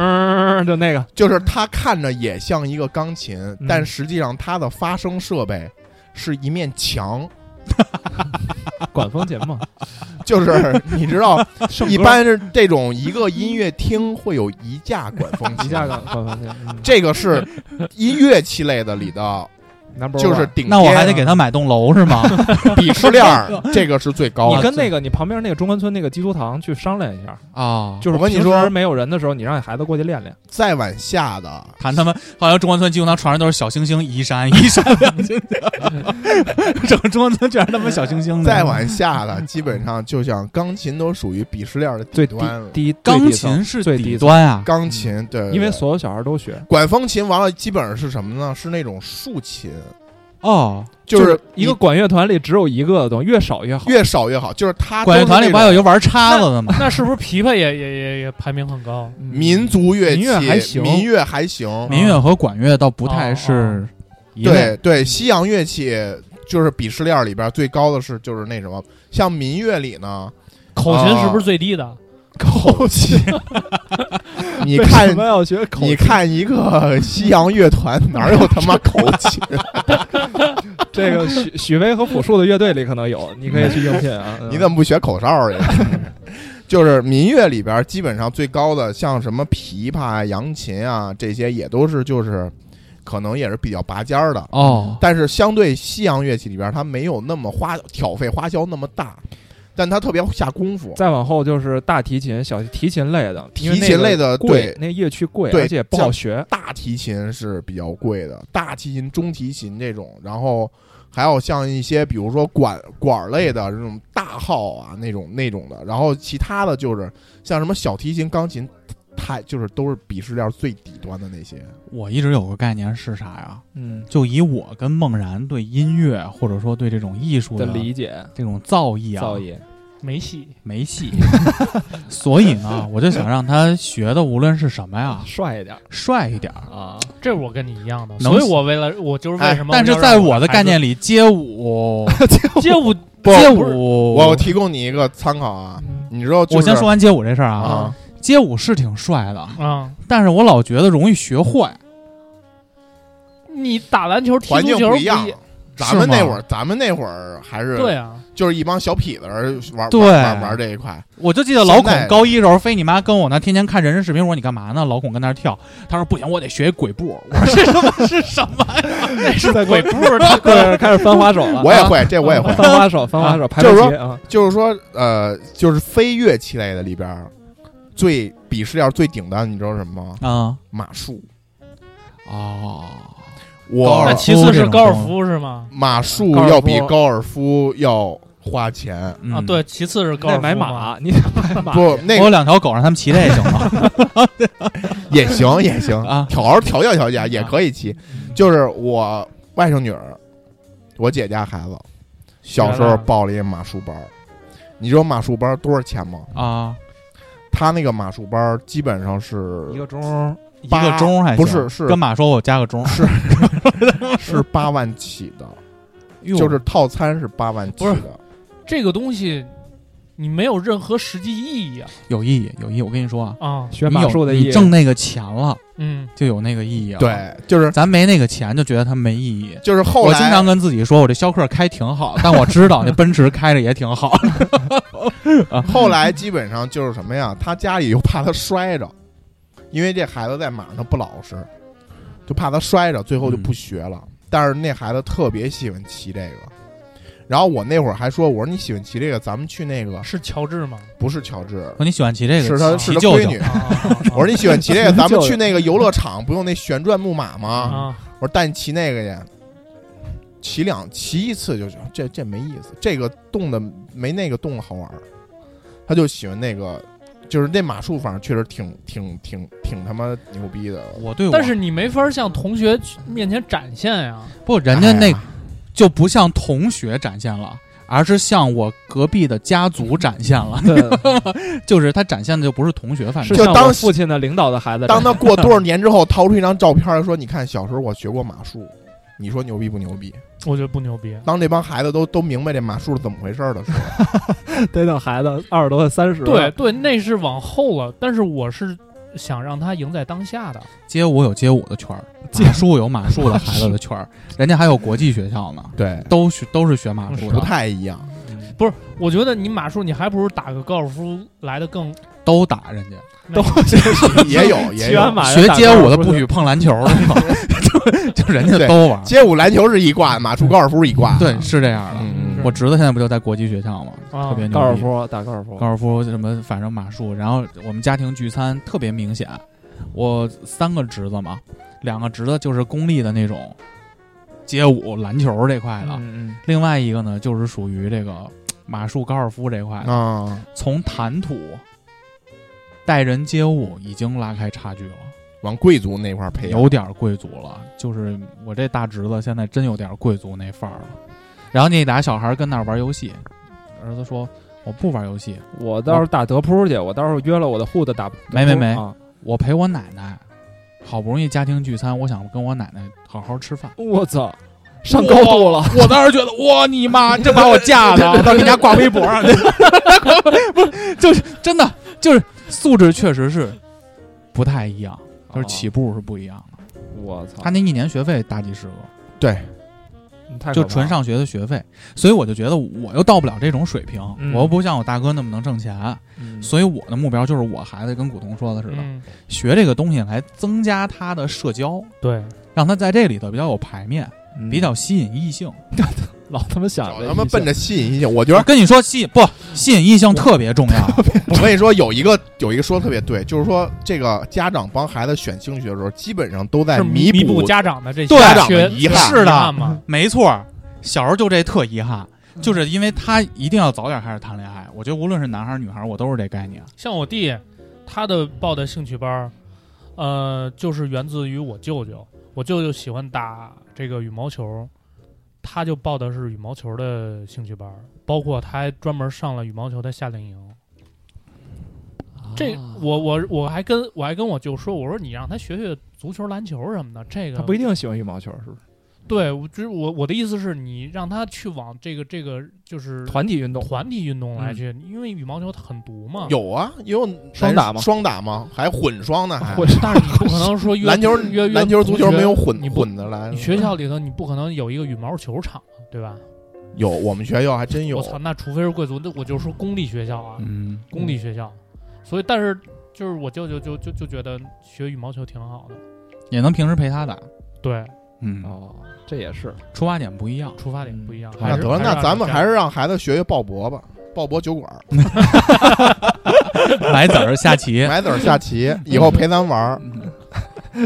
Speaker 4: 嗯，就那个，
Speaker 5: 就是它看着也像一个钢琴，
Speaker 3: 嗯
Speaker 5: 但实际上它的发声设备是一面 墙，
Speaker 4: 管风琴嘛，
Speaker 5: 就是你 知道，
Speaker 4: 圣
Speaker 5: 一
Speaker 4: 歌
Speaker 5: 般是这种一个音乐厅会有一 架管风
Speaker 4: 一
Speaker 5: 琴，
Speaker 4: 下管管风琴嗯
Speaker 5: 这个是音乐器类的里的，
Speaker 4: ，number
Speaker 5: 就是
Speaker 4: one
Speaker 5: 顶啊尖，
Speaker 3: 那我还得给他买栋楼是 吗？
Speaker 5: 鄙视 链儿，这个是最高
Speaker 4: 你
Speaker 5: 的。
Speaker 4: 跟那个你旁边那个中关村那个基督堂去商量一下，
Speaker 3: 啊，
Speaker 4: 就是
Speaker 5: 我跟你
Speaker 4: 平
Speaker 5: 说
Speaker 4: 时没有人的时候，你让孩子过去练练。
Speaker 5: 再往下的，
Speaker 3: 谈他们好像中关村基本上床上都是小星星，一山一山两星星， 整个中关村居然他妈小星星的。
Speaker 5: 再往下 的，基本上就像钢琴都属于鄙视链的
Speaker 4: 最
Speaker 5: 顶
Speaker 4: 低
Speaker 5: 端了。
Speaker 4: 低
Speaker 3: 钢
Speaker 4: 最底层
Speaker 3: 琴是
Speaker 4: 最低
Speaker 3: 底，端啊，
Speaker 5: 钢琴对，对
Speaker 4: 因为
Speaker 5: 对
Speaker 4: 所有小孩都学，
Speaker 5: 管风琴完了，基本上是什么呢？是那种竖琴，
Speaker 3: 哦，
Speaker 5: 就是
Speaker 4: 一个管乐团里只有一个的东西，越少越好。
Speaker 5: 越少越好，就是它
Speaker 3: 管乐团里不还有一个玩叉子的吗？
Speaker 6: 那是不是琵琶也也也也排名很高？
Speaker 4: 嗯
Speaker 5: 民族乐器，
Speaker 4: 民乐还行
Speaker 5: 民乐还行
Speaker 3: 民乐和管乐倒不太是一类。
Speaker 5: 对对，西洋乐器就是鄙视链里边最高的是就是那什么，像民乐里呢，
Speaker 6: 口
Speaker 3: 啊
Speaker 6: 琴是不是最低的？
Speaker 5: 口琴， 你
Speaker 4: 为
Speaker 5: 看
Speaker 4: 什么要学口
Speaker 5: 你
Speaker 4: 琴？
Speaker 5: 看一个西洋乐团哪有他妈口琴？
Speaker 4: 这个许 许巍和朴树的乐队里可能有，你可以去应聘 啊。
Speaker 5: 你怎么不学口哨去？就是民乐里边基本上最高的，像什么琵琶啊、扬琴啊这些，也都是就是可能也是比较拔尖儿的。
Speaker 3: 哦，
Speaker 5: 但是相对西洋乐器里边，它没有那么花挑费花销那么大，但它特别下功夫。
Speaker 4: 再往后就是大提琴、小提琴类的，
Speaker 5: 提
Speaker 4: 因为那
Speaker 5: 琴
Speaker 4: 个
Speaker 5: 类的
Speaker 4: 贵
Speaker 5: 对，
Speaker 4: 那乐器贵，
Speaker 5: 对
Speaker 4: 而且不好学。
Speaker 5: 大提琴是比较贵的，大提琴、中提琴这种，然后还有像一些比如说管管儿类的这种大号啊那种那种的，然后其他的就是像什么小提琴、钢琴，太就是都是鄙视链最底端的那些。
Speaker 3: 我一直有个概念是啥呀？
Speaker 4: 嗯
Speaker 3: 就以我跟梦然对音乐或者说对这种艺术
Speaker 4: 的理解
Speaker 3: 这种造诣啊，
Speaker 4: 造诣，
Speaker 6: 没戏。
Speaker 3: 没戏， 所以呢，我就想让他学的无论是什么呀，
Speaker 4: 帅一点
Speaker 3: 帅一点儿。
Speaker 4: 啊。
Speaker 6: 这我跟你一样的，
Speaker 3: 能哎
Speaker 6: 所以我为了我就是为什么要
Speaker 3: 但
Speaker 6: 让
Speaker 3: 是
Speaker 6: 孩子，
Speaker 3: 在我的概念里，街舞，
Speaker 6: 街舞
Speaker 5: 不
Speaker 3: 街
Speaker 5: 不是
Speaker 3: 舞，
Speaker 5: 我提供你一个参考啊，你知道、就是？
Speaker 3: 我先说完街舞这事儿啊，
Speaker 5: 啊，
Speaker 3: 街舞是挺帅的，
Speaker 6: 啊，
Speaker 3: 但是我老觉得容易学坏。
Speaker 6: 你打篮球、踢
Speaker 5: 环境
Speaker 6: 足球
Speaker 5: 一样
Speaker 6: 不一。
Speaker 5: 咱们
Speaker 3: 是吗
Speaker 5: 那会儿，咱们那会儿还是
Speaker 6: 对啊，
Speaker 5: 就是一帮小痞子儿玩
Speaker 3: 对
Speaker 5: 玩玩玩这一块，
Speaker 3: 我就记得老
Speaker 5: 现在
Speaker 3: 孔高一时候，非你妈跟我那天天看人人视频，我说你干嘛呢？老孔跟那儿跳，他说不行，我得学一鬼步。我说这他妈是什么呀？那是 鬼步， 他
Speaker 4: 对，开始翻花手了。
Speaker 5: 我也
Speaker 4: 啊
Speaker 5: 会，这我也会。
Speaker 4: 翻 花手，翻花手，排
Speaker 5: 就是
Speaker 4: 排
Speaker 5: 说
Speaker 4: 棋啊。
Speaker 5: 就是说，呃，就是非乐器类的里边儿，最鄙视链最顶端，你知道是什么吗？
Speaker 3: 啊
Speaker 5: 马术。
Speaker 3: 哦，高
Speaker 5: 我
Speaker 6: 那
Speaker 3: 尔
Speaker 6: 其
Speaker 3: 夫
Speaker 6: 次
Speaker 3: 这
Speaker 6: 是
Speaker 3: 种
Speaker 6: 高尔
Speaker 3: 东西
Speaker 6: 夫是吗？
Speaker 5: 马术
Speaker 4: 高尔夫
Speaker 5: 要比高尔夫要花钱。
Speaker 3: 嗯
Speaker 6: 啊，对，，其次是高尔
Speaker 4: 那
Speaker 6: 夫
Speaker 4: 买
Speaker 6: 嘛，
Speaker 4: 马，你得买马
Speaker 5: 不，
Speaker 4: 去，
Speaker 5: 那
Speaker 3: 我有
Speaker 5: 个
Speaker 3: 两条狗，让他们骑这行吗？
Speaker 5: 也行，也行
Speaker 3: 啊
Speaker 5: 调调教调教也可以骑。就是我外甥女儿，我姐家孩子，小时
Speaker 6: 学
Speaker 5: 候
Speaker 6: 了
Speaker 5: 报了一马术班儿。你知道马术班儿多少钱吗？
Speaker 3: 啊，
Speaker 5: 他那个马术班儿基本上是
Speaker 4: 一个钟
Speaker 3: 一
Speaker 5: 八
Speaker 3: 个钟还行
Speaker 5: 不是是
Speaker 3: 跟马说，我加个钟，是 哎
Speaker 5: 是八万起的，
Speaker 3: 就
Speaker 5: 就是套餐是八万起
Speaker 6: 不
Speaker 3: 啊
Speaker 5: 的。
Speaker 6: 这个东西你没有任何实际意义啊
Speaker 3: 有意义，有意义。我跟你说啊，
Speaker 6: 啊，
Speaker 4: 学
Speaker 3: 你
Speaker 4: 马
Speaker 3: 有
Speaker 4: 术的
Speaker 3: 你
Speaker 4: 意
Speaker 3: 挣那个钱了，
Speaker 6: 嗯，
Speaker 3: 就有那个意义了。，
Speaker 5: 对，就是
Speaker 3: 咱没那个钱就觉得它没意义。
Speaker 5: 就是后
Speaker 3: 我经
Speaker 5: 来
Speaker 3: 常跟自己说，我这逍客开挺 好，但我知道那奔驰开着也挺好。
Speaker 5: 后来基本上就是什么呀？他家里又怕他摔着，因为这孩子在马上不老实，就怕他摔着，最后
Speaker 3: 嗯
Speaker 5: 就不学了。但是那孩子特别喜欢骑这个。然后我那会儿还说，我说你喜欢骑这个，咱们去那个
Speaker 6: 是乔治吗？
Speaker 5: 不是乔治，
Speaker 3: 我说你喜欢骑这个，
Speaker 5: 是他
Speaker 3: 骑
Speaker 5: 是他
Speaker 3: 舅
Speaker 5: 闺
Speaker 3: 舅
Speaker 5: 女。
Speaker 6: 啊
Speaker 5: 我说你喜欢骑这个，咱们
Speaker 4: 舅舅
Speaker 5: 去那个游乐场，不用那旋转木马吗？
Speaker 6: 啊啊，
Speaker 5: 我说带你骑那个去，骑两骑一次就行，这这没意思，这个动的没那个动的好玩儿。他就喜欢那个，就是那马术，反正确实挺挺挺挺他妈牛逼的。
Speaker 3: 我对我，
Speaker 6: 但是你没法向同学面前展现呀。
Speaker 3: 不，人家
Speaker 5: 哎
Speaker 3: 那
Speaker 5: 呀
Speaker 3: 就不向同学展现了，而是向我隔壁的家族展现 了。
Speaker 4: 对，
Speaker 3: 就是他展现的就不是同学范 畴，
Speaker 4: 是
Speaker 5: 就
Speaker 4: 像
Speaker 5: 当
Speaker 4: 我父亲的领导的孩子，
Speaker 5: 当他过多少年之后掏出一张照片来说：“你看，小时候我学过马术。”你说牛逼不牛逼？
Speaker 6: 我觉得不牛逼。
Speaker 5: 当这帮孩子都都明白这马术是怎么回事儿的时候，
Speaker 4: 得等孩子二十多岁、三十，
Speaker 6: 对，对，那是往后了，但是我是想让他赢在当下的。
Speaker 3: 街舞有街舞的圈儿，马术有马术的孩子的圈儿，人家还有国际学校呢，
Speaker 5: 对，
Speaker 3: 都学都是学马术
Speaker 5: 不
Speaker 3: 的，
Speaker 5: 太一样。
Speaker 6: 我觉得你马术，你还不如打个高尔夫来的更
Speaker 3: 都打人家。
Speaker 6: 那个
Speaker 5: 也有也
Speaker 4: 骑完
Speaker 5: 有，
Speaker 4: 马
Speaker 3: 学街舞的不
Speaker 4: 许
Speaker 3: 许碰篮球的，就就人家都玩儿。
Speaker 5: 街舞篮球是一挂的，马术高尔夫是一挂的。
Speaker 3: 对，是这样的。
Speaker 5: 嗯，嗯
Speaker 3: 我侄子现在不就在国际学校吗？
Speaker 6: 啊
Speaker 3: 特别牛逼
Speaker 4: 高尔夫打高尔夫
Speaker 3: 高，尔夫什么，反正马术。然后我们家庭聚餐特别明显，我三个侄子嘛，两个侄子就是公立的那种街舞、篮球这块的，
Speaker 4: 嗯嗯，
Speaker 3: 另外一个呢就是属于这个马术、高尔夫这块的，
Speaker 5: 啊，
Speaker 3: 从谈吐、待人接物已经拉开差距了。
Speaker 5: 往贵族那块儿培养。
Speaker 3: 有点儿贵族了，就是我这大侄子现在真有点儿贵族那范儿了。然后那俩小孩儿跟那儿玩游戏，儿子说我不玩游戏，
Speaker 4: 我到时候打德扑去，我到时候约了我的户的打，
Speaker 3: 没没没
Speaker 4: 啊
Speaker 3: 我陪我奶奶。好不容易家庭聚餐，我想跟我奶奶好好吃饭。
Speaker 4: 我操，上高度了，
Speaker 3: 我当时觉得，哇你妈，你这把我架的！ 我到你家挂微博上去， 不是，就是真的，就是素质确实是不太一样，就是起步是不一样的。
Speaker 4: 啊我操
Speaker 3: 他，那一年学费大几十个，
Speaker 4: 你太可
Speaker 3: 就
Speaker 4: 怕
Speaker 3: 纯
Speaker 4: 了
Speaker 3: 上学的学费，所以我就觉得我又到不了这种水平，
Speaker 4: 嗯
Speaker 3: 我又不像我大哥那么能挣钱，
Speaker 4: 嗯
Speaker 3: 所以我的目标就是我孩子跟古潼说的似的，
Speaker 6: 嗯，
Speaker 3: 学这个东西来增加他的社交，
Speaker 6: 对，
Speaker 3: 让他在这里头比较有排面，
Speaker 4: 嗯
Speaker 3: 比较吸引异性。
Speaker 4: 老他
Speaker 6: 啊
Speaker 4: 妈想
Speaker 5: 找
Speaker 4: 着
Speaker 5: 他妈
Speaker 4: 一
Speaker 5: 奔
Speaker 4: 些
Speaker 5: 着吸引异性，我觉得
Speaker 3: 我跟你说，吸引不吸引异性特别重要，
Speaker 5: 我跟你说，有一个有一个说的特别对，就是说这个家长帮孩子选兴趣的时候，基本上都在
Speaker 6: 是弥
Speaker 5: 哎补
Speaker 6: 补家长的这些
Speaker 5: 对家长
Speaker 6: 缺
Speaker 5: 的遗憾啊
Speaker 3: 是的
Speaker 6: 嘛？
Speaker 3: 没错儿。小时候就这特遗憾，
Speaker 6: 嗯
Speaker 3: 就是因为他一定要早点开始谈恋爱。我觉得无论是男孩儿女孩儿，我都是这概念。
Speaker 6: 像我弟，他的报的兴趣班儿，呃，就是源自于我舅舅。我舅舅喜欢打这个羽毛球，他就报的是羽毛球的兴趣班儿，包括他还专门上了羽毛球的夏令营。这我我我还跟我还跟我舅说，我说你让他学学足球、篮球什么的，这个
Speaker 4: 他不一定喜欢羽毛球，是不是？
Speaker 6: 对，我就是我我的意思是你让他去往这个这个就是
Speaker 4: 团体运动，
Speaker 6: 团体运动来去，因为羽毛球它很毒嘛。
Speaker 5: 嗯有啊，也有男
Speaker 4: 双打吗
Speaker 5: 双打吗？还混双呢？还
Speaker 4: 混
Speaker 6: 但是你不 可能说约
Speaker 5: 啊篮球、
Speaker 6: 约约
Speaker 5: 篮球、足球
Speaker 6: 同学
Speaker 5: 没有混
Speaker 6: 你不
Speaker 5: 混的来
Speaker 6: 你
Speaker 5: 的。
Speaker 6: 学校里头你不可能有一个羽毛球场，对吧？
Speaker 5: 有，我们学校还真有
Speaker 6: 我。操，那除非是贵族，那我就说公立学校啊，
Speaker 3: 嗯，
Speaker 6: 公立学校。所以，但是就是我舅舅就就就觉得学羽毛球挺好的，
Speaker 3: 也能平时陪他打。
Speaker 6: 对，
Speaker 3: 嗯，
Speaker 4: 哦，这也是
Speaker 3: 出发点不一 样。
Speaker 6: 出发点不一样。
Speaker 5: 嗯那
Speaker 6: 还是
Speaker 5: 得了，那咱们还是
Speaker 6: 让
Speaker 5: 让孩子学学鲍勃吧，鲍勃酒馆，
Speaker 3: 买子儿下棋，
Speaker 5: 买点儿下 棋，以后陪咱玩儿。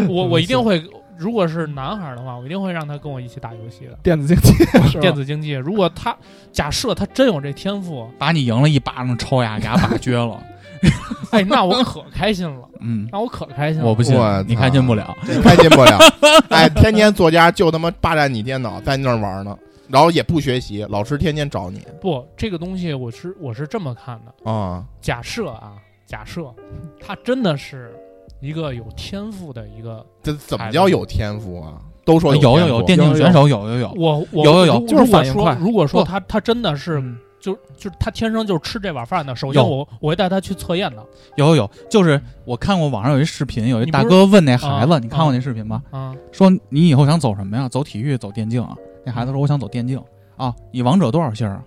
Speaker 6: 我我一定会，如果是男孩儿的话，我一定会让他跟我一起打游戏的。
Speaker 4: 电子竞技，是吧
Speaker 6: 电子竞技，如果他假设他真有这天赋，
Speaker 3: 把你赢了一巴掌抽呀，给他打撅 了。
Speaker 6: 哎，那我可开心了，
Speaker 3: 嗯，
Speaker 6: 那我可开心了。
Speaker 3: 我不信
Speaker 5: 我，
Speaker 3: 你开心不了。
Speaker 5: 这开心不 了。哎，天天作家就他妈霸占你电脑，在你那儿玩儿呢，然后也不学习，老师天天找你
Speaker 6: 不，这个东西我是我是这么看的。
Speaker 5: 啊。
Speaker 6: 假设啊，假设他真的是一个有天赋的一个，
Speaker 5: 这怎么叫有天赋啊？都说
Speaker 3: 哎有
Speaker 5: 有
Speaker 3: 有电竞选手有有有，
Speaker 6: 我
Speaker 3: 哦有
Speaker 6: 我
Speaker 3: 有有
Speaker 6: 如
Speaker 3: 就是
Speaker 6: 如果
Speaker 3: 反应快
Speaker 6: 说如果说
Speaker 3: 不
Speaker 6: 他他真的是
Speaker 3: 嗯
Speaker 6: 就就是他天生就是吃这碗饭的，首先
Speaker 3: 有
Speaker 6: 我我会带他去测验的
Speaker 3: 有有有，就是我看过网上有一视频，有一
Speaker 6: 你
Speaker 3: 大
Speaker 6: 不是
Speaker 3: 哥问那孩子，
Speaker 6: 啊
Speaker 3: 你看过那视频吗？
Speaker 6: 啊，
Speaker 3: 说你以后想走什么呀？走体育，走电竞啊？那孩子
Speaker 6: 嗯
Speaker 3: 说我想走电竞啊。你王者多少星儿啊？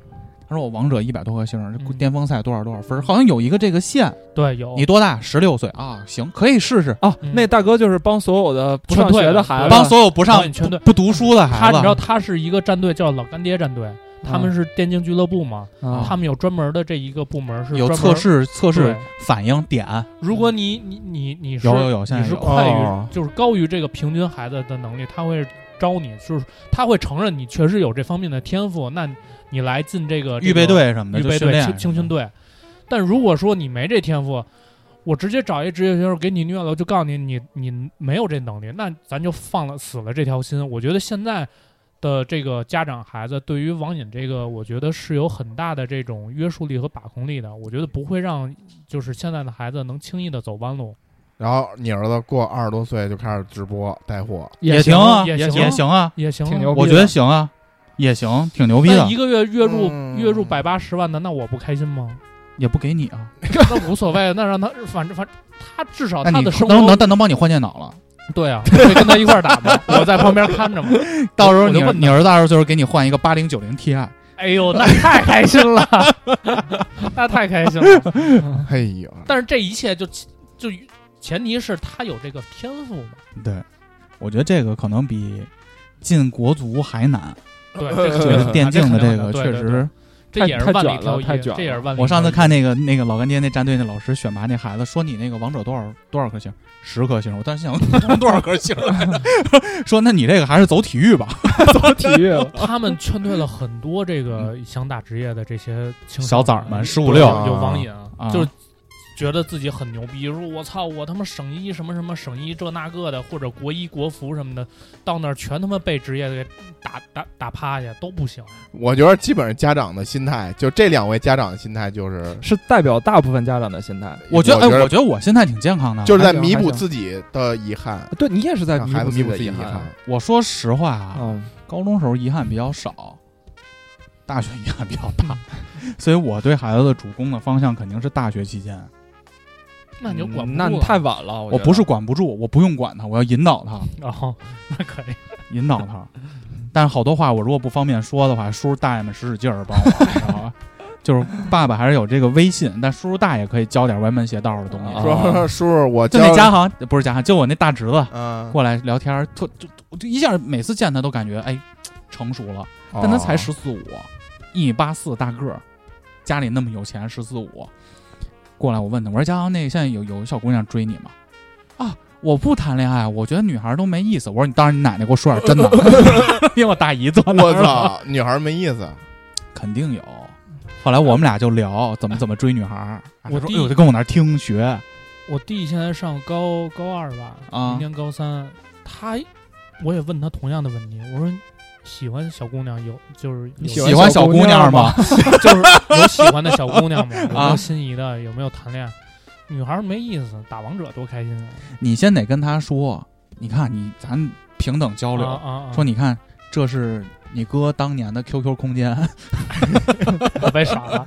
Speaker 3: 他说我王者一百多颗星儿，这
Speaker 6: 嗯哦
Speaker 3: 巅峰赛多少多少分儿，好像有一个这个线。
Speaker 6: 对，有
Speaker 3: 你多大？十六岁啊，行，可以试试。
Speaker 8: 哦，
Speaker 6: 嗯
Speaker 8: 那大哥就是帮所有的不上
Speaker 6: 劝退
Speaker 8: 学的
Speaker 6: 了
Speaker 8: 孩子，
Speaker 6: 对
Speaker 3: 帮所有不
Speaker 6: 帮
Speaker 3: 上
Speaker 6: 你全队
Speaker 3: 不读书的
Speaker 6: 他
Speaker 3: 孩
Speaker 6: 你
Speaker 3: 子嗯
Speaker 6: 知，道他是一个战队叫老干爹战队，
Speaker 4: 啊
Speaker 6: 他们是电竞俱乐部嘛，
Speaker 8: 啊
Speaker 6: 他们有专门的这一个部门是
Speaker 3: 哦有
Speaker 6: 专门
Speaker 3: 测。试测试
Speaker 6: 对啊
Speaker 3: 反应点，
Speaker 6: 如果你你你你是
Speaker 3: 有有有，现
Speaker 6: 你
Speaker 3: 在
Speaker 6: 是
Speaker 3: 有。
Speaker 6: 快于、
Speaker 8: 哦
Speaker 6: 就是高于这个平均孩子的能力，他会招你，就是他会承认你确实有这方面的天赋，那你来进这个
Speaker 3: 预备、队什么
Speaker 6: 这
Speaker 3: 的，就
Speaker 6: 个预备
Speaker 3: 训
Speaker 6: 队、
Speaker 3: 练
Speaker 6: 青青训队。但如果说你没这天赋，我直接找一职业选手给你虐了，我就告诉你你你没有这能力，那咱就放了死了这条心。我觉得现在的这个家长孩子对于网瘾这个，我觉得是有很大的这种约束力和把控力的，我觉得不会让就是现在的孩子能轻易的走弯路。
Speaker 5: 然后你儿子过二十多岁就开始直播带货，
Speaker 3: 也行啊，
Speaker 6: 也
Speaker 3: 也
Speaker 6: 行啊
Speaker 3: 行啊，
Speaker 6: 也行啊，
Speaker 8: 挺牛逼的
Speaker 3: 我觉得行啊，也行，挺牛逼
Speaker 6: 那
Speaker 3: 的
Speaker 6: 一，个月月入、
Speaker 5: 嗯
Speaker 6: 月入百八十万的，那我不开心 吗？
Speaker 3: 也不给你啊。
Speaker 6: 那无所谓，那让他反正反正他至少
Speaker 3: 那
Speaker 6: 哦他
Speaker 3: 你
Speaker 6: 的生活
Speaker 3: 能能但能帮你换电脑了，
Speaker 6: 对啊， 我会跟他一块儿打 吗？我在旁边看着嘛。
Speaker 3: 到时候
Speaker 6: 我就
Speaker 3: 你
Speaker 6: 问他
Speaker 3: 你儿子二十岁时候给你换一个八零九零 Ti，
Speaker 6: 哎呦，那太开心了， 那太开心了。
Speaker 5: 嘿呀，
Speaker 6: 但是这一切就就前提是他有这个天赋嘛。
Speaker 3: 对，我觉得这个可能比进国足还难。
Speaker 6: 对，这
Speaker 3: 这
Speaker 6: 个绝
Speaker 3: 个
Speaker 6: 对
Speaker 3: 电竞的这
Speaker 6: 这
Speaker 3: 个
Speaker 6: 肯定
Speaker 3: 确
Speaker 6: 对对对
Speaker 3: 实，
Speaker 6: 这也是万里挑
Speaker 8: 太太
Speaker 6: 一，
Speaker 8: 卷了
Speaker 6: 这也是万里挑一。
Speaker 3: 我上次看那个那个老干爹那战队那老师选拔那孩子，说你那个王者多少多少颗星，十颗星，我当时想 多少颗星来着， 说那你这个还是走体育吧，
Speaker 8: 体育了
Speaker 6: 他们劝退了很多这个想打职业的这些青少
Speaker 3: 小崽儿
Speaker 6: 年
Speaker 3: 们15 16
Speaker 6: 有有网瘾
Speaker 3: 啊
Speaker 6: 就是觉得自己很牛逼，说我操，我他妈省一什么什么省一这那个的，或者国一国服什么的，到那儿全他妈被职业给打打打趴下都不行。
Speaker 5: 我觉得基本上家长的心态，就这两位家长的心态就是，
Speaker 8: 是代表大部分家长的心态。
Speaker 3: 我觉
Speaker 5: 觉
Speaker 3: 得哎，我觉得我心态挺健康的。
Speaker 5: 就是
Speaker 8: 还
Speaker 5: 在
Speaker 8: 行
Speaker 5: 弥补
Speaker 8: 还行
Speaker 5: 自己的遗憾，
Speaker 8: 对你也是在
Speaker 5: 让孩子弥补
Speaker 8: 自
Speaker 5: 自己
Speaker 8: 己
Speaker 5: 遗
Speaker 8: 的
Speaker 5: 憾。
Speaker 3: 我说实话啊，
Speaker 4: 嗯
Speaker 8: 啊，
Speaker 3: 高中时候遗憾比较少，大学遗憾比较大，所以我对孩子的主攻的方向肯定是大学期间。
Speaker 6: 那你就管
Speaker 8: 嗯
Speaker 6: 不住
Speaker 8: 那你
Speaker 6: 了
Speaker 8: 太晚了。
Speaker 3: 我
Speaker 8: 觉
Speaker 3: 不是
Speaker 8: 得
Speaker 3: 管不住，我不用管他，我要引导他，
Speaker 6: 哦，那可以。
Speaker 3: 引导他。但是好多话我如果不方便说的话，叔叔大爷们使使劲儿帮我，你知道吧？就是爸爸还是有这个威信，但叔叔大爷可以教点歪门邪道的东西。
Speaker 8: 啊
Speaker 5: 说叔叔，我
Speaker 3: 就
Speaker 5: 教
Speaker 3: 那家行不是家行，就我那大侄子
Speaker 5: 嗯，
Speaker 3: 过来聊天儿，特就就就一下每次见他都感觉哎成熟了。但他才
Speaker 5: 哦
Speaker 3: 十四五，一米八四大个儿，家里那么有钱，十四五，过来我问他，我说嘉豪那个现在有有小姑娘追你吗？啊，我不谈恋爱，我觉得女孩都没意思。我说你当然你奶奶给我说点真 的，因为我大姨坐那儿
Speaker 5: 我
Speaker 3: 了，
Speaker 5: 操，女孩没意思，
Speaker 3: 肯定有。后来我们俩就聊怎么怎么追女孩儿，啊他
Speaker 6: 我
Speaker 3: 说
Speaker 6: 弟
Speaker 3: 哎呦就跟我那儿听学，
Speaker 6: 我弟现在上高高二吧，
Speaker 3: 啊
Speaker 6: 明年高三，他我也问他同样的问题，我说喜欢小姑娘有就是有
Speaker 8: 喜
Speaker 3: 喜欢小
Speaker 8: 姑
Speaker 3: 娘
Speaker 8: 娘
Speaker 3: 吗？
Speaker 6: 就是有喜欢的小姑娘吗？有没
Speaker 3: 啊
Speaker 6: 有心仪的？有没有谈恋爱？女孩儿没意思，打王者多开心啊！
Speaker 3: 你先得跟他说，你看你咱平等交流，
Speaker 6: 啊啊啊！
Speaker 3: 说你看这是你哥当年的 QQ 空间。
Speaker 6: 我被耍了。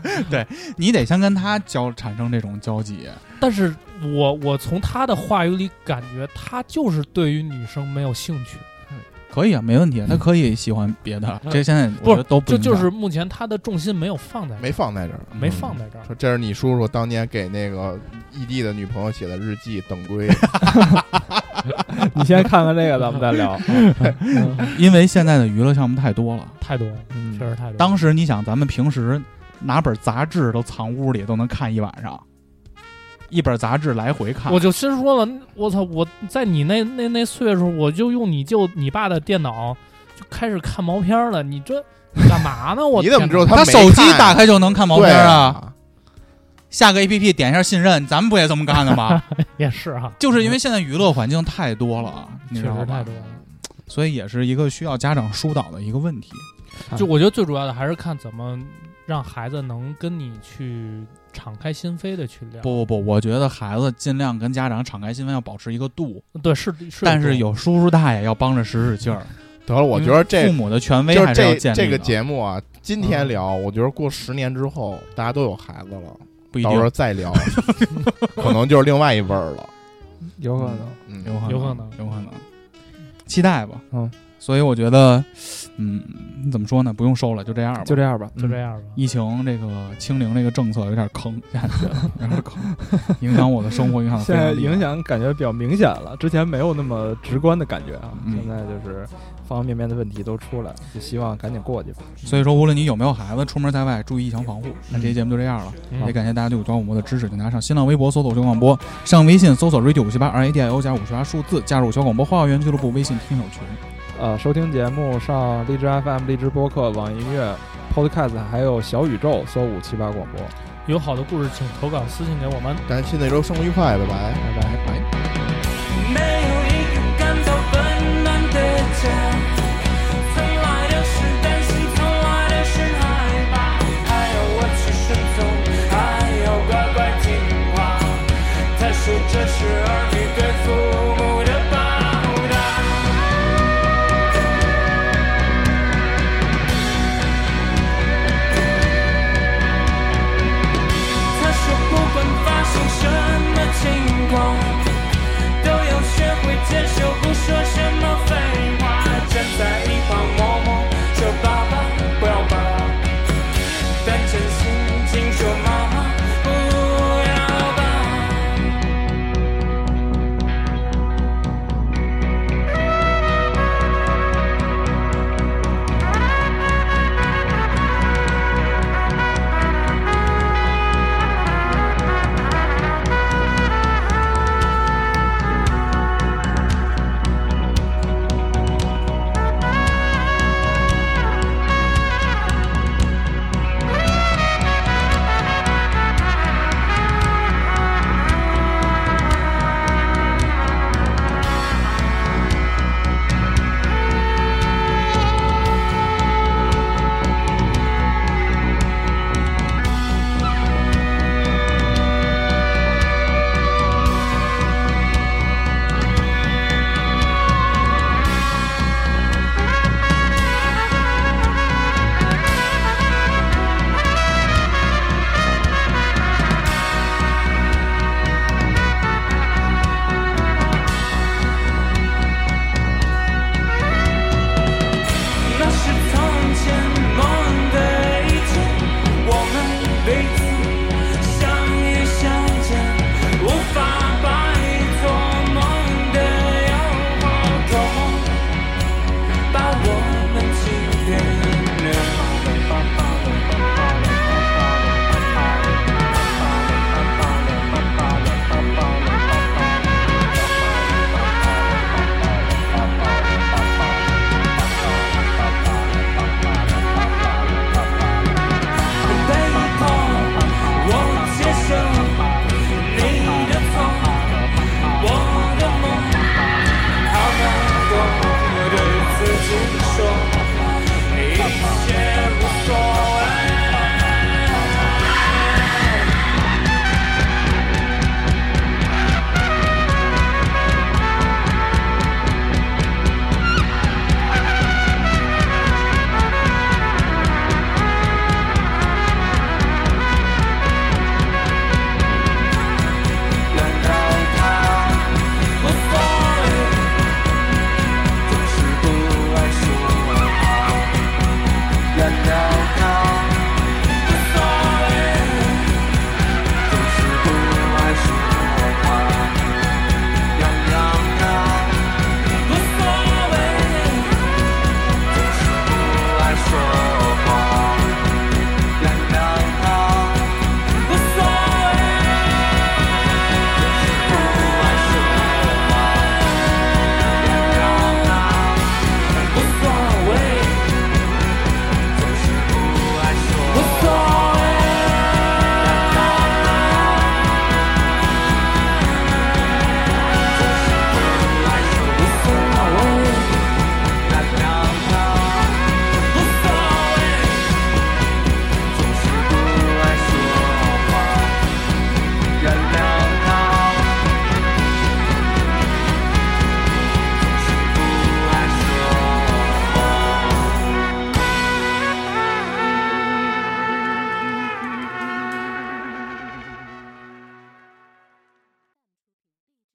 Speaker 3: 你得先跟他交产生这种交集，
Speaker 6: 但是我我从他的话语里感觉，他就是对于女生没有兴趣。
Speaker 3: 可以啊，没问题，他可以喜欢别的，这现在我觉得都不
Speaker 6: 嗯这
Speaker 3: 影响
Speaker 6: 就是目前他的重心没有放在这儿
Speaker 5: 没放在这儿。嗯
Speaker 6: 没放在这儿。
Speaker 5: 说这是你叔叔当年给那个异地的女朋友写的日记《等归》，
Speaker 8: 你先看看这个，咱们再 聊。
Speaker 3: 嗯因为现在的娱乐项目太多了。
Speaker 6: 太多了，
Speaker 8: 嗯
Speaker 6: 确实太多了。
Speaker 3: 当时你想，咱们平时拿本杂志都藏屋里都能看一晚上，一本杂志来回看
Speaker 6: 我，就先说了，我操！我在你那那那岁数，我就用你舅你爸的电脑就开始看毛片儿了。你这干嘛呢？我
Speaker 5: 你怎么
Speaker 6: 天哪
Speaker 5: 知道
Speaker 3: 他
Speaker 5: 没
Speaker 3: 手机
Speaker 5: 看
Speaker 3: 打开就能看毛片
Speaker 5: 对
Speaker 3: 啊。
Speaker 5: 啊？
Speaker 3: 下个 A P P 点一下信任，咱们不也这么干的 吗？
Speaker 6: 也是哈、啊？
Speaker 3: 就是因为现在娱乐环境太多了啊，你
Speaker 6: 确
Speaker 3: 知道
Speaker 6: 实太
Speaker 3: 吧？
Speaker 6: 多了。
Speaker 3: 所以也是一个需要家长疏导的一个问题。
Speaker 8: 啊
Speaker 3: 嗯
Speaker 6: 就我觉得最主要的还是看怎么让孩子能跟你去敞开心扉的去聊。
Speaker 3: 不不不，我觉得孩子尽量跟家长敞开心扉，要保持一个度，
Speaker 6: 对，是是，
Speaker 3: 但是有叔叔大爷要帮着使使劲儿。
Speaker 5: 啊得了，我觉得这
Speaker 3: 父母的权威
Speaker 5: 就
Speaker 3: 还
Speaker 5: 是
Speaker 3: 是要
Speaker 5: 这
Speaker 3: 建立的。
Speaker 5: 这个节目啊，今天聊，我觉得过十年之后，大家都有孩子了，
Speaker 3: 不一
Speaker 5: 到
Speaker 3: 定
Speaker 5: 时候 再聊，可能就是另外一味儿了。
Speaker 10: 有可能。
Speaker 5: 嗯，
Speaker 3: 有可
Speaker 6: 有可能
Speaker 3: 有可能，期待吧。
Speaker 10: 嗯，
Speaker 3: 所以我觉得，嗯，怎么说呢？不用收了，就这样吧。
Speaker 10: 就这样吧，嗯
Speaker 6: 就
Speaker 3: 嗯
Speaker 6: 这样吧。
Speaker 3: 疫情这个清零这个政策有点坑，现在觉得有点 坑，影响我的生活，影响得非
Speaker 4: 现
Speaker 3: 常
Speaker 4: 在
Speaker 3: 厉害
Speaker 4: 影。响感觉比较明显了，之前没有那么直观的感觉啊。
Speaker 3: 嗯
Speaker 4: 现在就是方方面面的问题都出来了，就希望赶紧过去吧。
Speaker 3: 所以说，无论你有没有孩子，出门在外注意疫情防护。那这期节目就这样了，
Speaker 6: 嗯
Speaker 3: 也感谢大家对五九八五播的支持，请大家上新浪微博搜索“五九广播”，上微信搜索 “radio 五七八 r a d i o” 加五十八数字，加入小广播花园俱乐部微信听友群。
Speaker 4: 呃，收听节目上荔枝 FM、荔枝播客、网易音乐、Podcast，还有小宇宙搜五七八广播。
Speaker 6: 有好的故事，请投稿私信给我们。
Speaker 5: 咱新的一周生活愉快，拜拜。
Speaker 4: 拜
Speaker 3: 拜
Speaker 4: 拜。
Speaker 3: 拜。